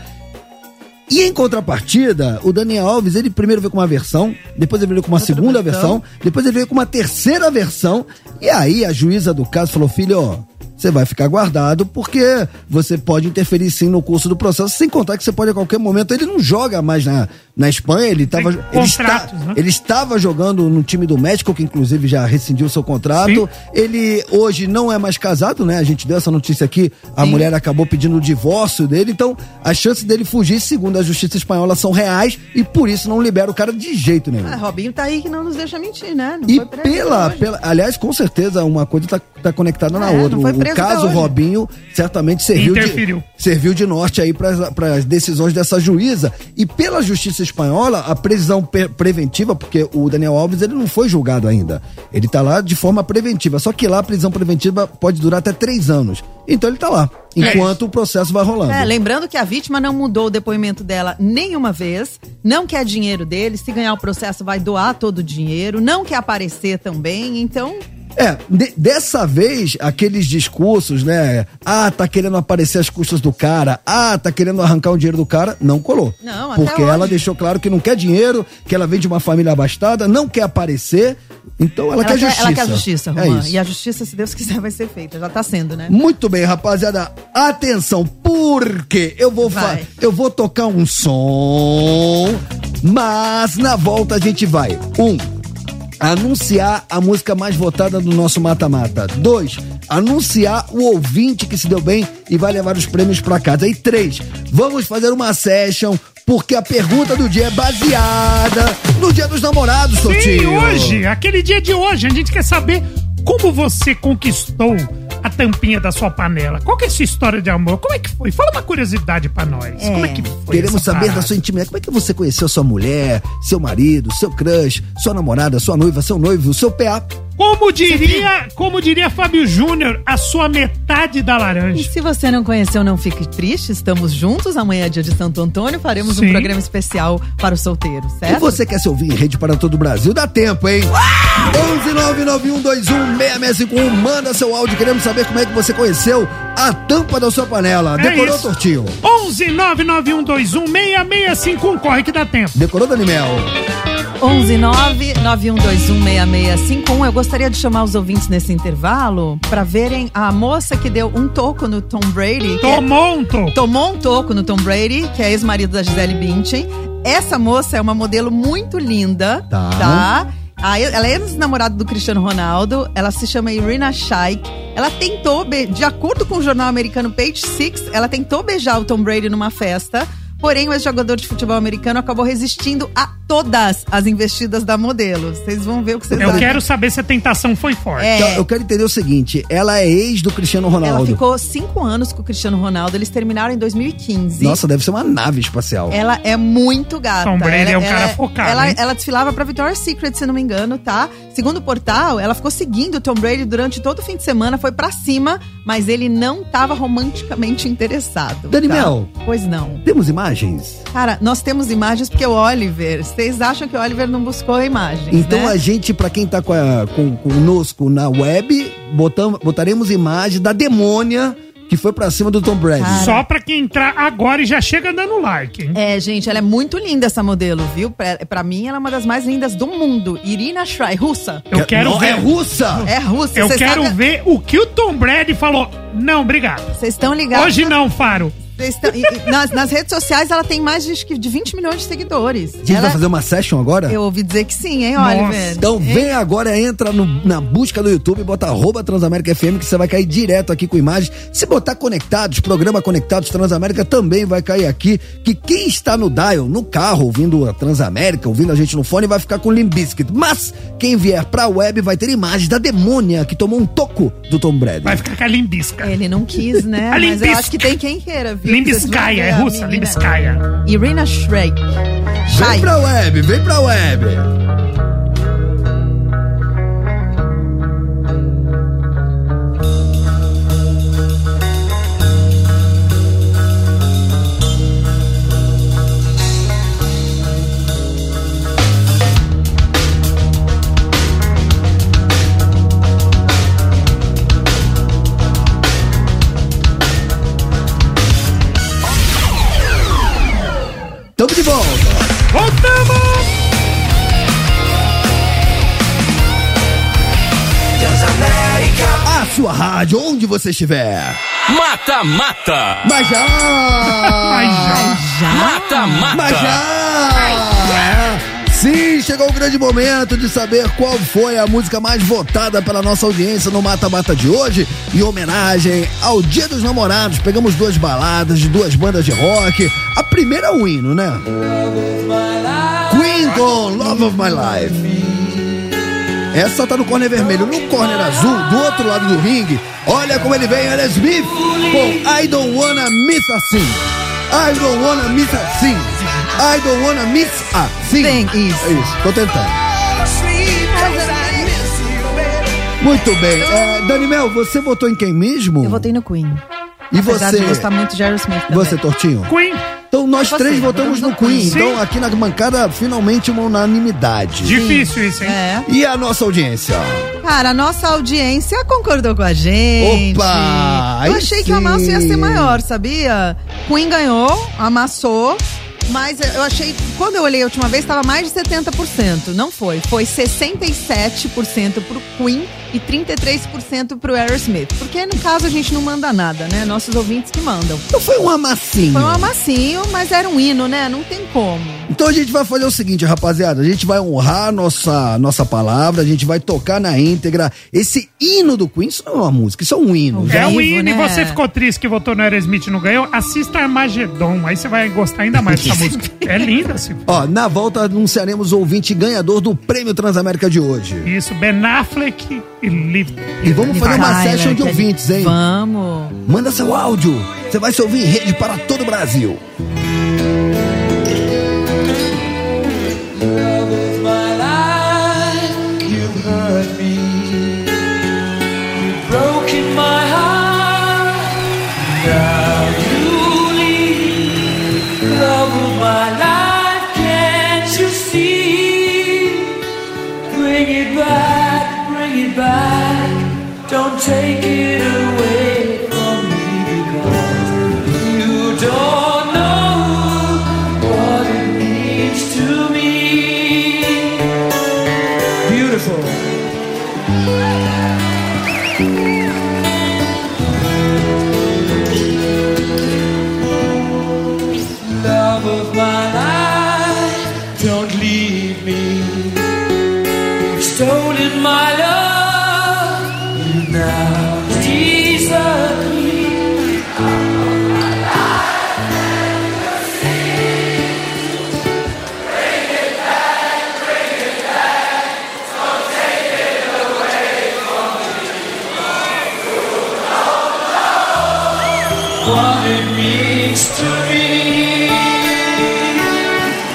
Speaker 1: E em contrapartida, o Daniel Alves, ele primeiro veio com uma versão, depois ele veio com uma segunda versão, depois ele veio com uma terceira versão, e aí a juíza do caso falou: filho, ó, você vai ficar guardado porque você pode interferir sim no curso do processo, sem contar que você pode a qualquer momento. Ele não joga mais na, na Espanha, ele tava. Ele, está,
Speaker 3: contratos, né?
Speaker 1: ele estava jogando no time do México, que inclusive já rescindiu seu contrato. Ele hoje não é mais casado, né? A gente deu essa notícia aqui. A mulher acabou pedindo o divórcio dele. Então, as chances dele fugir, segundo a justiça espanhola, são reais e por isso não libera o cara de jeito nenhum.
Speaker 2: Ah, Robinho tá aí que não nos deixa mentir, né? Não
Speaker 1: E
Speaker 2: foi preso
Speaker 1: pela,
Speaker 2: hoje.
Speaker 1: pela. Aliás, com certeza, uma coisa tá, tá conectada na
Speaker 2: É,
Speaker 1: outra.
Speaker 2: não foi
Speaker 1: O-
Speaker 2: preso
Speaker 1: O caso
Speaker 2: até hoje.
Speaker 1: Robinho certamente serviu de,
Speaker 3: Interferiu.
Speaker 1: serviu de norte aí para as decisões dessa juíza. E pela justiça espanhola, a prisão pe- preventiva, porque o Daniel Alves ele não foi julgado ainda. Ele tá lá de forma preventiva. Só que lá a prisão preventiva pode durar até três anos. Então ele tá lá, enquanto o processo vai rolando.
Speaker 2: É, lembrando que a vítima não mudou o depoimento dela nenhuma vez, não quer dinheiro dele, se ganhar o processo vai doar todo o dinheiro, não quer aparecer também, então
Speaker 1: É, de- dessa vez, aqueles discursos, né? Ah, tá querendo aparecer as custas do cara. Ah, tá querendo arrancar o dinheiro do cara. Não colou.
Speaker 2: Não, até
Speaker 1: Porque
Speaker 2: hoje.
Speaker 1: ela deixou claro que não quer dinheiro, que ela vem de uma família abastada, não quer aparecer. Então ela, quer, justiça.
Speaker 2: ela quer justiça,
Speaker 1: é
Speaker 2: Romã.
Speaker 1: isso.
Speaker 2: e a justiça, se Deus quiser, vai ser feita, já tá sendo, né?
Speaker 1: Muito bem, rapaziada. Atenção, porque eu vou fa- eu vou tocar um som, mas na volta a gente vai. Um, anunciar a música mais votada do nosso mata-mata. Dois, anunciar o ouvinte que se deu bem e vai levar os prêmios pra casa. E três, vamos fazer uma session porque a pergunta do dia é baseada no Dia dos Namorados,
Speaker 3: Sim,
Speaker 1: Sotinho.
Speaker 3: hoje, aquele dia de hoje, a gente quer saber como você conquistou a tampinha da sua panela. Qual que é a sua história de amor? Como é que foi? Fala uma curiosidade pra nós. Como é que foi?
Speaker 1: Queremos
Speaker 3: essa
Speaker 1: saber da
Speaker 3: parada?
Speaker 1: sua intimidade. Como é que você conheceu sua mulher, seu marido, seu crush, sua namorada, sua noiva, seu noivo, seu PA?
Speaker 3: Como diria, como diria Fábio Júnior, a sua metade da laranja.
Speaker 2: E se você não conheceu, não fique triste, estamos juntos. Amanhã é dia de Santo Antônio, faremos um
Speaker 1: Sim.
Speaker 2: programa especial para os solteiros,
Speaker 1: E
Speaker 2: certo?
Speaker 1: você quer se ouvir em rede para todo o Brasil? Dá tempo, hein? 11991216651. Manda seu áudio. Queremos saber como é que você conheceu a tampa da sua panela.
Speaker 3: É
Speaker 1: Decorou,
Speaker 3: isso.
Speaker 1: Tortinho?
Speaker 3: 11 99121 6651. Corre que dá tempo.
Speaker 1: Decorou, Danimel?
Speaker 2: 11991216651. Eu gostaria de chamar os ouvintes nesse intervalo para verem a moça que deu um toco no Tom Brady. que é-
Speaker 3: Tomou um toco.
Speaker 2: Tomou um toco no Tom Brady, que é ex-marido da Gisele Bündchen. Essa moça é uma modelo muito linda,
Speaker 1: Tá.
Speaker 2: tá? A, ela é ex-namorada do Cristiano Ronaldo, ela se chama Irina Shayk. Ela tentou, be- de acordo com o jornal americano Page Six, ela tentou beijar o Tom Brady numa festa. Porém, o ex-jogador de futebol americano acabou resistindo a todas as investidas da modelo. Vocês vão ver o que vocês
Speaker 3: Eu
Speaker 2: acham.
Speaker 3: quero saber se a tentação foi forte.
Speaker 1: Então, eu quero entender o seguinte: ela é ex do Cristiano
Speaker 2: Ela
Speaker 1: Ronaldo.
Speaker 2: ficou cinco anos com o Cristiano Ronaldo, eles terminaram em 2015.
Speaker 1: Nossa, deve ser uma nave espacial.
Speaker 2: assim. Ela é muito gata.
Speaker 1: Tom Brady
Speaker 2: ela,
Speaker 1: é um cara
Speaker 2: ela-
Speaker 1: focado,
Speaker 2: Ela,
Speaker 1: hein?
Speaker 2: ela desfilava pra Victoria's Secret, se não me engano, tá? Segundo o portal, ela ficou seguindo o Tom Brady durante todo o fim de semana, foi pra cima, mas ele não tava romanticamente interessado.
Speaker 1: Dani
Speaker 2: tá?
Speaker 1: Mel.
Speaker 2: Pois não.
Speaker 1: Temos imagens?
Speaker 2: Cara, nós temos imagens porque o Oliver, vocês acham que o Oliver não buscou a imagem?
Speaker 1: Então a gente, pra quem tá com a- com- conosco na web, botam- botaremos imagem da demônia que foi pra cima do Tom Brady.
Speaker 3: Só pra quem entrar agora e já chega dando like. hein?
Speaker 2: É, gente, ela é muito linda essa modelo, viu? Pra, pra mim, ela é uma das mais lindas do mundo. Irina Shry, russa.
Speaker 3: Eu quero ver.
Speaker 2: É russa.
Speaker 3: Eu
Speaker 2: vocês
Speaker 3: quero
Speaker 2: sabem-
Speaker 3: ver o que o Tom Brady falou. Não, obrigado.
Speaker 2: Vocês estão ligados?
Speaker 3: Hoje não, Faro.
Speaker 2: Vocês tão- e- e nas, nas redes sociais, ela tem mais de, acho que de 20 milhões de seguidores.
Speaker 1: A gente
Speaker 2: Ela-
Speaker 1: vai fazer uma session agora?
Speaker 2: Eu ouvi dizer que sim, hein,
Speaker 1: Nossa.
Speaker 2: Oliver?
Speaker 1: Então
Speaker 2: Hein?
Speaker 1: vem agora, entra no- na busca do YouTube, bota arroba Transamérica FM, que você vai cair direto aqui com imagens. Se botar conectados, programa Conectados Transamérica também vai cair aqui. Que quem está no dial, no carro, ouvindo a Transamérica, ouvindo a gente no fone, vai ficar com Limbiskit. Mas quem vier pra web vai ter imagens da demônia que tomou um toco do Tom Brady. Vai
Speaker 3: ficar com a limbisca.
Speaker 2: Ele não quis, né?
Speaker 3: A
Speaker 2: Mas eu
Speaker 3: Limbisca.
Speaker 2: acho que tem quem queira, viu?
Speaker 3: Limbiscaia, é russa, Limbiscaia.
Speaker 2: Irina Shrek.
Speaker 1: Vem pra web, vem pra web. Tamo de volta.
Speaker 3: Voltamos!
Speaker 1: A sua rádio, onde você estiver.
Speaker 18: Mata Mata.
Speaker 1: Mas já! Mas
Speaker 2: já!
Speaker 18: Mata Mata.
Speaker 1: Mas já! Sim, chegou o grande momento de saber qual foi a música mais votada pela nossa audiência no Mata Mata de hoje. Em homenagem ao Dia dos Namorados, pegamos duas baladas de duas bandas de rock. A primeira é o hino, né? Queen com Love of My Life. Essa tá no corner vermelho. No corner azul, do outro lado do ringue, olha como ele vem, Alex Smith, com I Don't Wanna Miss A Thing. I Don't Wanna Miss A Thing. I Don't Wanna Miss A Thing. Isso. Isso, tô tentando. Muito bem. É, Dani Mel, você votou em quem mesmo? Eu
Speaker 2: votei no Queen.
Speaker 1: E
Speaker 2: Apesar
Speaker 1: você?
Speaker 2: de gostar muito de Aerosmith também.
Speaker 1: Você, Tortinho?
Speaker 3: Queen.
Speaker 1: Então nós
Speaker 2: Você,
Speaker 1: três votamos
Speaker 2: votamos
Speaker 1: no
Speaker 2: no
Speaker 1: Queen.
Speaker 2: Queen.
Speaker 1: Então
Speaker 2: Sim.
Speaker 1: aqui na bancada, finalmente uma unanimidade.
Speaker 3: Difícil isso, hein?
Speaker 2: É.
Speaker 1: E a nossa audiência?
Speaker 2: Cara, a nossa audiência concordou com a gente.
Speaker 1: Opa,
Speaker 2: Eu
Speaker 1: aí
Speaker 2: achei
Speaker 1: sim.
Speaker 2: que o amasso ia ser maior, sabia? Queen ganhou, amassou. Mas eu achei, quando eu olhei a última vez, estava mais de 70%. Não foi. Foi 67% pro Queen e 33% pro Aerosmith. Porque, no caso, a gente não manda nada, né? Nossos ouvintes que mandam.
Speaker 1: Então foi um amassinho.
Speaker 2: Foi um amassinho, mas era um hino, né? Não tem como.
Speaker 1: Então a gente vai fazer o seguinte, rapaziada. A gente vai honrar a nossa, nossa palavra, a gente vai tocar na íntegra esse hino do Queen. Isso não é uma música, isso é um hino.
Speaker 3: É
Speaker 1: já. né?
Speaker 3: o hino, e você ficou triste que votou no Aerosmith e não ganhou? Assista Armagedon, aí você vai gostar ainda mais dessa música. É linda, assim.
Speaker 1: Ó, na volta anunciaremos o ouvinte ganhador do Prêmio Transamérica de hoje.
Speaker 3: Isso, Ben Affleck e Liv.
Speaker 1: E vamos fazer uma
Speaker 3: Tyler,
Speaker 1: session de
Speaker 3: que-
Speaker 1: ouvintes, hein?
Speaker 2: Vamos!
Speaker 1: Manda seu áudio! Você vai se ouvir em rede para todo o Brasil.
Speaker 5: Don't take it away from me because you don't know what it means to me. Beautiful. Love of my life, don't leave me. We've means to me.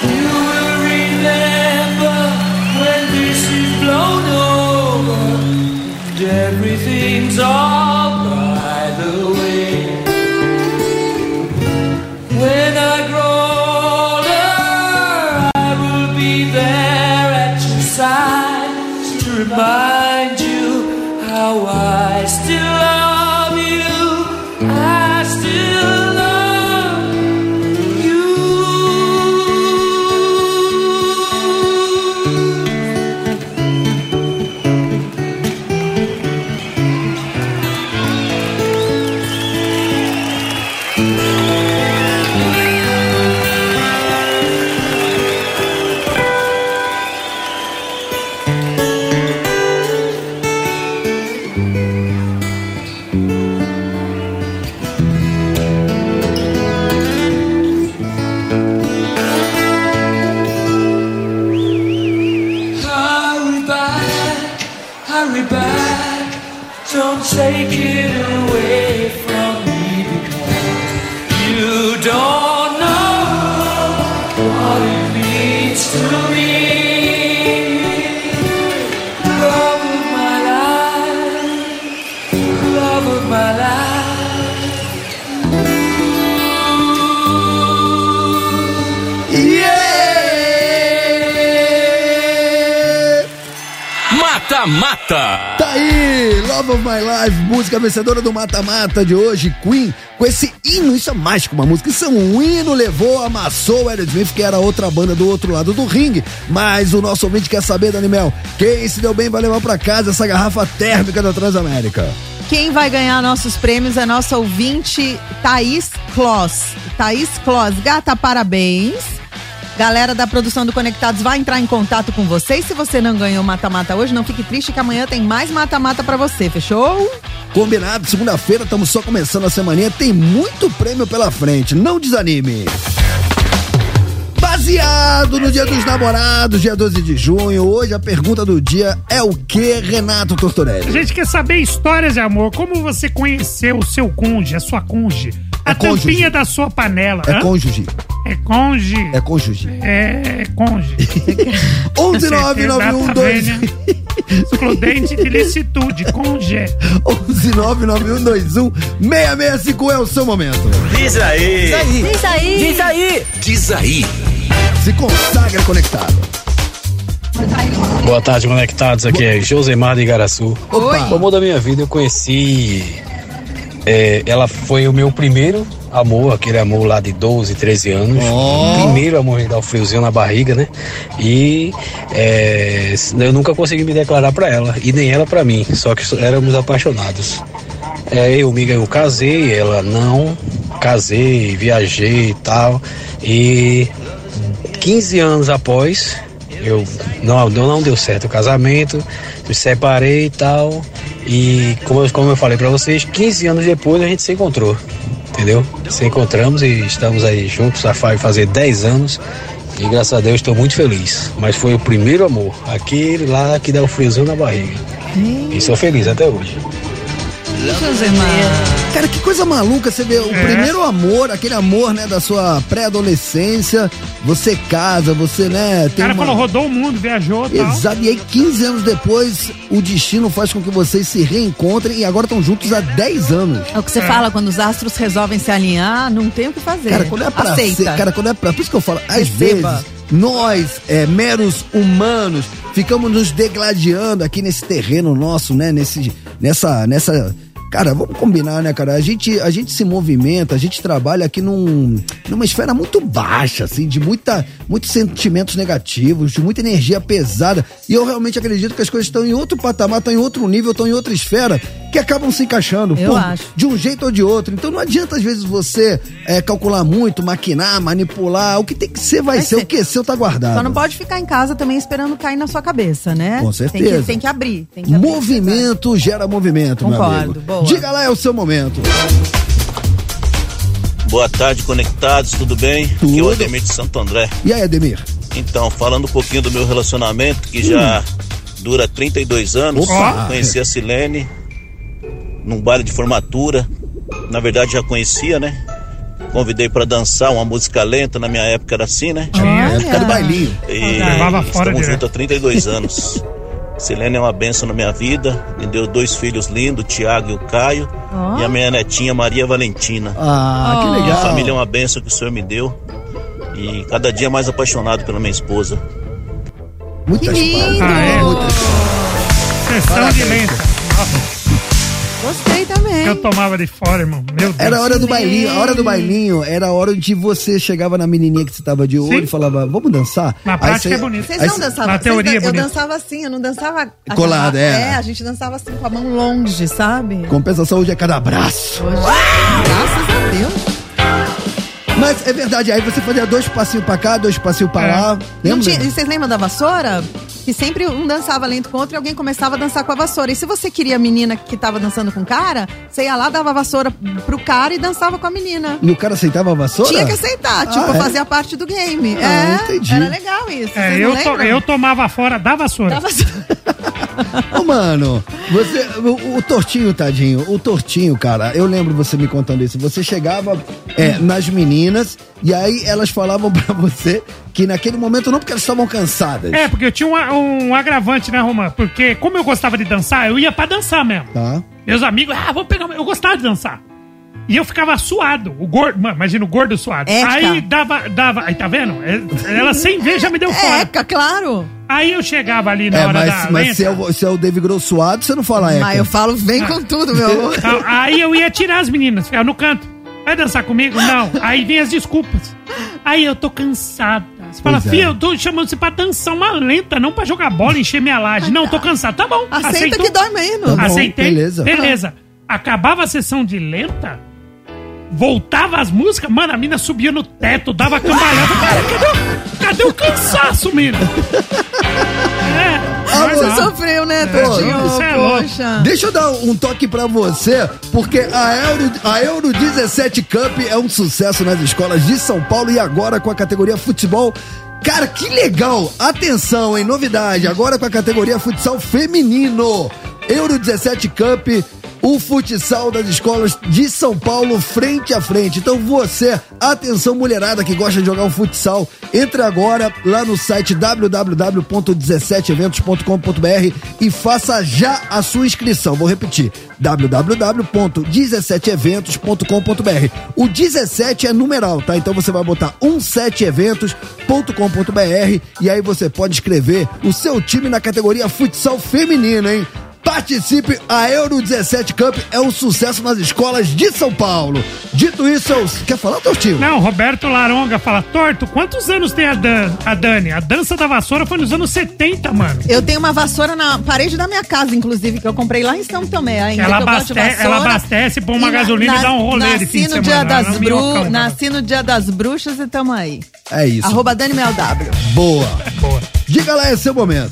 Speaker 5: You will remember when this is blown over and everything's all by the way. When I grow older, I will be there at your side to remind you how I still love you. I still love you. Hurry back, hurry back. Don't take it away from me because you don't know what it means to me. Love of my life, love of my life. Yeah!
Speaker 18: Mata Mata.
Speaker 1: Tá aí, Love of My Life, música vencedora do mata-mata de hoje, Queen, com esse hino, isso é mágico, uma música, isso é um hino, levou, amassou o Aerosmith, que era outra banda do outro lado do ringue, mas o nosso ouvinte quer saber, Danimel, quem se deu bem vai levar pra casa essa garrafa térmica da Transamérica.
Speaker 10: Quem vai ganhar nossos prêmios é nossa ouvinte Thaís Kloss. Thaís Kloss, gata, parabéns. Galera da produção do Conectados vai entrar em contato com vocês. Se você não ganhou mata-mata hoje, não fique triste que amanhã tem mais mata-mata pra você, fechou?
Speaker 1: Combinado, segunda-feira estamos só começando a semaninha, tem muito prêmio pela frente, não desanime. Baseado no Dia dos Namorados, dia 12 de junho, hoje a pergunta do dia é o que, Renato
Speaker 3: A
Speaker 1: Tortorelli?
Speaker 3: gente quer saber histórias de amor. Como você conheceu o seu cônjuge, a sua cônjuge? A
Speaker 1: É cônjuge.
Speaker 3: tampinha da sua panela.
Speaker 1: É
Speaker 3: hã?
Speaker 1: cônjuge.
Speaker 3: É cônjuge.
Speaker 1: É cônjuge.
Speaker 3: É, é cônjuge.
Speaker 1: 11 9 9 1 2
Speaker 3: Excludente de licitude, cônjuge.
Speaker 1: 11 9 9 1 2 1 665 é o seu momento.
Speaker 18: Diz aí. Diz aí.
Speaker 17: Diz aí. Diz
Speaker 18: aí. Diz aí.
Speaker 1: Se consagra conectado.
Speaker 19: Boa tarde, conectados. Aqui é Josemar de Igaraçu. O amor da minha vida eu conheci. é, ela foi o meu primeiro amor, aquele amor lá de 12, 13 anos. Primeiro amor de dar o friozinho na barriga, né? E é, eu nunca consegui me declarar pra ela, e nem ela pra mim, só que éramos apaixonados. É, eu me eu casei, ela não. Casei, viajei e tal. E 15 anos após, eu não, não, não deu certo o casamento, me separei e tal. E como eu, como eu falei pra vocês, 15 anos depois a gente se encontrou, entendeu? Se encontramos e estamos aí juntos, já faz fazer 10 anos. E graças a Deus estou muito feliz. Mas foi o primeiro amor, aquele lá que dá o friozão na barriga. E sou feliz até hoje.
Speaker 1: Cara, que coisa maluca você vê o
Speaker 19: É.
Speaker 1: primeiro amor, aquele amor, né, da sua pré-adolescência. Você casa, você, né, tem
Speaker 3: O cara
Speaker 1: uma...
Speaker 3: falou, rodou o mundo, viajou e tal.
Speaker 1: Exato, e aí 15 anos depois, o destino faz com que vocês se reencontrem e agora estão juntos há 10 anos.
Speaker 10: É o que você fala, quando os astros resolvem se alinhar, não tem o que fazer.
Speaker 1: Cara, quando é pra
Speaker 10: Aceita.
Speaker 1: ser- cara, quando é pra. Por isso que eu falo, às
Speaker 10: Receba.
Speaker 1: vezes, nós, é, meros humanos, ficamos nos degladiando aqui nesse terreno nosso, né? Nesse, nessa, nessa. Cara, vamos combinar, né, cara? A gente, a gente se movimenta, a gente trabalha aqui num, numa esfera muito baixa, assim, de muita, muitos sentimentos negativos, de muita energia pesada. E eu realmente acredito que as coisas estão em outro patamar, estão em outro nível, estão em outra esfera, que acabam se encaixando.
Speaker 10: Eu
Speaker 1: Pô,
Speaker 10: acho.
Speaker 1: de um jeito ou de outro. Então não adianta, às vezes, você é, calcular muito, maquinar, manipular. O que tem que ser, vai, ser. O que é seu tá guardado.
Speaker 10: Só não pode ficar em casa também esperando cair na sua cabeça, né?
Speaker 1: Com
Speaker 10: Tem
Speaker 1: certeza.
Speaker 10: que, tem que abrir. Tem que abrir.
Speaker 1: Movimento gera movimento, meu
Speaker 10: Concordo,
Speaker 1: amigo.
Speaker 10: boa.
Speaker 1: Diga lá, é o seu momento.
Speaker 20: Boa tarde, conectados, tudo bem? Aqui é o Ademir de Santo André.
Speaker 1: E aí, Ademir?
Speaker 20: Então, falando um pouquinho do meu relacionamento, que já dura 32 anos,
Speaker 1: Hum. Opa!
Speaker 20: conheci a Silene num baile de formatura. Na verdade, já conhecia, né? convidei pra dançar uma música lenta, na minha época era assim, né?
Speaker 1: Tinha. Época do bailinho.
Speaker 20: E
Speaker 1: Levava fora
Speaker 20: estamos
Speaker 1: direto.
Speaker 20: juntos há 32 anos. Silene é uma benção na minha vida, me deu dois filhos lindos, o Tiago e o Caio,
Speaker 1: Ó.
Speaker 20: e a minha netinha Maria Valentina.
Speaker 1: Ah, que Ó. legal.
Speaker 20: Minha família é uma benção que o senhor me deu, e cada dia mais apaixonado pela minha esposa.
Speaker 1: Muitas palmas. Muitas
Speaker 3: Ah, é? Sessão de lenta.
Speaker 2: Gostei também.
Speaker 3: Eu tomava de fora, irmão. Meu Deus.
Speaker 1: Era a hora do bailinho. A hora do bailinho era a hora onde você chegava na menininha que você tava de olho e falava, vamos dançar?
Speaker 3: Na
Speaker 1: Aí
Speaker 3: prática
Speaker 1: você-
Speaker 3: é bonito.
Speaker 1: aí
Speaker 2: Vocês não
Speaker 1: você-
Speaker 2: dançavam vocês
Speaker 3: é
Speaker 2: dan- Eu dançava assim, eu não dançava.
Speaker 1: Colado,
Speaker 2: aquela-
Speaker 1: é.
Speaker 2: É, a gente dançava assim com a mão longe, sabe?
Speaker 1: Compensação hoje é cada abraço.
Speaker 2: Graças a Deus.
Speaker 1: Mas é verdade, aí você fazia dois passinhos pra cá, dois passinhos
Speaker 3: É.
Speaker 1: pra lá.
Speaker 2: Não
Speaker 1: Lembra?
Speaker 2: tinha, e vocês lembram da vassoura? Que sempre um dançava lento com o outro e alguém começava a dançar com a vassoura. E se você queria a menina que tava dançando com o cara, você ia lá, dava a vassoura pro cara e dançava com a menina.
Speaker 1: E o cara aceitava a vassoura?
Speaker 2: Tinha que aceitar, tipo,
Speaker 1: Ah, é?
Speaker 2: fazia parte do game.
Speaker 1: Ah,
Speaker 2: é,
Speaker 1: entendi.
Speaker 2: era legal isso.
Speaker 3: É,
Speaker 2: vocês não
Speaker 3: eu, to-
Speaker 2: lembram?
Speaker 3: eu tomava fora da vassoura. Da
Speaker 2: vassoura.
Speaker 1: Ô, mano, você, o, o Tortinho, tadinho, o Tortinho, cara, eu lembro você me contando isso. Você chegava é, nas meninas e aí elas falavam pra você que naquele momento não porque elas estavam cansadas.
Speaker 3: É, porque eu tinha um, um agravante, né, Romã? Porque como eu gostava de dançar, eu ia pra dançar mesmo.
Speaker 1: Tá?
Speaker 3: Meus amigos, ah, vou pegar. Eu gostava de dançar. E eu ficava suado, o gordo, mano, imagina o gordo suado.
Speaker 2: Eca.
Speaker 3: Aí dava, dava, aí tá vendo? Ela sem ver já me deu fora.
Speaker 2: É Eca, claro.
Speaker 3: Aí eu chegava ali na
Speaker 1: é,
Speaker 3: hora
Speaker 1: mas,
Speaker 3: da
Speaker 1: mas
Speaker 3: lenta.
Speaker 1: se, é o, se é o David Grossuado, você não fala é.
Speaker 2: Mas eu falo, vem com tudo, meu amor.
Speaker 3: Então, aí eu ia tirar as meninas, ficava no canto. Vai dançar comigo? Não. Aí vem as desculpas. Aí eu tô cansada. Você fala,
Speaker 1: Pois é.
Speaker 3: filha, eu tô chamando você pra dançar uma lenta, não pra jogar bola e encher minha laje. não, tô cansado. Tá bom.
Speaker 2: Ah, Aceita
Speaker 3: aceitou.
Speaker 2: que dói menos. Tá bom,
Speaker 3: Aceitei.
Speaker 1: beleza.
Speaker 3: Beleza. Beleza. Acabava a sessão de lenta, voltava as músicas, mano, a mina subia no teto, dava cambalhota. Cara, cadê, o- cadê o cansaço, mina? É.
Speaker 1: Ah,
Speaker 2: Você
Speaker 1: não.
Speaker 2: sofreu, né, Tadinho? Poxa.
Speaker 1: é Deixa eu dar um toque pra você, porque a Euro, a Euro 17 Cup é um sucesso nas escolas de São Paulo e agora com a categoria futebol. Cara, que legal! Atenção, hein? Novidade, agora com a categoria futsal feminino. Euro 17 Cup o futsal das escolas de São Paulo frente a frente. Então você, atenção mulherada que gosta de jogar um futsal, entre agora lá no site www.17eventos.com.br e faça já a sua inscrição. Vou repetir, www.17eventos.com.br. O 17 é numeral, tá? Então você vai botar 17eventos.com.br e aí você pode escrever o seu time na categoria futsal feminino, hein? Participe, a Euro 17 Cup é um sucesso nas escolas de São Paulo. Dito isso, eu... quer falar, Tortinho?
Speaker 3: Não, Roberto Laronga fala, Torto, quantos anos tem a, Dan- a Dani? A dança da vassoura foi nos anos 70, mano.
Speaker 2: Eu tenho uma vassoura na parede da minha casa, inclusive, que eu comprei lá em São Tomé. Ainda
Speaker 3: Ela
Speaker 2: que eu gosto de
Speaker 3: abaste-
Speaker 2: vassoura.
Speaker 3: ela abastece, põe
Speaker 2: E
Speaker 3: uma gasolina e dá um rolê de
Speaker 2: Nasci
Speaker 3: fim de
Speaker 2: no
Speaker 3: semana,
Speaker 2: dia
Speaker 3: ela é
Speaker 2: das
Speaker 3: um minhocão,
Speaker 2: bru,
Speaker 3: mano.
Speaker 2: Nasci no dia das bruxas e tamo aí.
Speaker 1: É isso.
Speaker 2: Arroba Dani Mel W.
Speaker 1: Boa. Diga lá, é seu momento.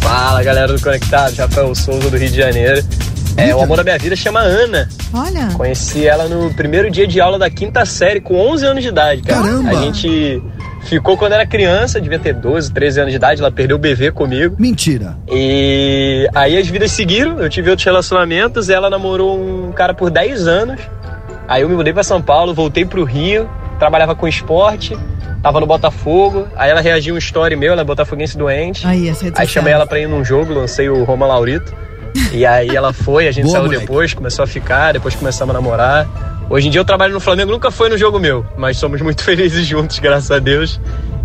Speaker 21: Fala galera do Conectado, Rafael Souza do Rio de Janeiro. É, o amor da minha vida chama Ana.
Speaker 2: Olha.
Speaker 21: Conheci ela no primeiro dia de aula da quinta série, com 11 anos de idade, cara.
Speaker 1: Caramba.
Speaker 21: A gente ficou quando era criança, devia ter 12, 13 anos de idade, ela perdeu o bebê comigo.
Speaker 1: Mentira.
Speaker 21: E aí as vidas seguiram, eu tive outros relacionamentos, ela namorou um cara por 10 anos. Aí eu me mudei pra São Paulo, voltei pro Rio, trabalhava com esporte, tava no Botafogo. Aí ela reagiu um story meu, ela é botafoguense doente.
Speaker 2: Aí,
Speaker 1: é
Speaker 2: as redes
Speaker 21: Aí chamei
Speaker 2: sociais.
Speaker 21: ela pra ir num jogo, lancei o Roma Laurito. E aí ela foi, a gente
Speaker 1: Boa,
Speaker 21: saiu
Speaker 1: moleque.
Speaker 21: depois, começou a ficar, depois começamos a namorar. Hoje em dia eu trabalho no Flamengo, nunca foi no jogo meu, mas somos muito felizes juntos, graças a Deus.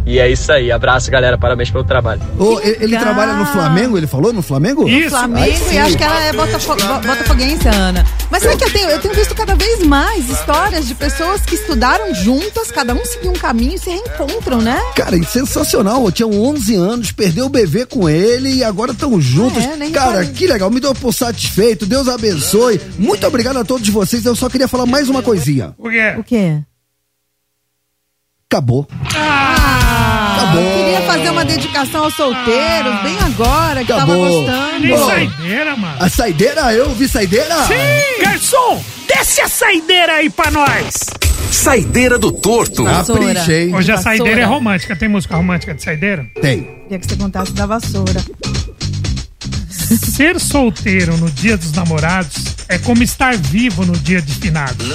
Speaker 21: E é isso aí, abraço galera, parabéns pelo trabalho.
Speaker 1: Ô, e- ele trabalha no Flamengo, ele falou? No Flamengo?
Speaker 2: No Flamengo e acho que ela é botafo- bo- botafoguense, Ana. Mas sabe que eu tenho, eu tenho visto cada vez mais histórias de pessoas que estudaram juntas, cada um seguiu um caminho e se reencontram, né?
Speaker 1: Cara, e sensacional. Eu tinha 11 anos, perdeu o bebê com ele e agora estão juntos.
Speaker 2: É, nem
Speaker 1: Cara,
Speaker 2: falei.
Speaker 1: que legal. Me deu por satisfeito. Deus abençoe. Muito obrigado a todos vocês. Eu só queria falar mais uma coisinha.
Speaker 3: O quê?
Speaker 2: O quê?
Speaker 1: Acabou. Tá
Speaker 2: Ah, eu queria fazer uma dedicação aos solteiros, bem agora, que tava
Speaker 1: Acabou.
Speaker 2: gostando.
Speaker 1: Nem Tá Bom.
Speaker 3: saideira, mano.
Speaker 1: A saideira? Eu vi saideira?
Speaker 3: Sim! Garçom, desce a saideira aí pra nós!
Speaker 18: Saideira do Torto.
Speaker 1: Caprichei.
Speaker 3: Hoje a saideira é
Speaker 2: Vassoura.
Speaker 3: romântica. Tem música romântica de saideira?
Speaker 1: Tem.
Speaker 2: Queria que você contasse da vassoura.
Speaker 3: Ser solteiro no dia dos namorados é como estar vivo no dia de finados.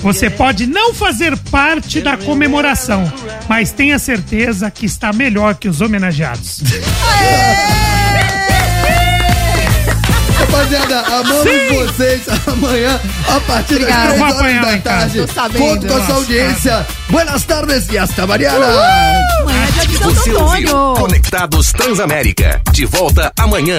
Speaker 3: Você pode não fazer parte da comemoração, mas tenha certeza que está melhor que os homenageados.
Speaker 1: Rapaziada, amamos
Speaker 3: Sim.
Speaker 1: vocês amanhã a partir das
Speaker 3: Obrigada.
Speaker 1: 3
Speaker 3: Vou
Speaker 1: horas
Speaker 3: apanhar lá
Speaker 1: da
Speaker 3: em casa.
Speaker 1: tarde.
Speaker 3: Tô sabendo.
Speaker 1: Conto com a
Speaker 3: Nossa,
Speaker 1: sua audiência. Buenas tardes e hasta mañana.
Speaker 17: Amanhã é dia de Santo
Speaker 18: Você ouviu
Speaker 17: Antônio.
Speaker 18: Conectados Transamérica. De volta amanhã.